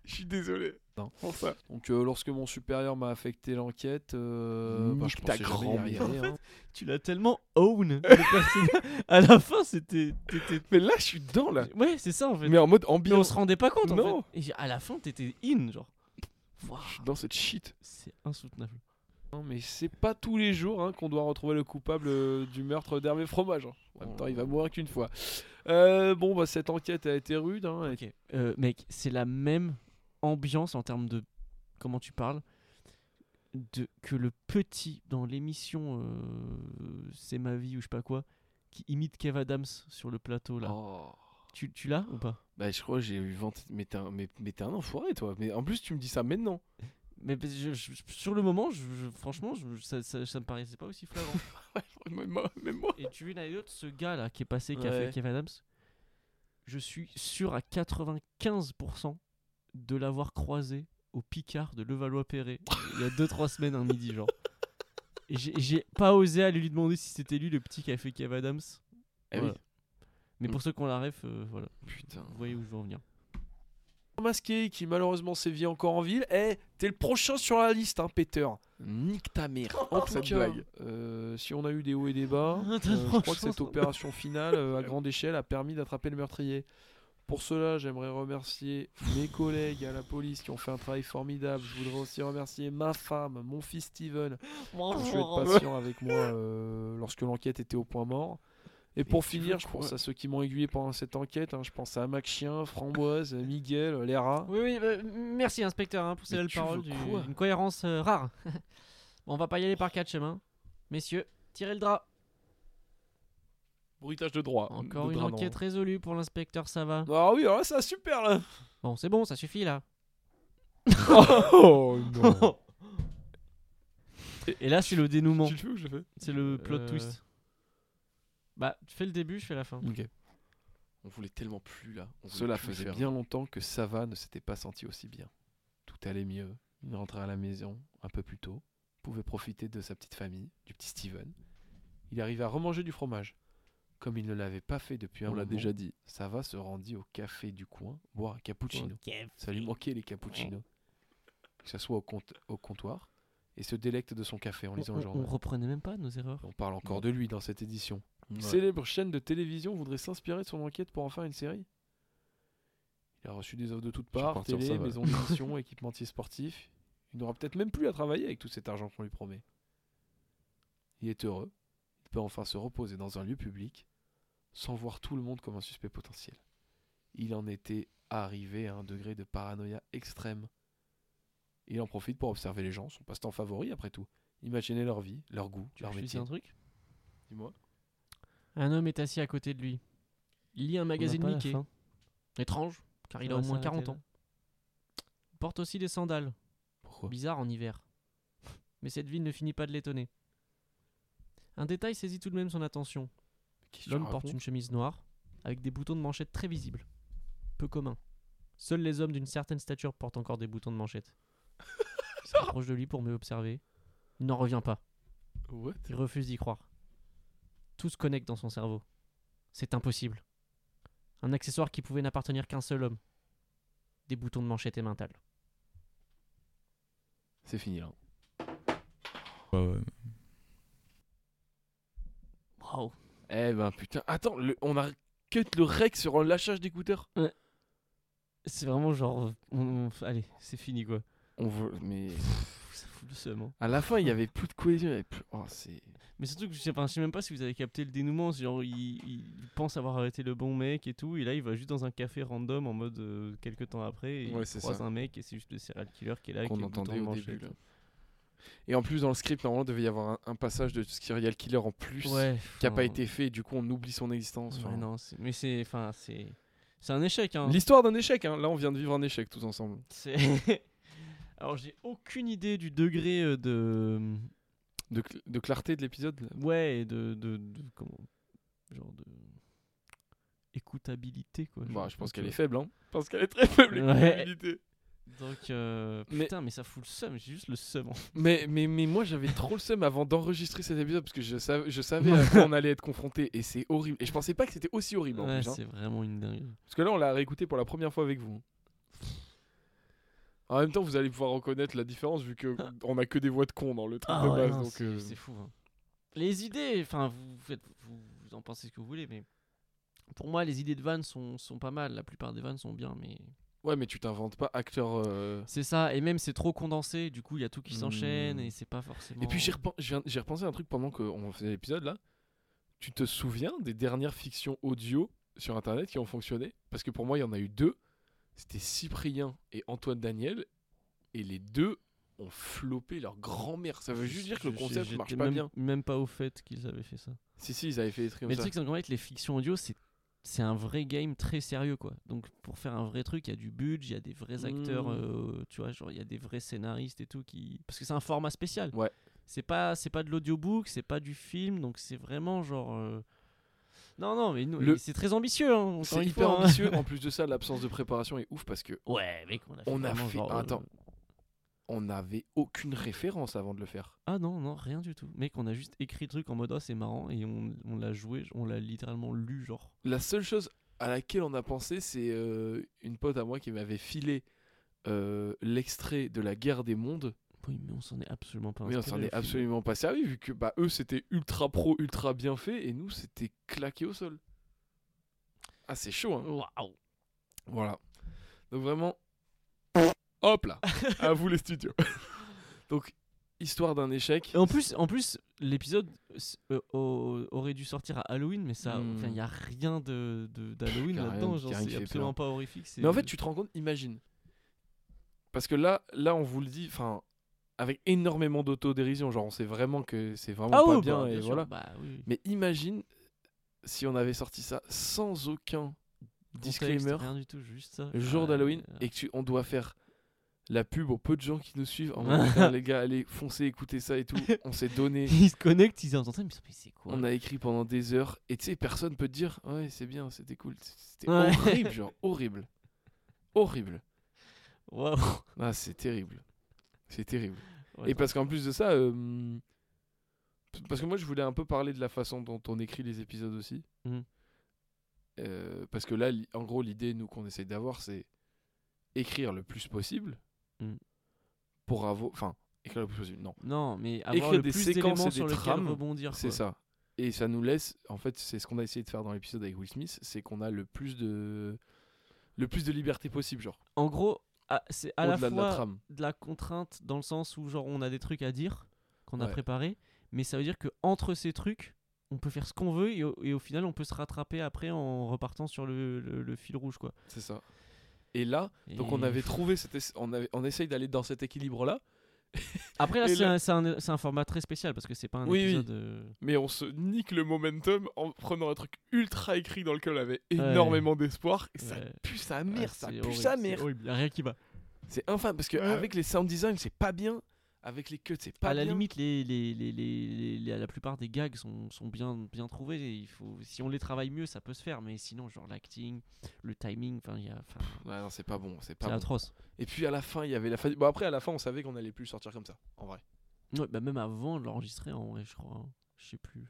Je suis désolé.
Non.
Pour ça.
Donc, euh, lorsque mon supérieur m'a affecté l'enquête, euh, bah, je
Nique ta
pensais jamais y
grand-mère.
arriver, hein.
Tu l'as tellement own. le personnage. à la fin, c'était. t'étais-
Mais là, je suis dedans là.
Ouais, c'est ça en fait.
Mais en mode
Mais on
ambiance.
se rendait pas compte en
Non.
fait. Et j'ai- à la fin, t'étais in, genre. Waouh,
Je suis dans cette shit.
c'est insoutenable.
Non, mais c'est pas tous les jours hein, qu'on doit retrouver le coupable euh, du meurtre d'Hervé Fromage. hein. En même temps, il va mourir qu'une fois. Euh, bon, bah, cette enquête a été rude. hein, et-
Ok. Euh, mec, c'est la même ambiance en termes de comment tu parles de, que le petit dans l'émission euh, C'est ma vie ou je sais pas quoi qui imite Kev Adams sur le plateau là.
Oh.
Tu, tu l'as ou pas
Bah, je crois que j'ai eu 20. Mais t'es un, mais, mais t'es un enfoiré, toi. Mais en plus, tu me dis ça maintenant.
Mais parce que je- je- sur le moment, je- je- franchement, je- ça, ça, ça me paraissait pas aussi flagrant.
Même moi. Même moi.
Et tu veux une anecdote Ce gars là qui est passé, qui a
Ouais.
fait Kev Adams, je suis sûr à 95% de l'avoir croisé au Picard de Levallois-Perret il y a 2-3 semaines, un midi genre. Et J'ai j'ai pas osé aller lui demander si c'était lui le petit qui a fait Kev Adams.
Eh
Voilà.
oui.
Mais
Mm.
pour ceux qui ont la ref, euh, voilà,
Putain.
vous voyez où je veux en venir.
Masqué qui malheureusement sévit encore en ville. Eh, t'es le prochain sur la liste, hein, Peter. Nique ta mère. Oh, En tout cas, euh, si on a eu des hauts et des bas,
Ah,
euh,
t'as
je crois que
franchement-
cette opération finale euh, à grande échelle a permis d'attraper le meurtrier. Pour cela, j'aimerais remercier mes collègues à la police qui ont fait un travail formidable. Je voudrais aussi remercier ma femme, mon fils Steven, pour su être patient avec moi euh, lorsque l'enquête était au point mort. Et pour finir, je pense à ceux qui m'ont aiguillé pendant cette enquête. hein. Je pense à Mac Chien, Framboise, Miguel, Léra.
Oui, oui, euh, merci inspecteur hein, pour ces
Mais
belles
tu
paroles.
veux
du-
quoi
une cohérence euh, rare. bon, on va pas y aller par quatre chemins. Messieurs, tirez le drap.
Bruitage de droit. hein,
Encore
De
une
drap, non.
enquête résolue pour l'inspecteur Sava.
Ah oui, alors là, c'est super là.
Bon, c'est bon, ça suffit là.
Oh non.
Et là, c'est le dénouement.
Tu le fais ou je le
C'est le plot
Euh,
twist. Bah, tu fais le début, je fais la fin.
fais Ok. On voulait tellement plus là.
voulait
Cela
plus le
faisait
faire.
bien longtemps que Sava ne s'était pas senti aussi bien. Tout allait mieux. Il rentrait à la maison un peu plus tôt, pouvait profiter de sa petite famille, du petit Steven. Il arrivait à remanger du fromage. Comme il ne l'avait pas fait depuis un
On l'a
moment,
déjà dit.
Sava se rendit au café du coin boire un cappuccino. Ça lui manquait les cappuccinos. Que ça soit au, compte- au comptoir et se délecte de son café en
On,
lisant le
on- on
journal.
reprenait même pas nos erreurs.
On parle encore de lui dans cette édition. Une
Ouais.
célèbre chaîne de télévision voudrait s'inspirer de son enquête pour en faire une série. Il a reçu des offres de toutes
Je vais
parts,
partir,
télé,
ça va.
maison d'édition, équipementier sportif. Il n'aura peut-être même plus à travailler avec tout cet argent qu'on lui promet. Il est heureux. Il peut enfin se reposer dans un lieu public sans voir tout le monde comme un suspect potentiel. Il en était arrivé à un degré de paranoïa extrême. Il en profite pour observer les gens, son passe-temps favori après tout. Imaginer leur vie, leur goût,
Tu
leur
veux que je te
métier.
dise un truc
Dis-moi.
Un homme est assis à côté de lui. Il lit un magazine Mickey. Étrange, car il a au moins 40 ans. Il porte aussi des sandales.
Pourquoi
Bizarre en hiver. Mais cette ville ne finit pas de l'étonner. Un détail saisit tout de même son attention.
Qu'est-ce que tu
L'homme
racontes
porte une chemise noire, avec des boutons de manchette très visibles. Peu commun. Seuls les hommes d'une certaine stature portent encore des boutons de manchette. Il se rapproche de lui pour mieux observer. Il n'en revient pas.
What
Il refuse d'y croire. Tout se connecte dans son cerveau. C'est impossible. Un accessoire qui pouvait n'appartenir qu'à un seul homme. Des boutons de manchette émentales.
C'est fini là.
Waouh.
Eh ben putain, attends, le- on a cut le rec sur un lâchage d'écouteurs.
C'est vraiment genre. on- on- allez, c'est fini quoi.
On veut, mais
Pff, ça fout le seum. hein.
à la fin il y avait plus de cohésion, il y avait plus. Oh c'est.
Mais surtout que je sais, enfin, je sais même pas si vous avez capté le dénouement. c'est Genre, il, il pense avoir arrêté le bon mec et tout. Et là, il va juste dans un café random en mode euh, quelques temps après. Et
Ouais,
il
c'est
croise
ça.
un mec et c'est juste le serial killer qui est là. avec
qu'on
les boutons
entendait
de
au
manchette.
début. là. Et en plus, dans le script, normalement, devait y avoir un, un passage de Serial Killer en plus
Ouais.
qui n'a pas
enfin,
été fait. Et du coup, on oublie son existence.
ouais,
enfin.
non, c'est- mais c'est. Enfin, c'est. C'est un échec, hein.
L'histoire d'un échec. hein. Là, on vient de vivre un échec tous ensemble.
C'est- Alors, j'ai aucune idée du degré euh, de
De, cl- de clarté de l'épisode là.
Ouais, et de, de, de- comment genre de écoutabilité quoi.
Bah,
genre,
je pense
que-
qu'elle est faible, hein. Je pense qu'elle est très faible,
Ouais.
l'écoutabilité.
Donc euh,
Mais-
putain, mais... ça fout le seum, j'ai juste le seum. en fait.
Mais, mais, mais moi, j'avais trop le seum avant d'enregistrer cet épisode parce que je, sav- je savais à quoi on allait être confronté et c'est horrible. Et je pensais pas que c'était aussi horrible en
Ouais,
plus. hein.
c'est vraiment une dinguerie.
Parce que là, on l'a réécouté pour la première fois avec vous. hein. En même temps, vous allez pouvoir reconnaître la différence vu que on a que des voix de con dans le truc de base.
Ah non,
donc,
c'est
euh,
c'est fou. hein. Les idées, enfin vous faites vous, vous en pensez ce que vous voulez mais pour moi les idées de vannes sont, sont pas mal, la plupart des vannes sont bien mais
Ouais, mais tu t'inventes pas acteur. euh,
c'est ça et même c'est trop condensé, du coup il y a tout qui s'enchaîne
Hmm.
et c'est pas forcément
Et puis j'ai repen- j'ai- j'ai repensé à un truc pendant qu'on faisait l'épisode là. Tu te souviens des dernières fictions audio sur internet qui ont fonctionné Parce que pour moi, il y en a eu deux. C'était Cyprien et Antoine Daniel. Et les deux ont flopé leur grand-mère. Ça veut juste dire que le
Je-
concept
j'étais
marche pas
même-
bien.
Même pas au fait qu'ils avaient fait ça.
Si, si, ils avaient fait des trucs comme
Mais le
ça.
truc, c'est qu'en fait, les fictions audio, c'est c'est un vrai game très sérieux quoi donc pour faire un vrai truc il y a du budget il y a des vrais acteurs
Mm.
euh, tu vois genre il y a des vrais scénaristes et tout qui parce que c'est un format spécial
Ouais.
c'est pas c'est pas de l'audiobook c'est pas du film donc c'est vraiment genre euh, non non mais nous-
Le-
et c'est très ambitieux hein, encore
C'est
une
hyper
fois, hein.
ambitieux. En plus de ça, l'absence de préparation est ouf parce que
ouais mec on a fait,
On a
vraiment
fait-
genre, euh,
attends. on n'avait aucune référence avant de le faire.
ah non non rien du tout mec on a juste écrit le truc en mode oh c'est marrant et on, on l'a joué on l'a littéralement lu genre
La seule chose à laquelle on a pensé, c'est euh, une pote à moi qui m'avait filé euh, l'extrait de la guerre des mondes.
Oui, mais on s'en est ah absolument pas
Mais on
inspiré,
s'en
le
est
film.
absolument pas servi, vu que bah, eux c'était ultra pro, ultra bien fait, et nous c'était claqué au sol. Ah, c'est chaud, hein.
Waouh!
Voilà. Donc vraiment, hop là, à vous les studios. Donc, histoire d'un échec.
Et en plus, en plus l'épisode s- euh, au- aurait dû sortir à Halloween, mais ça,
Hmm.
enfin, il n'y a rien de, de- d'Halloween
Y a rien-
là-dedans.
y a
genre,
rien qui
C'est
fait
absolument pas horrifique. c'est-
Mais en fait, tu te rends compte, imagine. Parce que là, là on vous le dit, enfin, avec énormément d'autodérision, genre on sait vraiment que c'est vraiment
ah
pas
oui,
bien,
bah,
et
sûr,
voilà.
bah oui.
Mais imagine si on avait sorti ça sans aucun
Contexte,
disclaimer,
Rien du tout, juste ça.
le jour
Ouais,
d'Halloween,
euh,
et que tu- on doit faire la pub aux peu de gens qui nous suivent, en mode, Putain, les gars, allez, foncez, écoutez ça et tout, on s'est donné.
Ils se connectent, ils entendent ça, ils me disent, mais c'est quoi?
On a écrit pendant des heures et tu sais, personne peut te dire Ouais, c'est bien, c'était cool. C'était
Ouais.
horrible, genre, horrible. Horrible.
Waouh.
Ah, c'est terrible. C'est terrible.
Ouais,
et parce qu'en plus de ça, euh, parce que moi je voulais un peu parler de la façon dont on écrit les épisodes aussi.
Mhm.
Euh, parce que là, li- en gros, l'idée, nous, qu'on essaie d'avoir, c'est écrire le plus possible
Mhm.
pour avoir. Enfin, écrire le plus possible, non.
Non, mais avoir
Écrire
le
des
plus
séquences
d'éléments
et
sur
des
lesquels
trames,
rebondir.
C'est
quoi.
ça. Et ça nous laisse, en fait, c'est ce qu'on a essayé de faire dans l'épisode avec Will Smith, c'est qu'on a le plus de le plus de liberté possible, genre,
En gros, à- c'est à la
au-delà de la
fois
trame.
de la contrainte dans le sens où genre on a des trucs à dire qu'on a
Ouais.
préparé mais ça veut dire que entre ces trucs on peut faire ce qu'on veut et au, et au final on peut se rattraper après en repartant sur le, le- le fil rouge quoi
C'est ça. Et là, Donc
Et-
on avait trouvé, cet es- on, avait, on essaye d'aller dans cet équilibre-là,
après là
et
c'est
le-
un- c'est un, c'est un format très spécial parce que c'est pas un
Oui, oui.
épisode euh,
mais on se nique le momentum en prenant un truc ultra écrit dans lequel on avait énormément d'espoir. Et ça
ouais.
pue sa
Ouais,
mère,
Ah,
ça
c'est
pue
horrible,
sa
c'est
mère.
horrible, y a rien qui va
C'est infâme, parce qu'avec les sound design, c'est pas bien. Avec les cuts, c'est pas
à la
bien.
limite les, les, les, les- les- les- la plupart des gags sont, sont bien bien trouvés et il faut si on les travaille mieux ça peut se faire mais sinon genre l'acting le timing enfin il y a enfin,
Ouais, ah non, c'est pas bon, c'est pas
c'est
bon.
atroce
Et puis à la fin, il y avait la fatigue. Bon, après, à la fin, on savait qu'on allait plus sortir comme ça, en vrai.
Ouais, bah même avant de l'enregistrer en vrai je crois hein. je sais plus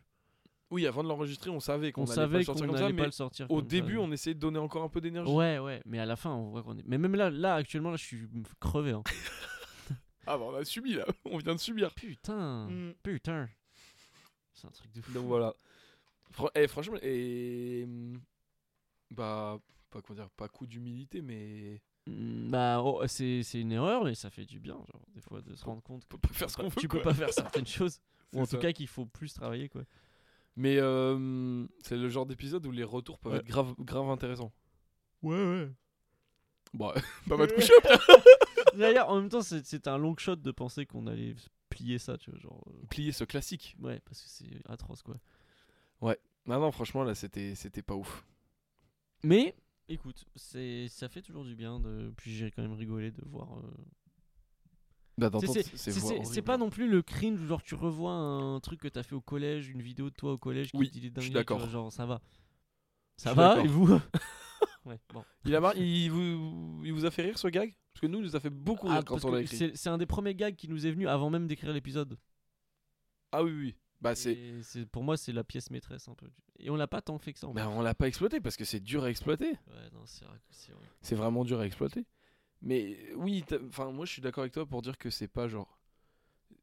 Oui, avant de l'enregistrer, on savait qu'on
on
allait pas le
savait qu'on
sortir
n'allait
comme
pas
ça, mais
le sortir
au
comme ça,
début,
ouais.
on essayait de donner encore un peu d'énergie.
ouais ouais mais à la fin on voit qu'on est mais même là là actuellement là je suis crevé hein.
Oh.
Ah bah, on a subi là, on vient de subir.
putain putain Mm. c'est un truc de fou
Donc voilà. Fran- eh, franchement, et. hum, Bah, pas comment dire, pas coup d'humilité, mais.
Mm, bah oh, c'est c'est une erreur mais ça fait du bien genre des fois de se rendre compte que
On peut pas faire ce qu'on
tu peux pas-
veut.
tu
quoi.
peux pas faire certaines choses ou en
C'est
tout
ça.
cas qu'il faut plus travailler quoi
Mais euh, c'est le genre d'épisode où les retours peuvent
Ouais.
être grave, grave intéressants.
ouais ouais
Bah, pas mal de coucher.
d'ailleurs en même temps c'est c'est un long shot de penser qu'on allait plier ça tu vois genre euh,
Plier ce classique.
ouais parce que c'est atroce quoi
Non, non, franchement, là, c'était c'était pas ouf.
Mais euh, écoute, c'est ça fait toujours du bien de puis j'ai quand même rigolé de voir euh,
Bah, dans
C'est-
ton-
c'est-
c'est
c'est-
horrible.
C'est c'est pas non plus le cringe où genre tu revois un truc que t'as fait au collège, une vidéo de toi au collège qui
Oui,
te dit des
je suis
dingueries,
d'accord.
tu vois, Genre ça va. Ça
suis
va
d'accord.
et vous Ouais, bon.
Il, a mar- Bah, il, vous... il vous a fait rire ce gag Parce que nous, il nous a fait beaucoup rire
Ah,
quand
parce
on l'a
que
écrit.
C'est c'est un des premiers gags qui nous est venu avant même d'écrire l'épisode.
Ah oui, oui. Bah, c'est.
Et c'est- Pour moi, c'est la pièce maîtresse un peu. Et on l'a pas tant fait que ça. en
Bah, on l'a pas exploité parce que c'est dur à exploiter.
fait. Ouais, non, c'est vrai que c'est vrai.
C'est vraiment dur à exploiter. Mais euh, oui, t'as- enfin moi je suis d'accord avec toi pour dire que c'est pas genre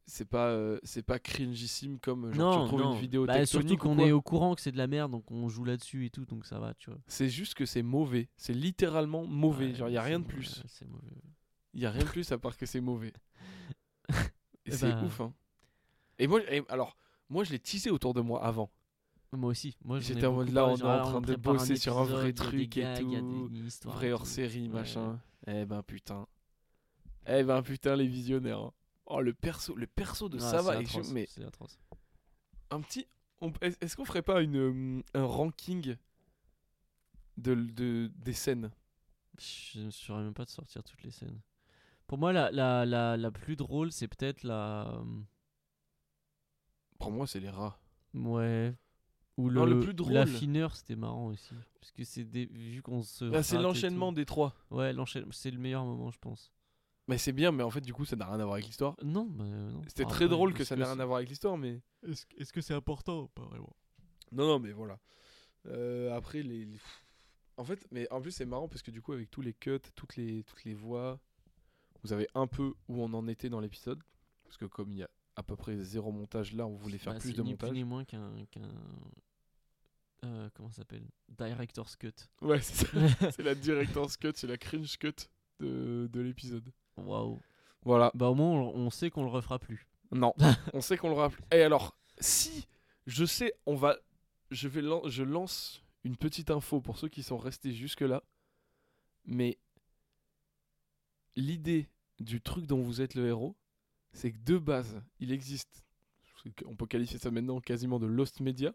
c'est pas euh, c'est pas cringeissime comme genre tu retrouves une vidéo
Bah, surtout
tectonique ou
qu'on
quoi.
est au courant que c'est de la merde, donc on joue là-dessus et tout, donc ça va, tu vois.
C'est juste que c'est mauvais, c'est littéralement mauvais,
Ouais,
genre il y a
c'est
rien de
mauvais,
plus.
ouais, C'est mauvais. ouais.
Il y a rien de plus à part que c'est mauvais. Et
Eh
c'est
ben.
ouf hein. Et moi et- alors moi je l'ai tissé autour de moi avant.
Moi aussi. Moi, j'en ai
J'étais en mode,
beaucoup
là,
parlé,
on
genre,
est en
là,
train de
prépare
bosser sur un vrai
épisode, il y a des
truc et
gags, il y a des-
tout,
une histoire et
Vrai
tout.
hors-série
Ah, Ouais.
machin. Eh ben putain. Eh ben putain les visionnaires. hein. Oh le perso le perso de
Ah,
ça va
c'est
et je-
atroce,
mais
c'est atroce.
un petit. on- est- Est-ce qu'on ferait pas une, euh, un ranking de, de, des scènes
Je ne saurais même pas de sortir toutes les scènes. Pour moi, la, la, la, la plus drôle, c'est peut-être la. euh,
Pour moi, c'est les rats.
Ouais. Ou le,
Non, le plus drôle.
L'affineur, c'était marrant aussi. Parce que c'est des... vu qu'on se.
Là, Bah, c'est
rate et
l'enchaînement
tout.
des trois.
Ouais, l'enchaînement, c'est le meilleur moment, je pense.
Mais c'est bien, mais en fait, du coup, ça n'a rien à voir avec l'histoire.
Non, bah, euh, non.
C'était
Ah,
très
ouais,
drôle que
est-ce
ça n'a rien à voir avec l'histoire, mais.
Est-ce est-ce que c'est important ou pas vraiment
Non, non, mais voilà. Euh, après, les. les- En fait, mais en plus, c'est marrant parce que du coup, avec tous les cuts, toutes les, toutes les voix, vous avez un peu où on en était dans l'épisode. Parce que, comme il y a à peu près zéro montage là, on voulait faire
Bah,
plus
c'est
de
ni plus
montage.
ni moins qu'un. qu'un euh, comment ça s'appelle Director's Cut.
Ouais, c'est ça. C'est la director's cut, c'est la cringe cut de, de l'épisode.
Waouh.
Voilà.
Bah, au moins, on, on sait qu'on le refera plus.
Non, on sait qu'on le rappelle. Et alors, si je sais, on va, je vais, lan- je lance une petite info pour ceux qui sont restés jusque là. Mais l'idée du truc dont vous êtes le héros, c'est que de base, il existe. On peut qualifier ça maintenant quasiment de Lost Media,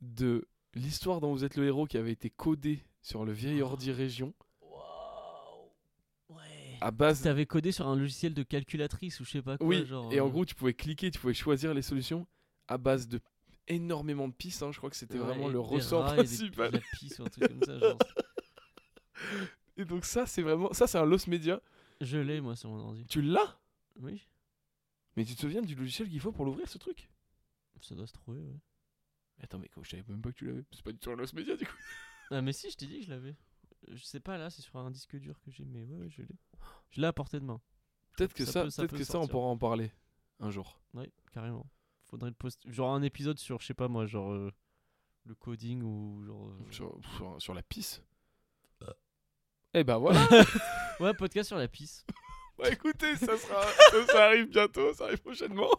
de l'histoire dont vous êtes le héros qui avait été codée sur le vieil ordi région
Waouh. Ouais.
à base
T'avais codé sur un logiciel de calculatrice ou je sais pas quoi.
Oui,
genre,
et en
euh,
gros, tu pouvais cliquer, tu pouvais choisir les solutions à base de énormément de pistes. hein. Je crois que c'était
ouais,
vraiment
et
le
des
ressort
rats et des-
principal.
de la pisse ou un truc comme ça. genre.
Et donc, ça, c'est vraiment. Ça, c'est un Lost Media.
Je l'ai, moi, sur mon ordi.
Tu l'as
Oui,
Mais tu te souviens du logiciel qu'il faut pour l'ouvrir, ce truc
ça doit se trouver, ouais.
Attends, mais quoi, je savais même pas que tu l'avais. C'est pas du tout un Lost Media, du coup.
Ah, mais si, je t'ai dit que je l'avais. Euh, Je sais pas, là, c'est sur un disque dur que j'ai, mais ouais, ouais, je l'ai. Je l'ai à portée de main.
Peut-être que
Ça
ça,
peut- ça
peut-être
peut
que ça, on
sortir.
pourra en parler un jour.
Ouais, carrément. Faudrait le poster. Genre un épisode sur, je sais pas moi, genre euh, le coding ou genre. euh,
Sur, sur- sur la pisse. Eh ben voilà.
Ouais, podcast sur la pisse.
bah écoutez, ça sera, ça, ça arrive bientôt, ça arrive prochainement.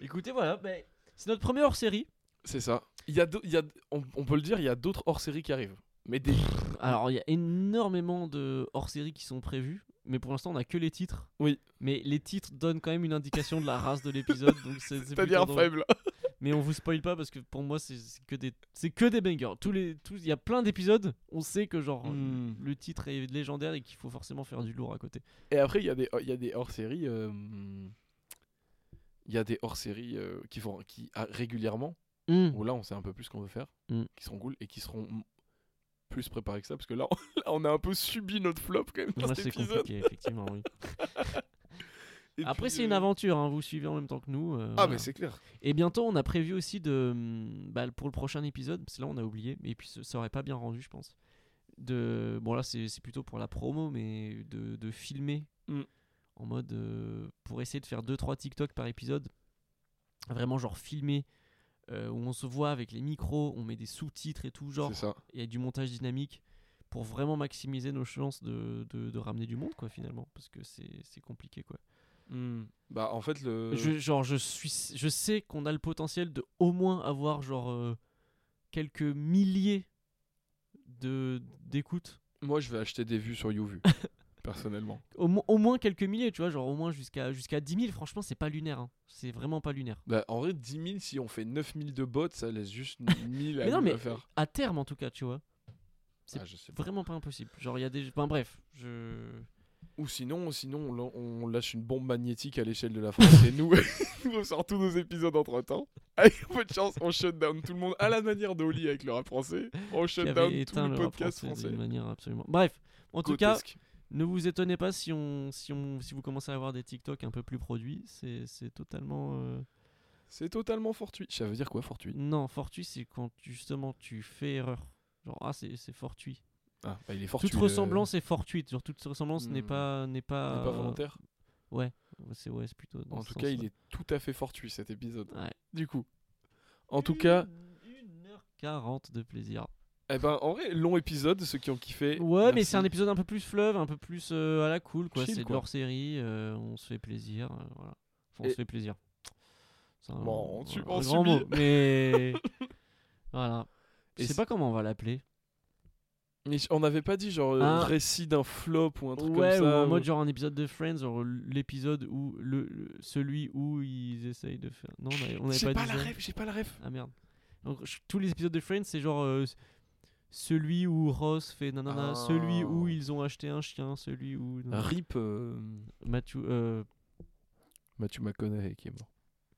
Écoutez, voilà, ben, c'est notre première hors série.
C'est ça. Il y a, d'au- il y a- on, on peut le dire, il y a d'autres hors-séries qui arrivent. Mais des
Alors, il y a énormément de hors-séries qui sont prévues, mais pour l'instant, on a que les titres.
Oui.
Mais les titres donnent quand même une indication de la race de l'épisode, donc c'est c'est
C'est-à-dire
plutôt drôle.
faible.
Mais on vous spoil pas parce que pour moi, c'est c'est que des, c'est que des bangers. Tous les, tous, il y a plein d'épisodes. On sait que genre
Hmm.
le titre est légendaire et qu'il faut forcément faire du lourd à côté.
Et après, il y a des, il y a des hors-séries. euh, Il y a des hors-séries euh, qui font qui, ah, régulièrement, où là, on sait un peu plus ce qu'on veut faire,
Mm.
qui seront cool et qui seront m- plus préparés que ça, parce que là, on, là, on a un peu subi notre flop quand même dans
Là,
cet
c'est
épisode.
compliqué, effectivement. oui.
Et
Après,
puis,
c'est une
euh,
aventure. hein, Vous suivez en même temps que nous. euh,
Ah,
voilà.
mais c'est clair.
Et bientôt, on a prévu aussi de. hum, bah, pour le prochain épisode, parce que là, on a oublié, mais puis ça- ça aurait pas bien rendu, je pense. De, bon, là, c'est c'est plutôt pour la promo, mais de, de filmer
Mm.
en mode. euh, pour essayer de faire 2-3 TikTok par épisode. Vraiment, genre filmer, euh, où on se voit avec les micros, on met des sous-titres et tout, genre.
C'est ça.
Il y a du montage dynamique pour vraiment maximiser nos chances de, de, de ramener du monde, quoi, finalement. Parce que c'est c'est compliqué, quoi.
Bah, en fait, le.
Mm. Je, genre, je, suis, je sais qu'on a le potentiel de au moins avoir genre euh, quelques milliers de d'écoutes.
Moi, je vais acheter des vues sur YouVue, personnellement.
Au, mo- au moins quelques milliers, tu vois, genre au moins jusqu'à jusqu'à 10 000. Franchement, c'est pas lunaire. hein. C'est vraiment pas lunaire.
Bah, en vrai, 10 000, si on fait 9 000 de bots, ça laisse juste 1000 à
Mais non,
nous
mais-
à faire.
À terme, en tout cas, tu vois. C'est
Ah, je sais pas.
Vraiment pas impossible. Genre, il y a des. Enfin, bref, je.
Ou sinon, sinon on lan- on lâche une bombe magnétique à l'échelle de la France et nous, on sort tous nos épisodes entre temps. Avec un peu de chance, on shut down tout le monde à la manière d'Oli avec le rap français. On
qui
shut
avait
down tout
éteint
le
le rap
podcast
français
français.
d'une manière absolument. Bref, en tout cas,
Grotesque.
ne vous étonnez pas si on, si on, si vous commencez à avoir des TikTok un peu plus produits, c'est c'est totalement. euh,
c'est totalement fortuit. Ça veut dire quoi, fortuit
Non, fortuit, c'est quand justement tu fais erreur. Genre ah c'est c'est fortuit.
Ah, bah, il est fortuit.
toute
le-
ressemblance est fortuite. Genre toute ressemblance n'est
Hmm.
pas n'est
il
pas.
est pas volontaire.
euh, C'est ouais, c'est plutôt. dans
En
ce
tout cas, il
sens-là.
est tout à fait fortuit cet épisode.
Ouais.
Du coup, en tout cas,
40 de plaisir.
eh ben, en vrai, long épisode, ceux qui ont kiffé.
Ouais, mais c'est un
merci.
épisode un peu plus fleuve, un peu plus euh, à la cool, quoi.
Chill,
C'est de
quoi.
leur série, euh, on se fait plaisir, euh, voilà. Enfin, on
Et-
se fait plaisir. C'est un,
Bon, on su- on
grand
subit.
mot, mais voilà.
Et
Je sais
c'est-
pas comment on va l'appeler.
Mais on n'avait pas dit genre euh,
Un-
récit d'un flop ou un truc
Ouais,
comme
ou
ça.
en
ou-
mode genre un épisode de Friends, genre l'épisode où le, le- celui où ils essayent de faire. Non, on avait- on n'avait
J'ai
pas,
pas,
dit
la
ça.
ref, j'ai pas la ref.
Ah merde. Donc, je- tous les épisodes de Friends, c'est genre euh, c- celui où Ross fait nanana,
Ah.
celui où ils ont acheté un chien, celui où
Ah.
nanana.
Rip euh,
Matthew, euh,
Matthew McConaughey qui est mort.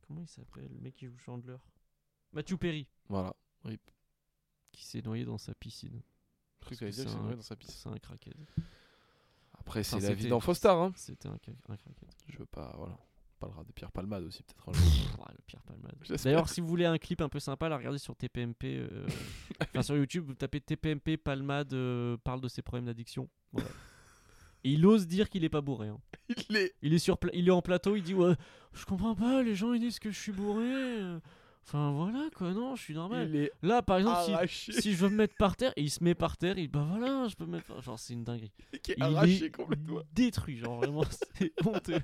Comment il s'appelle Le mec qui joue Chandler Matthew Perry.
Voilà.
Qui s'est noyé dans sa piscine.
Truc
que
à dire,
c'est
c'est
un-
noyé dans sa piste.
C'est un crackhead.
Après, c'est
Enfin,
la vie
c'était-
d'un Faustar. Hein.
C'était un, cra- un crackhead.
Je veux pas, voilà. On parlera de Pierre Palmade aussi, peut-être. un jour.
Pff, ah, le pire palmade.
J'espère.
D'ailleurs, si vous voulez un clip un peu sympa, la regardez sur TPMP. euh, Enfin, sur YouTube, vous tapez TPMP Palmade euh, parle de ses problèmes d'addiction. Voilà. Et il ose dire qu'il est pas bourré. hein.
il est.
Il est, sur pla- il est en plateau, il dit ouais, Je comprends pas, les gens ils disent que je suis bourré. euh, Enfin voilà quoi, non, je suis normal.
Il Ah, est
Là par exemple, si,
arraché.
si je veux me mettre par terre, et il se met par terre, il bah voilà, je peux me mettre par- Genre, c'est une dinguerie.
Qui est
Il
arraché
est
complètement.
détruit, genre vraiment, c'est honteux.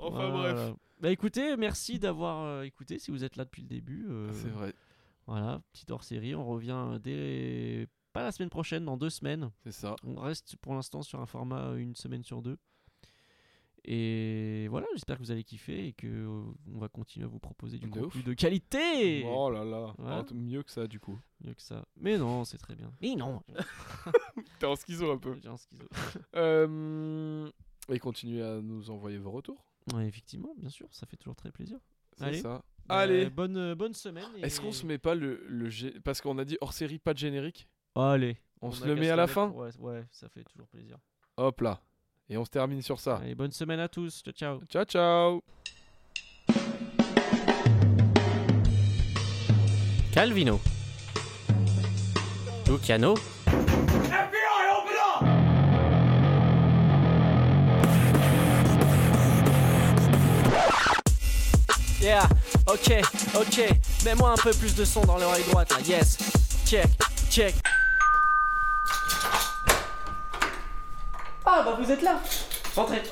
Enfin, bref.
Voilà. Bah écoutez, merci d'avoir euh, écouté si vous êtes là depuis le début. euh,
Ah,
C'est vrai.
Voilà, petite hors série, on revient dès. Pas la semaine prochaine, dans deux semaines.
C'est ça.
On reste pour l'instant sur un format euh, une semaine sur deux. Et voilà, j'espère que vous allez kiffer et que euh, on va continuer à vous proposer du
De
contenu
ouf.
de qualité.
Oh là là.
Voilà.
Oh, t- mieux que ça, du coup.
Mieux que ça. Mais non, c'est très bien. Mais non.
T'es en schizo un peu.
J'ai un schizo.
Euh, Et continuez à nous envoyer vos retours.
Ouais, effectivement, bien sûr, ça fait toujours très plaisir.
C'est
Allez.
ça.
Bah,
Allez.
bonne euh, bonne semaine. et-
Est-ce qu'on se met pas le, le gé- parce qu'on a dit hors série pas de générique
Allez.
On, se
a
le
qu'à
met à la
mettre-
fin
Ouais, ouais, ça fait toujours plaisir.
Hop là. Et on se termine sur ça.
Allez, bonne semaine à tous. Ciao, ciao.
Ciao ciao.
Calvino. Luciano.
Yeah, ok, ok. Mets-moi un peu plus de son dans l'oreille droite là, yes. Check, check. Ah bah vous êtes là. Rentrez.